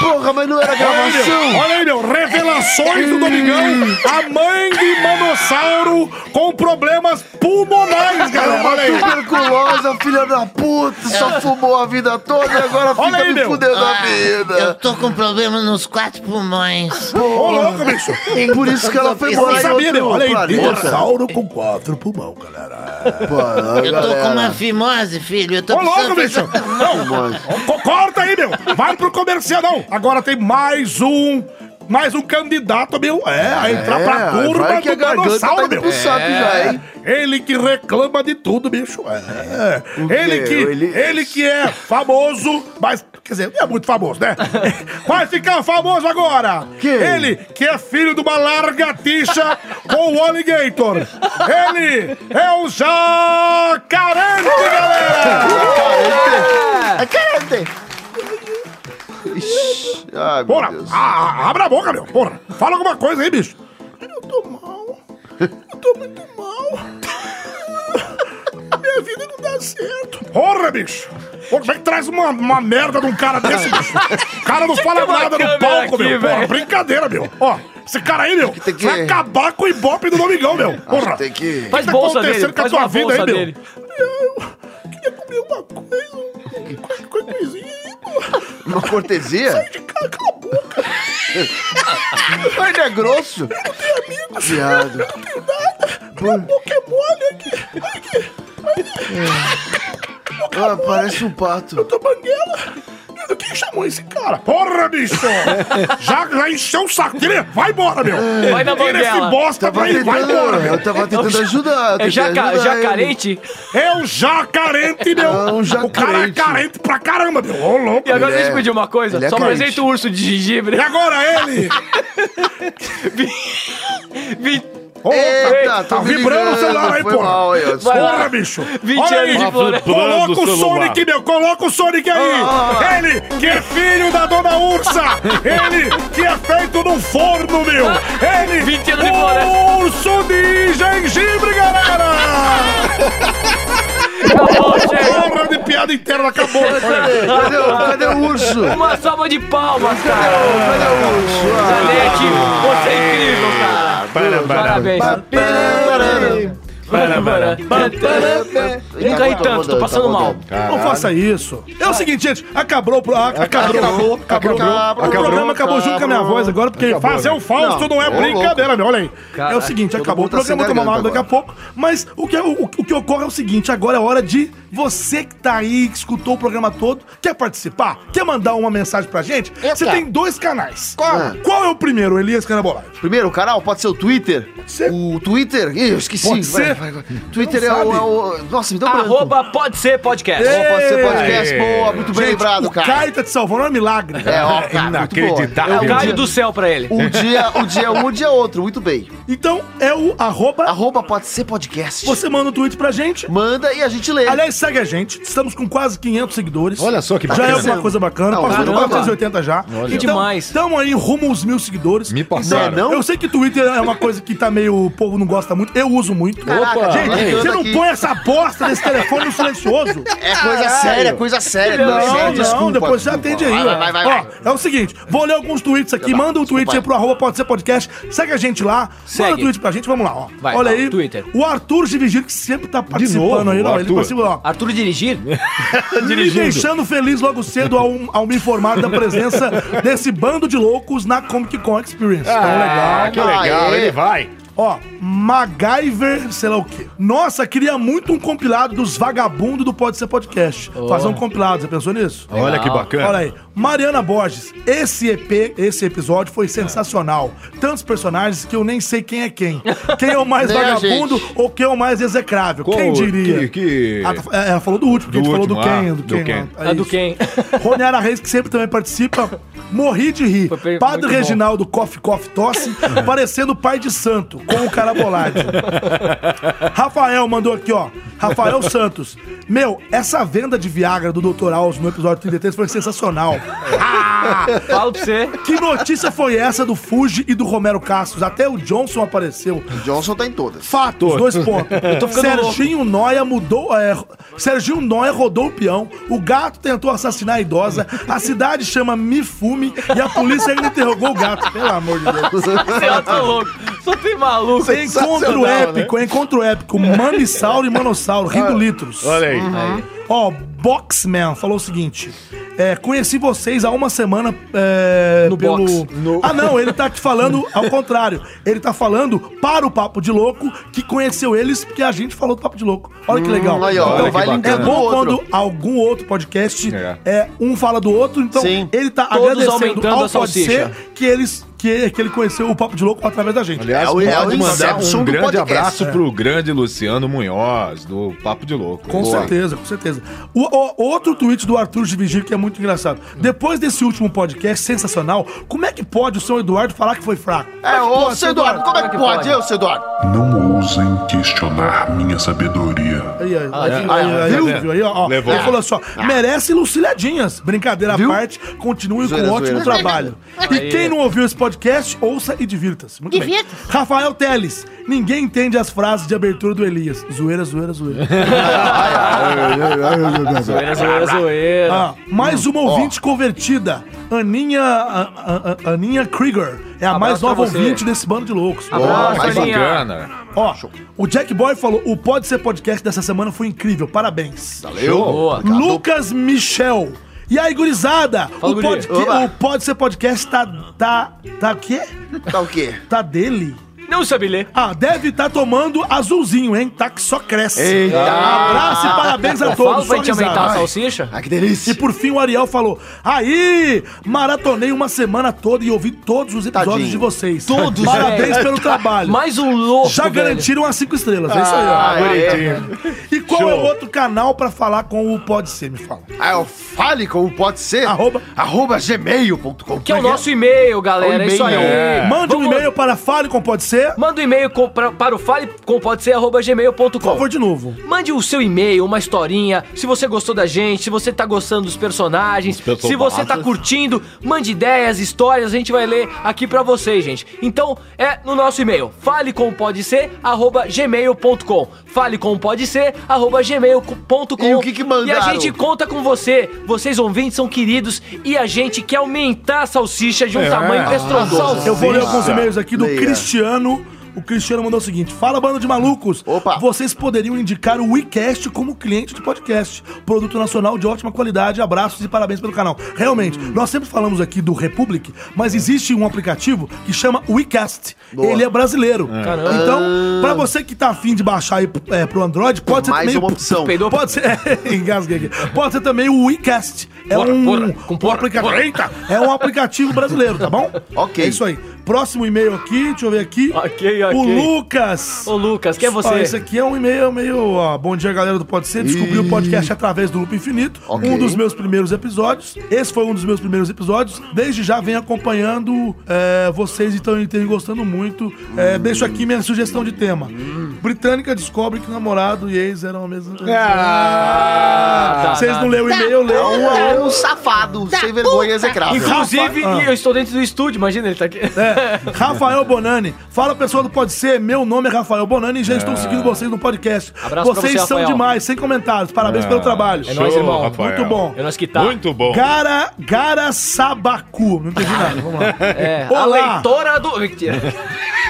S3: Porra, mas não era
S1: Olha aí, meu.
S3: gravação.
S1: Olha aí, meu, revelações do Domingão. A mãe de Manossauro com problemas pulmonares,
S3: Era
S1: galera.
S3: uma
S1: Olha aí.
S3: tuberculosa, filha da puta,
S11: É.
S3: só fumou a vida toda e agora
S1: Olha
S3: fica
S1: aí,
S3: me
S1: meu.
S3: fudendo a
S11: Ah, Eu
S3: vida.
S11: tô com um problema nos quatro pulmões.
S1: Ô, louco, bicho.
S3: Por isso que ela foi morar em
S1: Sabia,
S3: outro
S1: meu? Olha aí,
S3: planeta.
S1: dinossauro com quatro pulmão, galera.
S3: Pô,
S11: Eu tô com uma fimose, filho. Eu tô
S3: Tá
S1: Ô, louco, bicho!
S11: precisando-
S1: Não, co- corta aí, meu! Vai pro comercial, não! Agora tem mais um mais um candidato, meu, é, a entrar
S3: É,
S1: pra
S3: vai
S1: curva
S3: que a
S1: do
S3: garganta tá
S1: dinossauro,
S3: indo
S1: meu. É.
S3: pro saco já, hein?
S1: Ele que reclama de tudo, bicho. É.
S3: O quê?
S1: Ele, que,
S3: Ele-
S1: ele... que é famoso, mas, quer dizer, não é muito famoso, né? Vai ficar famoso agora.
S3: Quem?
S1: Ele que é filho de uma largatixa com o alligator. Ele é o Jacarante, galera!
S3: Jacarante! É Ixi, ai, meu
S1: Porra,
S3: Deus.
S1: a- a- abra a boca, meu. Porra, fala alguma coisa aí, bicho.
S10: Minha vida não dá certo.
S1: Porra, bicho! Pô, como é que traz uma, uma merda de um cara desse, bicho? O cara não
S10: Deixa
S1: fala
S10: eu ter uma
S1: nada no
S10: câmera
S1: palco,
S10: aqui,
S1: meu. Porra,
S10: velho.
S1: brincadeira, meu. Ó, esse cara aí, meu,
S10: que-
S1: vai acabar com o Ibope do Domingão, meu. Porra.
S3: tem que-
S1: O
S3: Faz
S1: tá
S3: bolsa
S1: acontecendo
S3: dele,
S1: com a
S3: faz
S1: tua
S3: uma
S1: vida
S3: bolsa
S1: aí, meu?
S3: dele. Uma cortesia? Sai de cá, cala a boca. Mas não é grosso? Viado. Minha boca é mole aqui. Ah, parece um pato. Eu tô banguela.
S1: Quem chamou esse cara? Porra, bicho! já, já encheu o saco. Tira, vai embora, meu.
S3: Vai na
S1: Tira esse
S3: banguela.
S1: bosta
S3: Tava
S1: pra ele, vai
S3: tentando-
S1: embora, meu.
S3: Tá eu tava tentando ajudar, É tentei jaca- ajudar jacarente?
S1: É um jacarente, meu.
S3: É um
S1: O cara é
S3: jacarente.
S1: carente pra caramba, meu. Ô, louco.
S4: E agora
S1: meu.
S4: deixa eu pedir uma coisa.
S1: Ele é
S4: Só
S1: crente.
S4: apresenta o urso de gengibre.
S1: E agora ele?
S4: Vim...
S1: Ô,
S4: Eita,
S1: tá- tá vibrando o celular aí, porra. Porra, bicho.
S4: 20
S1: Olha
S4: anos
S1: aí.
S4: de floresta.
S1: Coloca o Sonic, meu. Coloca o Sonic aí. Ele que é filho da dona Ursa. Ele que é feito num forno, meu. Ele. 20 anos de floresta. Urso de gengibre, galera.
S4: Tá
S1: Porra de piada interna acabou.
S4: Uma salva de palmas, cara. Cadê o urso? Janete, você é incrível, cara. Parabéns.
S3: Ah,
S1: Nunca ri tanto, tô
S3: Tá
S1: passando mal. Não faça isso. É o seguinte, gente, acabou, pro- a- acabou, acabou, acabou, O programa acabou junto com a minha voz agora, porque
S2: Acabou,
S1: fazer o
S2: né?
S1: Fausto não,
S2: Não,
S1: é
S2: ô,
S1: brincadeira, meu. Olha aí.
S2: Cara,
S1: é o seguinte,
S2: todo
S1: acabou o
S2: mundo tá sem
S1: programa, toma uma água
S2: garganta
S1: daqui a pouco, mas o que, o, o que ocorre é o seguinte, agora é hora de você que tá aí, que escutou o programa todo, quer participar, quer mandar uma mensagem pra gente, você tem dois canais. Qual? Qual é o primeiro, Elias Carabolai?
S3: Primeiro, o canal pode ser o Twitter. O Twitter. Ih, eu esqueci.
S4: Pode
S3: vai,
S4: ser?
S3: vai, vai. Twitter
S4: Não
S3: é o,
S4: sabe.
S3: é o- Nossa,
S4: Tá
S3: me deu branco.
S4: Arroba pode ser podcast.
S3: Boa, pode ser podcast, boa, muito bem lembrado, cara.
S1: Caio te salvou, não é milagre.
S3: É, ó, cara,
S4: Inacreditável. É o Caio do céu pra ele.
S3: Um dia, um dia um, um dia outro, muito bem.
S1: Então é o arroba...
S3: Arroba pode ser podcast.
S1: Você manda um tweet pra gente.
S3: Manda e a gente lê.
S1: Aliás, segue a gente. Estamos com quase 500 seguidores.
S2: Olha só que
S1: Já é
S2: bacana.
S1: alguma coisa bacana.
S2: Não,
S1: Passou de
S2: caramba.
S1: 480 já.
S2: Olha.
S1: Então,
S2: Demais.
S1: Estamos aí rumo aos mil seguidores. Me
S2: passaram.
S1: Não, Eu sei que Twitter é uma coisa que tá meio... O povo não gosta muito. Eu uso muito.
S3: Caraca, Opa,
S1: gente,
S3: olha
S1: você
S3: aí.
S1: não
S3: aqui.
S1: põe essa bosta desse telefone no silencioso.
S3: É coisa séria, coisa séria.
S1: Não,
S3: coisa séria,
S1: não,
S3: desculpa,
S1: depois você
S3: desculpa.
S1: atende aí.
S3: Vai,
S1: ó.
S3: vai, vai,
S1: Ó,
S3: vai.
S1: é o seguinte, vou ler alguns tweets aqui,
S3: Tá,
S1: manda um tweet
S3: desculpa
S1: aí pro arroba pode ser podcast, segue a gente lá, manda
S4: Segue.
S1: um tweet pra gente, vamos lá, ó.
S4: Vai,
S1: Olha
S4: vai,
S1: aí,
S4: Twitter.
S1: o Arthur de Vigir, que sempre tá participando
S4: novo,
S1: aí, não, ele
S4: Arthur.
S1: participa, ó.
S4: Arthur dirigir?
S1: Me deixando feliz logo cedo ao, ao me informar da presença desse bando de loucos na Comic Con Experience.
S2: Ah, que legal,
S1: Aê.
S2: ele vai.
S1: Ó, MacGyver, sei lá o quê. Nossa, queria muito um compilado dos vagabundos do Pode Ser Podcast. Fazer um compilado, já pensou nisso?
S2: Olha Legal. que bacana.
S1: Olha aí. Mariana Borges, esse EP, esse episódio foi sensacional. Tantos personagens que eu nem sei quem é quem. Quem é o mais
S2: Né,
S1: vagabundo ou quem é o mais execrável? quem diria?
S2: Que, que...
S1: Ah, tá- é, ela falou do último, porque a gente falou
S2: Do
S1: do
S2: último,
S1: Ken.
S2: ah,
S1: Do
S2: do
S1: Ken.
S2: Ken.
S1: lá. É do Ken. Roniara Reis, que sempre também participa. Morri de rir. Padre
S2: muito bom.
S1: Reginaldo Coffee Coffee Tosse, parecendo pai de santo, com o carabolade. Rafael mandou aqui, ó. Rafael Santos. Meu, essa venda de Viagra do Dr. Alves no episódio 33 foi sensacional.
S4: Falo pra você.
S1: Que notícia foi essa do Fuji e do Romero Castros? Até o Johnson apareceu. O
S3: Johnson tá em todas.
S1: Fatos,
S3: Todas.
S1: dois pontos.
S3: Eu tô ficando
S1: Serginho Noia mudou. é, Serginho Noia rodou o peão. O gato tentou assassinar a idosa. A cidade chama Mifume e a polícia ainda interrogou o gato. Pelo amor de Deus.
S4: Você tá louco. Só tem maluco.
S1: Encontro épico, é encontro épico. Mamissauro e manossauro, rindo litros.
S2: olha aí.
S1: Uhum. Ó, Boxman falou o seguinte: é, conheci vocês há uma semana é,
S4: No
S1: pelo.
S4: box. No-
S1: Ah, não, ele tá te falando ao contrário. Ele tá falando para o Papo de Louco que conheceu eles porque a gente falou do Papo de Louco. Olha que
S3: Hum,
S1: legal.
S3: aí, ó,
S1: Então,
S3: olha que
S1: é
S3: bacana.
S1: bom
S3: Outro.
S1: quando algum outro podcast é. um fala do outro, então
S3: Sim.
S1: ele tá
S4: Todos
S1: agradecendo
S4: aumentando
S1: ao
S4: a
S1: Pode
S4: salsicha.
S1: Ser que eles que, que ele conheceu o Papo de Louco através da gente.
S2: Aliás,
S1: É o
S2: pode mandar um grande abraço
S1: né?
S2: pro grande Luciano Munhoz, do Papo de Louco.
S1: Com
S2: Boa.
S1: certeza, com certeza. O, o- outro tweet do Arthur de Vigílio que é muito engraçado. Depois desse último podcast sensacional, como é que pode o São Eduardo falar que foi fraco?
S3: É,
S1: Como que
S3: ô,
S1: pode,
S3: seu Eduardo, como é que pode? Eu, seu Eduardo.
S7: Não ousem questionar minha sabedoria.
S1: Aí, aí,
S7: Ah,
S1: aí,
S7: é.
S1: aí,
S7: Ah,
S1: aí,
S7: é.
S1: viu?
S7: Levou.
S1: Viu aí, ó, ó.
S7: Levou.
S1: Ele falou só,
S7: Ah.
S1: merece lucilhadinhas. Brincadeira à parte, continue
S7: Zoeira,
S1: com um ótimo
S7: zoeira.
S1: trabalho.
S7: Aí.
S1: E quem não ouviu esse podcast, ouça e divirta-se. Muito bem.
S7: Divirta-se.
S1: Rafael Teles, ninguém entende as frases de abertura do Elias. Zoeira, zoeira, zoeira. né?
S4: Zoeira, zoeira, zoeira.
S1: Ah, mais uma ouvinte convertida. Aninha, a, a- a- Aninha Krieger. É a mais
S2: pra
S1: nova
S2: você.
S1: ouvinte desse bando de loucos.
S2: Boa, que bacana.
S1: Ó, o Jack Boy falou: o Pode Ser Podcast dessa semana foi incrível, parabéns.
S2: Valeu. Boa.
S1: Lucas Michel. E aí, gurizada?
S3: Fala,
S1: o,
S3: guri.
S1: podca-
S3: Oba.
S1: o Pode Ser Podcast tá. tá. tá o quê?
S3: Tá o quê?
S1: Tá dele?
S4: Não sabe ler.
S1: Ah, deve tá tomando azulzinho, hein? Tá que só cresce.
S4: Eita.
S1: Abraço e parabéns a
S4: Eu
S1: todos.
S4: falo, vai
S1: só
S4: te aumentar
S1: risada.
S4: a salsicha?
S3: Ah, que delícia.
S1: E por fim o Ariel falou: Aí, maratonei uma semana toda e ouvi todos os episódios
S4: Tadinho.
S1: de vocês.
S4: Todos,
S1: Parabéns
S4: velho.
S1: pelo trabalho.
S4: Mais um louco,
S1: Já
S4: velho.
S1: garantiram as cinco estrelas. É isso aí, ó.
S4: Ah,
S1: E qual é o
S3: Show.
S1: outro canal pra falar com o Pode Ser? Me fala.
S3: Ah, eu fale como pode ser.
S1: Arroba,
S3: arroba gmail.com.
S4: Que é o nosso e-mail, galera. É isso aí.
S1: Mande um e-mail para Fale com Pode Ser.
S4: Manda um e-mail com- pra- para o falecompodser.gmail.com. Por favor,
S1: de novo.
S4: Mande o seu e-mail, uma historinha, se você gostou da gente, se você tá gostando dos personagens, se
S14: personagens.
S4: você tá curtindo, mande ideias, histórias, a gente vai ler aqui pra vocês, gente. Então, é no nosso e-mail, falecompodser@gmail.com. falecompodser@gmail.com.
S3: E o que que
S4: E a
S3: mandaram?
S4: gente conta com você. Vocês ouvintes são queridos e a gente quer aumentar a salsicha de um
S1: É.
S4: tamanho estrondoso.
S1: Eu vou ler alguns e-mails aqui do
S4: Leia.
S1: Cristiano. O Cristiano mandou o seguinte: Fala, bando de malucos. Opa. Vocês poderiam indicar o WeCast como cliente do podcast. Produto nacional de ótima qualidade. Abraços e parabéns pelo canal. Realmente, nós sempre falamos aqui do Republic, mas existe um aplicativo que chama WeCast.
S3: Boa.
S1: Ele é brasileiro.
S3: Caramba.
S1: Então,
S3: Ah.
S1: pra você que tá afim de baixar aí é, pro Android, pode ser
S3: Mais
S1: também.
S3: uma opção.
S1: Peidou? Pode ser. É, engasguei aqui. Pode ser também o WeCast. É
S4: Porra,
S1: um,
S4: porra,
S1: um aplicativo.
S4: porra.
S1: Eita! É um aplicativo brasileiro, tá bom? ok. É isso aí. Próximo e-mail aqui, deixa eu ver aqui.
S4: Ok,
S1: O
S4: ok.
S1: Lucas.
S4: Ô, Lucas, quem é você?
S1: Ó, esse aqui é um e-mail meio. Ó, Bom dia, galera do Pode Ser. Descobri o podcast através do Loop Infinito.
S3: Ok.
S1: Um dos meus primeiros episódios. Esse foi um dos meus primeiros episódios. Desde já venho acompanhando é, vocês e estão gostando muito. É,
S4: Hum.
S1: Deixo aqui minha sugestão de tema. Britânica descobre que namorado e ex eram a mesma
S3: Ah, tá,
S1: Vocês
S3: tá.
S1: não leu o e-mail, eu leio.
S3: É um, é um safado, sem vergonha execrável.
S4: Inclusive,
S1: Rafa-
S4: eu estou dentro do estúdio, imagina, ele tá aqui.
S1: É, Ah, Rafael Bonani. Fala, pessoal do Pode Ser. Meu nome é Rafael Bonani e já estou seguindo vocês no podcast.
S4: É. Abraço pra
S1: vocês
S4: você,
S1: são
S4: Rafael.
S1: demais, sem comentários. Parabéns
S4: Ah,
S1: pelo trabalho.
S4: é nóis, Show, irmão. Rafael.
S1: Muito bom.
S4: É nóis que tá. Muito bom.
S1: Gara, Gara Sabacu. Não entendi nada. Vamos lá.
S4: É, a
S1: Olá.
S4: leitora do. Mentira.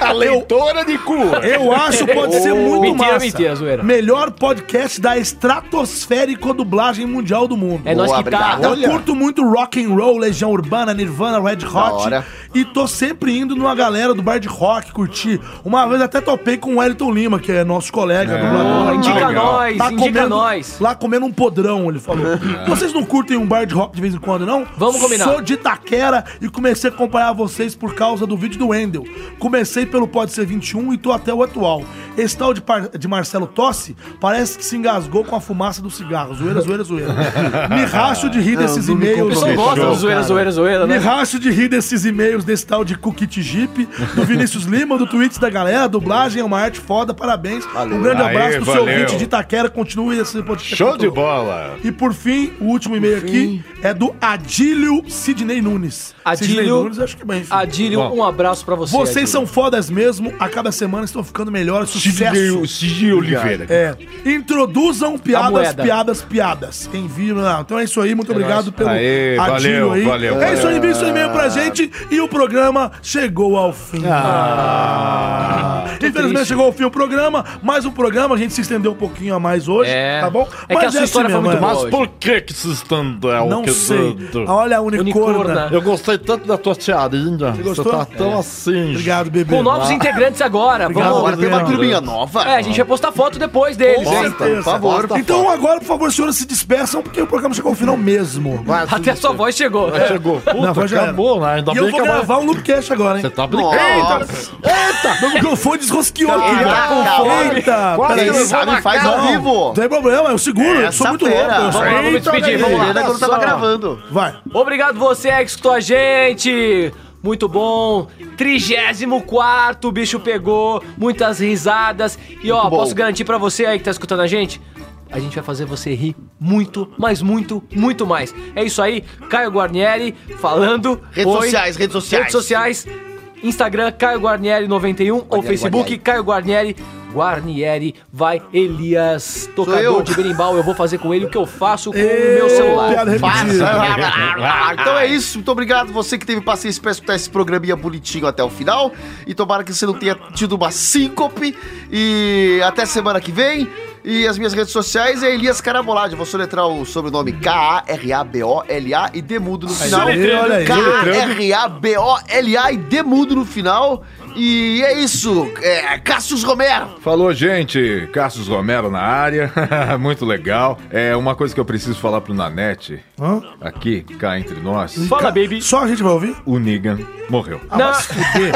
S1: A leitora
S4: de cu.
S1: Eu acho pode ser muito
S4: mentira,
S1: massa.
S4: Mentira, zoeira.
S1: Melhor podcast da estratosférica dublagem mundial do mundo.
S4: É nóis Boa, que tá. obrigado.
S1: Eu
S4: Olha.
S1: curto muito rock and roll, Legião Urbana, Nirvana, Red Hot.
S3: hora.
S1: E tô sempre indo numa galera do bar de rock curtir. Uma vez até topei com o Wellington Lima, que é nosso colega. dublador.
S4: indica
S1: Tá legal.
S4: nós, indica nós.
S1: Lá comendo um podrão, ele falou. Vocês não curtem um bar de rock de vez em quando, não?
S4: Vamos combinar.
S1: Sou de Itaquera e comecei a acompanhar vocês por causa do vídeo do Wendel. Comecei pelo Pode Ser 21 e tô até o atual. Esse tal de, par- de Marcelo Tosse parece que se engasgou com a fumaça do cigarro. Zoeira, zoeira, zoeira. Me racho de rir
S4: Não,
S1: desses
S4: não me
S1: e-mails.
S4: comprometo, Eu só gosto do não, zoeira, cara. zoeira, zoeira, né?
S1: Me racho de rir desses e-mails desse tal de Cookit Jeep, do Vinícius Lima, do tweets da galera. dublagem é uma arte foda, parabéns. Um grande
S2: Aê,
S1: abraço pro seu
S2: valeu.
S1: ouvinte de Itaquera. Continue esse podcast.
S2: Show de
S1: todo.
S2: bola.
S1: E por fim, o último e-mail aqui é do Adílio Sidney Nunes. Sidney
S4: Adílio.
S1: Nunes, acho que bem.
S4: Adílio,
S1: Bom.
S4: um abraço pra você.
S1: Vocês
S4: Adílio.
S1: são fodas mesmo, a cada semana estão ficando melhores,
S2: Sidney-
S1: sucesso.
S2: Sidney Oliveira.
S1: É. Introduzam piadas,
S2: moeda.
S1: piadas, piadas. Envio, não. Então é isso aí, muito
S2: É
S1: obrigado
S2: nóis.
S1: pelo
S2: Aê, valeu, valeu,
S1: É
S2: valeu.
S1: isso aí,
S15: Ah.
S1: envia seu e-mail pra gente e o programa chegou ao fim. Ah. Infelizmente
S4: triste.
S1: chegou ao fim o programa. Mais um programa, a gente se estendeu um pouquinho a mais hoje,
S15: É.
S1: tá bom?
S15: É que a sua história foi muito boa
S2: É.
S15: Mas hoje. por que que se estendeu?
S1: é. Não
S15: que
S1: sei.
S15: tudo?
S1: Olha a unicorna.
S15: Eu gostei tanto da tua tiarinha. né? Você,
S1: gostou?
S15: tá tão
S1: É.
S15: assim.
S1: Obrigado, bebê. Ah.
S4: Com novos integrantes agora.
S15: Obrigado, agora tem uma turminha nova.
S4: É, a gente vai postar foto depois deles.
S1: Então, Com
S4: hein?
S1: certeza. Então agora, por favor, os senhores se dispersam, porque o programa chegou ao final mesmo.
S4: Até a sua voz chegou.
S1: É. Não, vai já era.
S3: né?
S1: e eu
S3: é
S1: vou gravar um loopcast agora, hein? Você
S15: tá
S1: brincando.
S15: Nossa.
S1: Eita! Eita! Meu microfone desrosqueou aqui,
S3: Caraca,
S1: cara.
S3: olha.
S1: Eita!
S3: Quase
S1: peraí.
S3: que ele sabe,
S1: Não,
S3: faz ao vivo.
S1: Não tem problema, eu seguro. Eu sou muito louco.
S3: Essa-feira.
S1: eu sou-
S3: Vamos lá, vamos
S1: Eita,
S3: despedir,
S1: olha
S3: vamos lá.
S1: aí.
S3: Era quando tava gravando.
S1: Vai.
S4: Obrigado você que escutou a gente. Muito bom. 34 o bicho pegou, muitas risadas. E ó,
S16: Muito bom.
S4: posso garantir pra você aí que tá escutando a gente, a gente vai fazer você rir muito, mas muito, muito mais. É isso aí, Caio Guarnieri falando.
S3: Redes sociais, redes sociais.
S4: Redes sociais. Instagram Caio Guarnieri 91 ou Facebook
S3: Guarnieri.
S4: Caio Guarnieri. Guarnieri vai Elias,
S3: eu.
S4: tocador de berimbau. Eu vou fazer com ele o que eu faço com o meu celular.
S3: Fácil. Então é isso. Muito obrigado você que teve paciência pra escutar esse programinha bonitinho até o final. E tomara que você não tenha tido uma síncope. E até semana que vem. E as minhas redes sociais é Elias Carabolade. Vou soletrar o sobrenome K-A-R-A-B-O-L-A e Demudo no final.
S1: soletrando, olha aí,
S3: K-A-R-A-B-O-L-A e Demudo no final. E é isso. É, Cassius Romero.
S2: Falou, gente. Cassius Romero na área. Muito legal. É uma coisa que eu preciso falar pro Nanete.
S1: Hã?
S2: Aqui, cá entre nós.
S1: Ca- Só a gente vai ouvir?
S2: O Negan morreu.
S1: Ah, vai se fuder.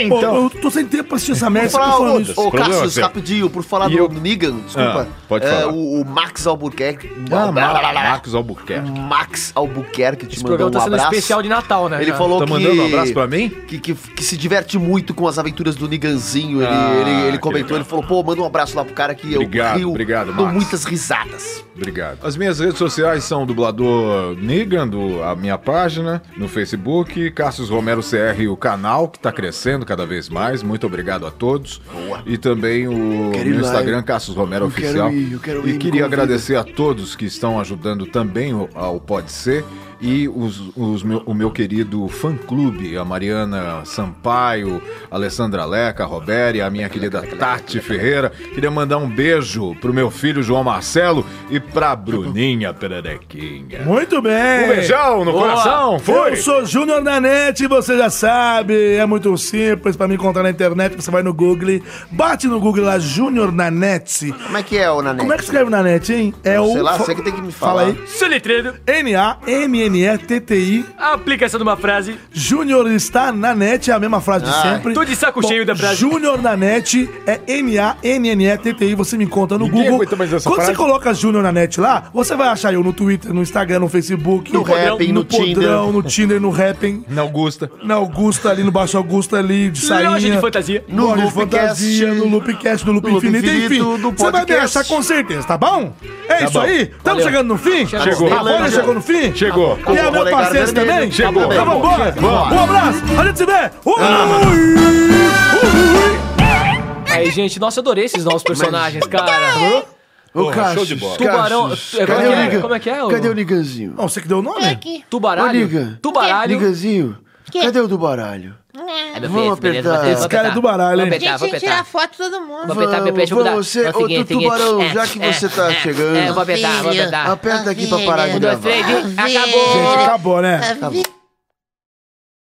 S2: Então.
S1: Ô, eu tô sem tempo pra assistir essa merda.
S3: Por falar,
S1: você tá falando
S3: ô,
S1: isso.
S3: ô,
S2: Problema
S3: Cassius,
S2: seu.
S3: rapidinho, por falar
S2: E
S3: do
S2: eu-
S3: Negan, desculpa.
S2: Ah, pode
S3: É,
S2: falar.
S3: o, o Max Albuquerque.
S2: Ah, Ma- Marcos Albuquerque.
S3: Max Albuquerque te
S4: Esse
S3: mandou
S4: programa
S3: um
S4: tá sendo
S3: abraço.
S4: especial de Natal, né?
S3: Ele
S4: cara?
S3: falou
S2: Tá
S3: que...
S2: mandando um abraço pra mim?
S3: Que, que- que se diverte muito com as aventuras do Niganzinho. Ele,
S2: Ah,
S3: ele, ele
S2: que
S3: comentou,
S2: legal.
S3: ele falou, pô, manda um abraço lá pro cara que
S2: Obrigado,
S3: eu rio,
S2: obrigado,
S3: dou
S2: Max.
S3: muitas risadas.
S2: Obrigado. As minhas redes sociais são dublador Negan, do, a minha página, no Facebook, Cassius Romero CR, o canal, que tá crescendo cada vez mais. Muito obrigado a todos. E também o
S3: Quero ir
S2: meu
S3: lá,
S2: Instagram,
S3: eu-
S2: Cassius Romero
S3: eu quero
S2: Oficial.
S3: ir, eu quero ir,
S2: e
S3: me
S2: queria
S3: convida.
S2: agradecer a todos que estão ajudando também o- ao Pode Ser. E os, os meu- o meu querido fã-clube, a Mariana Sampaio, Alessandra Leca, a Robéria, a minha querida Tati Ferreira. Queria mandar um beijo pro meu filho João Marcelo e pra Bruninha Pererequinha.
S1: Muito bem.
S2: Um beijão no coração, foi?
S1: Eu sou Júnior da NET, você já sabe. É muito simples pra me encontrar na internet. Você vai no Google, bate no Google lá, Júnior da NET.
S3: Como é que é o Nanete?
S1: Como é que escreve na net, hein? É o.
S3: Sei lá,
S1: fa-
S3: você que tem que me
S1: Fala
S3: falar.
S1: aí. N-A-M-N-E-T-T-I.
S4: Aplica essa numa frase.
S1: Júnior está na net, é a mesma frase
S3: Ah,
S1: de
S4: Ai.
S1: sempre.
S4: Tô de saco cheio da frase.
S1: Júnior na net é N-A-N-N-E-T-T-I. Você me encontra no
S2: Ninguém
S1: Google.
S2: aguenta mais essa
S1: Quando você
S2: frase.
S1: coloca Júnior na net lá, você vai achar eu no Twitter, no Instagram, no Facebook,
S3: No Happn, no
S1: Podrão,
S3: Tinder.
S1: no Tinder, no Rappen.
S2: Na Augusta.
S1: Na Augusta ali, no Baixo Augusta ali, de sainha.
S4: Loja de fantasia.
S1: No Loja de
S3: Loopcast,
S1: fantasia, no Loopcast, no Loop
S3: no Loop
S1: Infinito,
S3: Infinito,
S1: enfim.
S3: no
S1: Você vai me
S3: podcast.
S1: achar com certeza, tá bom? É
S2: Tá
S1: isso
S2: bom.
S1: aí. Estamos
S2: Valeu.
S1: chegando no fim?
S2: Chegou.
S1: A Folha chegou no fim?
S2: Chegou.
S1: E é meu
S3: Colega
S1: parceiro
S3: vermelho.
S1: também?
S2: Chegou.
S1: Então vambora.
S2: Vamos. Ah.
S1: Um abraço. A gente se vê. Ui, ui, ui.
S4: Aí, gente, nossa, eu adorei esses novos personagens, cara.
S3: Ô,
S2: Porra, show
S3: Cassius,
S2: de bola.
S4: Tubarão.
S3: Cassius,
S4: é, como,
S3: cadê o
S4: é que é?
S3: Negan?
S4: como é que é? o-
S3: Cadê o Niganzinho?
S1: Não, você que deu o nome?
S3: Ô,
S4: Tubaralho.
S3: Nigan.
S4: Tubaralho.
S3: Niganzinho, cadê o do baralho?
S11: É,
S1: meu
S3: Vamos
S1: filho, beleza,
S3: apertar.
S1: você- Esse cara é do baralho, hein?
S11: Gente, vou tirar foto de todo mundo.
S3: Vou apertar, vou apertar, vou mudar. Você, ô, tu- tubarão, já que você tá chegando-
S11: É, vou é. apertar, vou apertar.
S3: Aperta aqui pra parar de
S11: Um, dois,
S3: gravar.
S11: três, e-
S1: Gente,
S11: acabou.
S1: acabou, né?
S11: Acabou.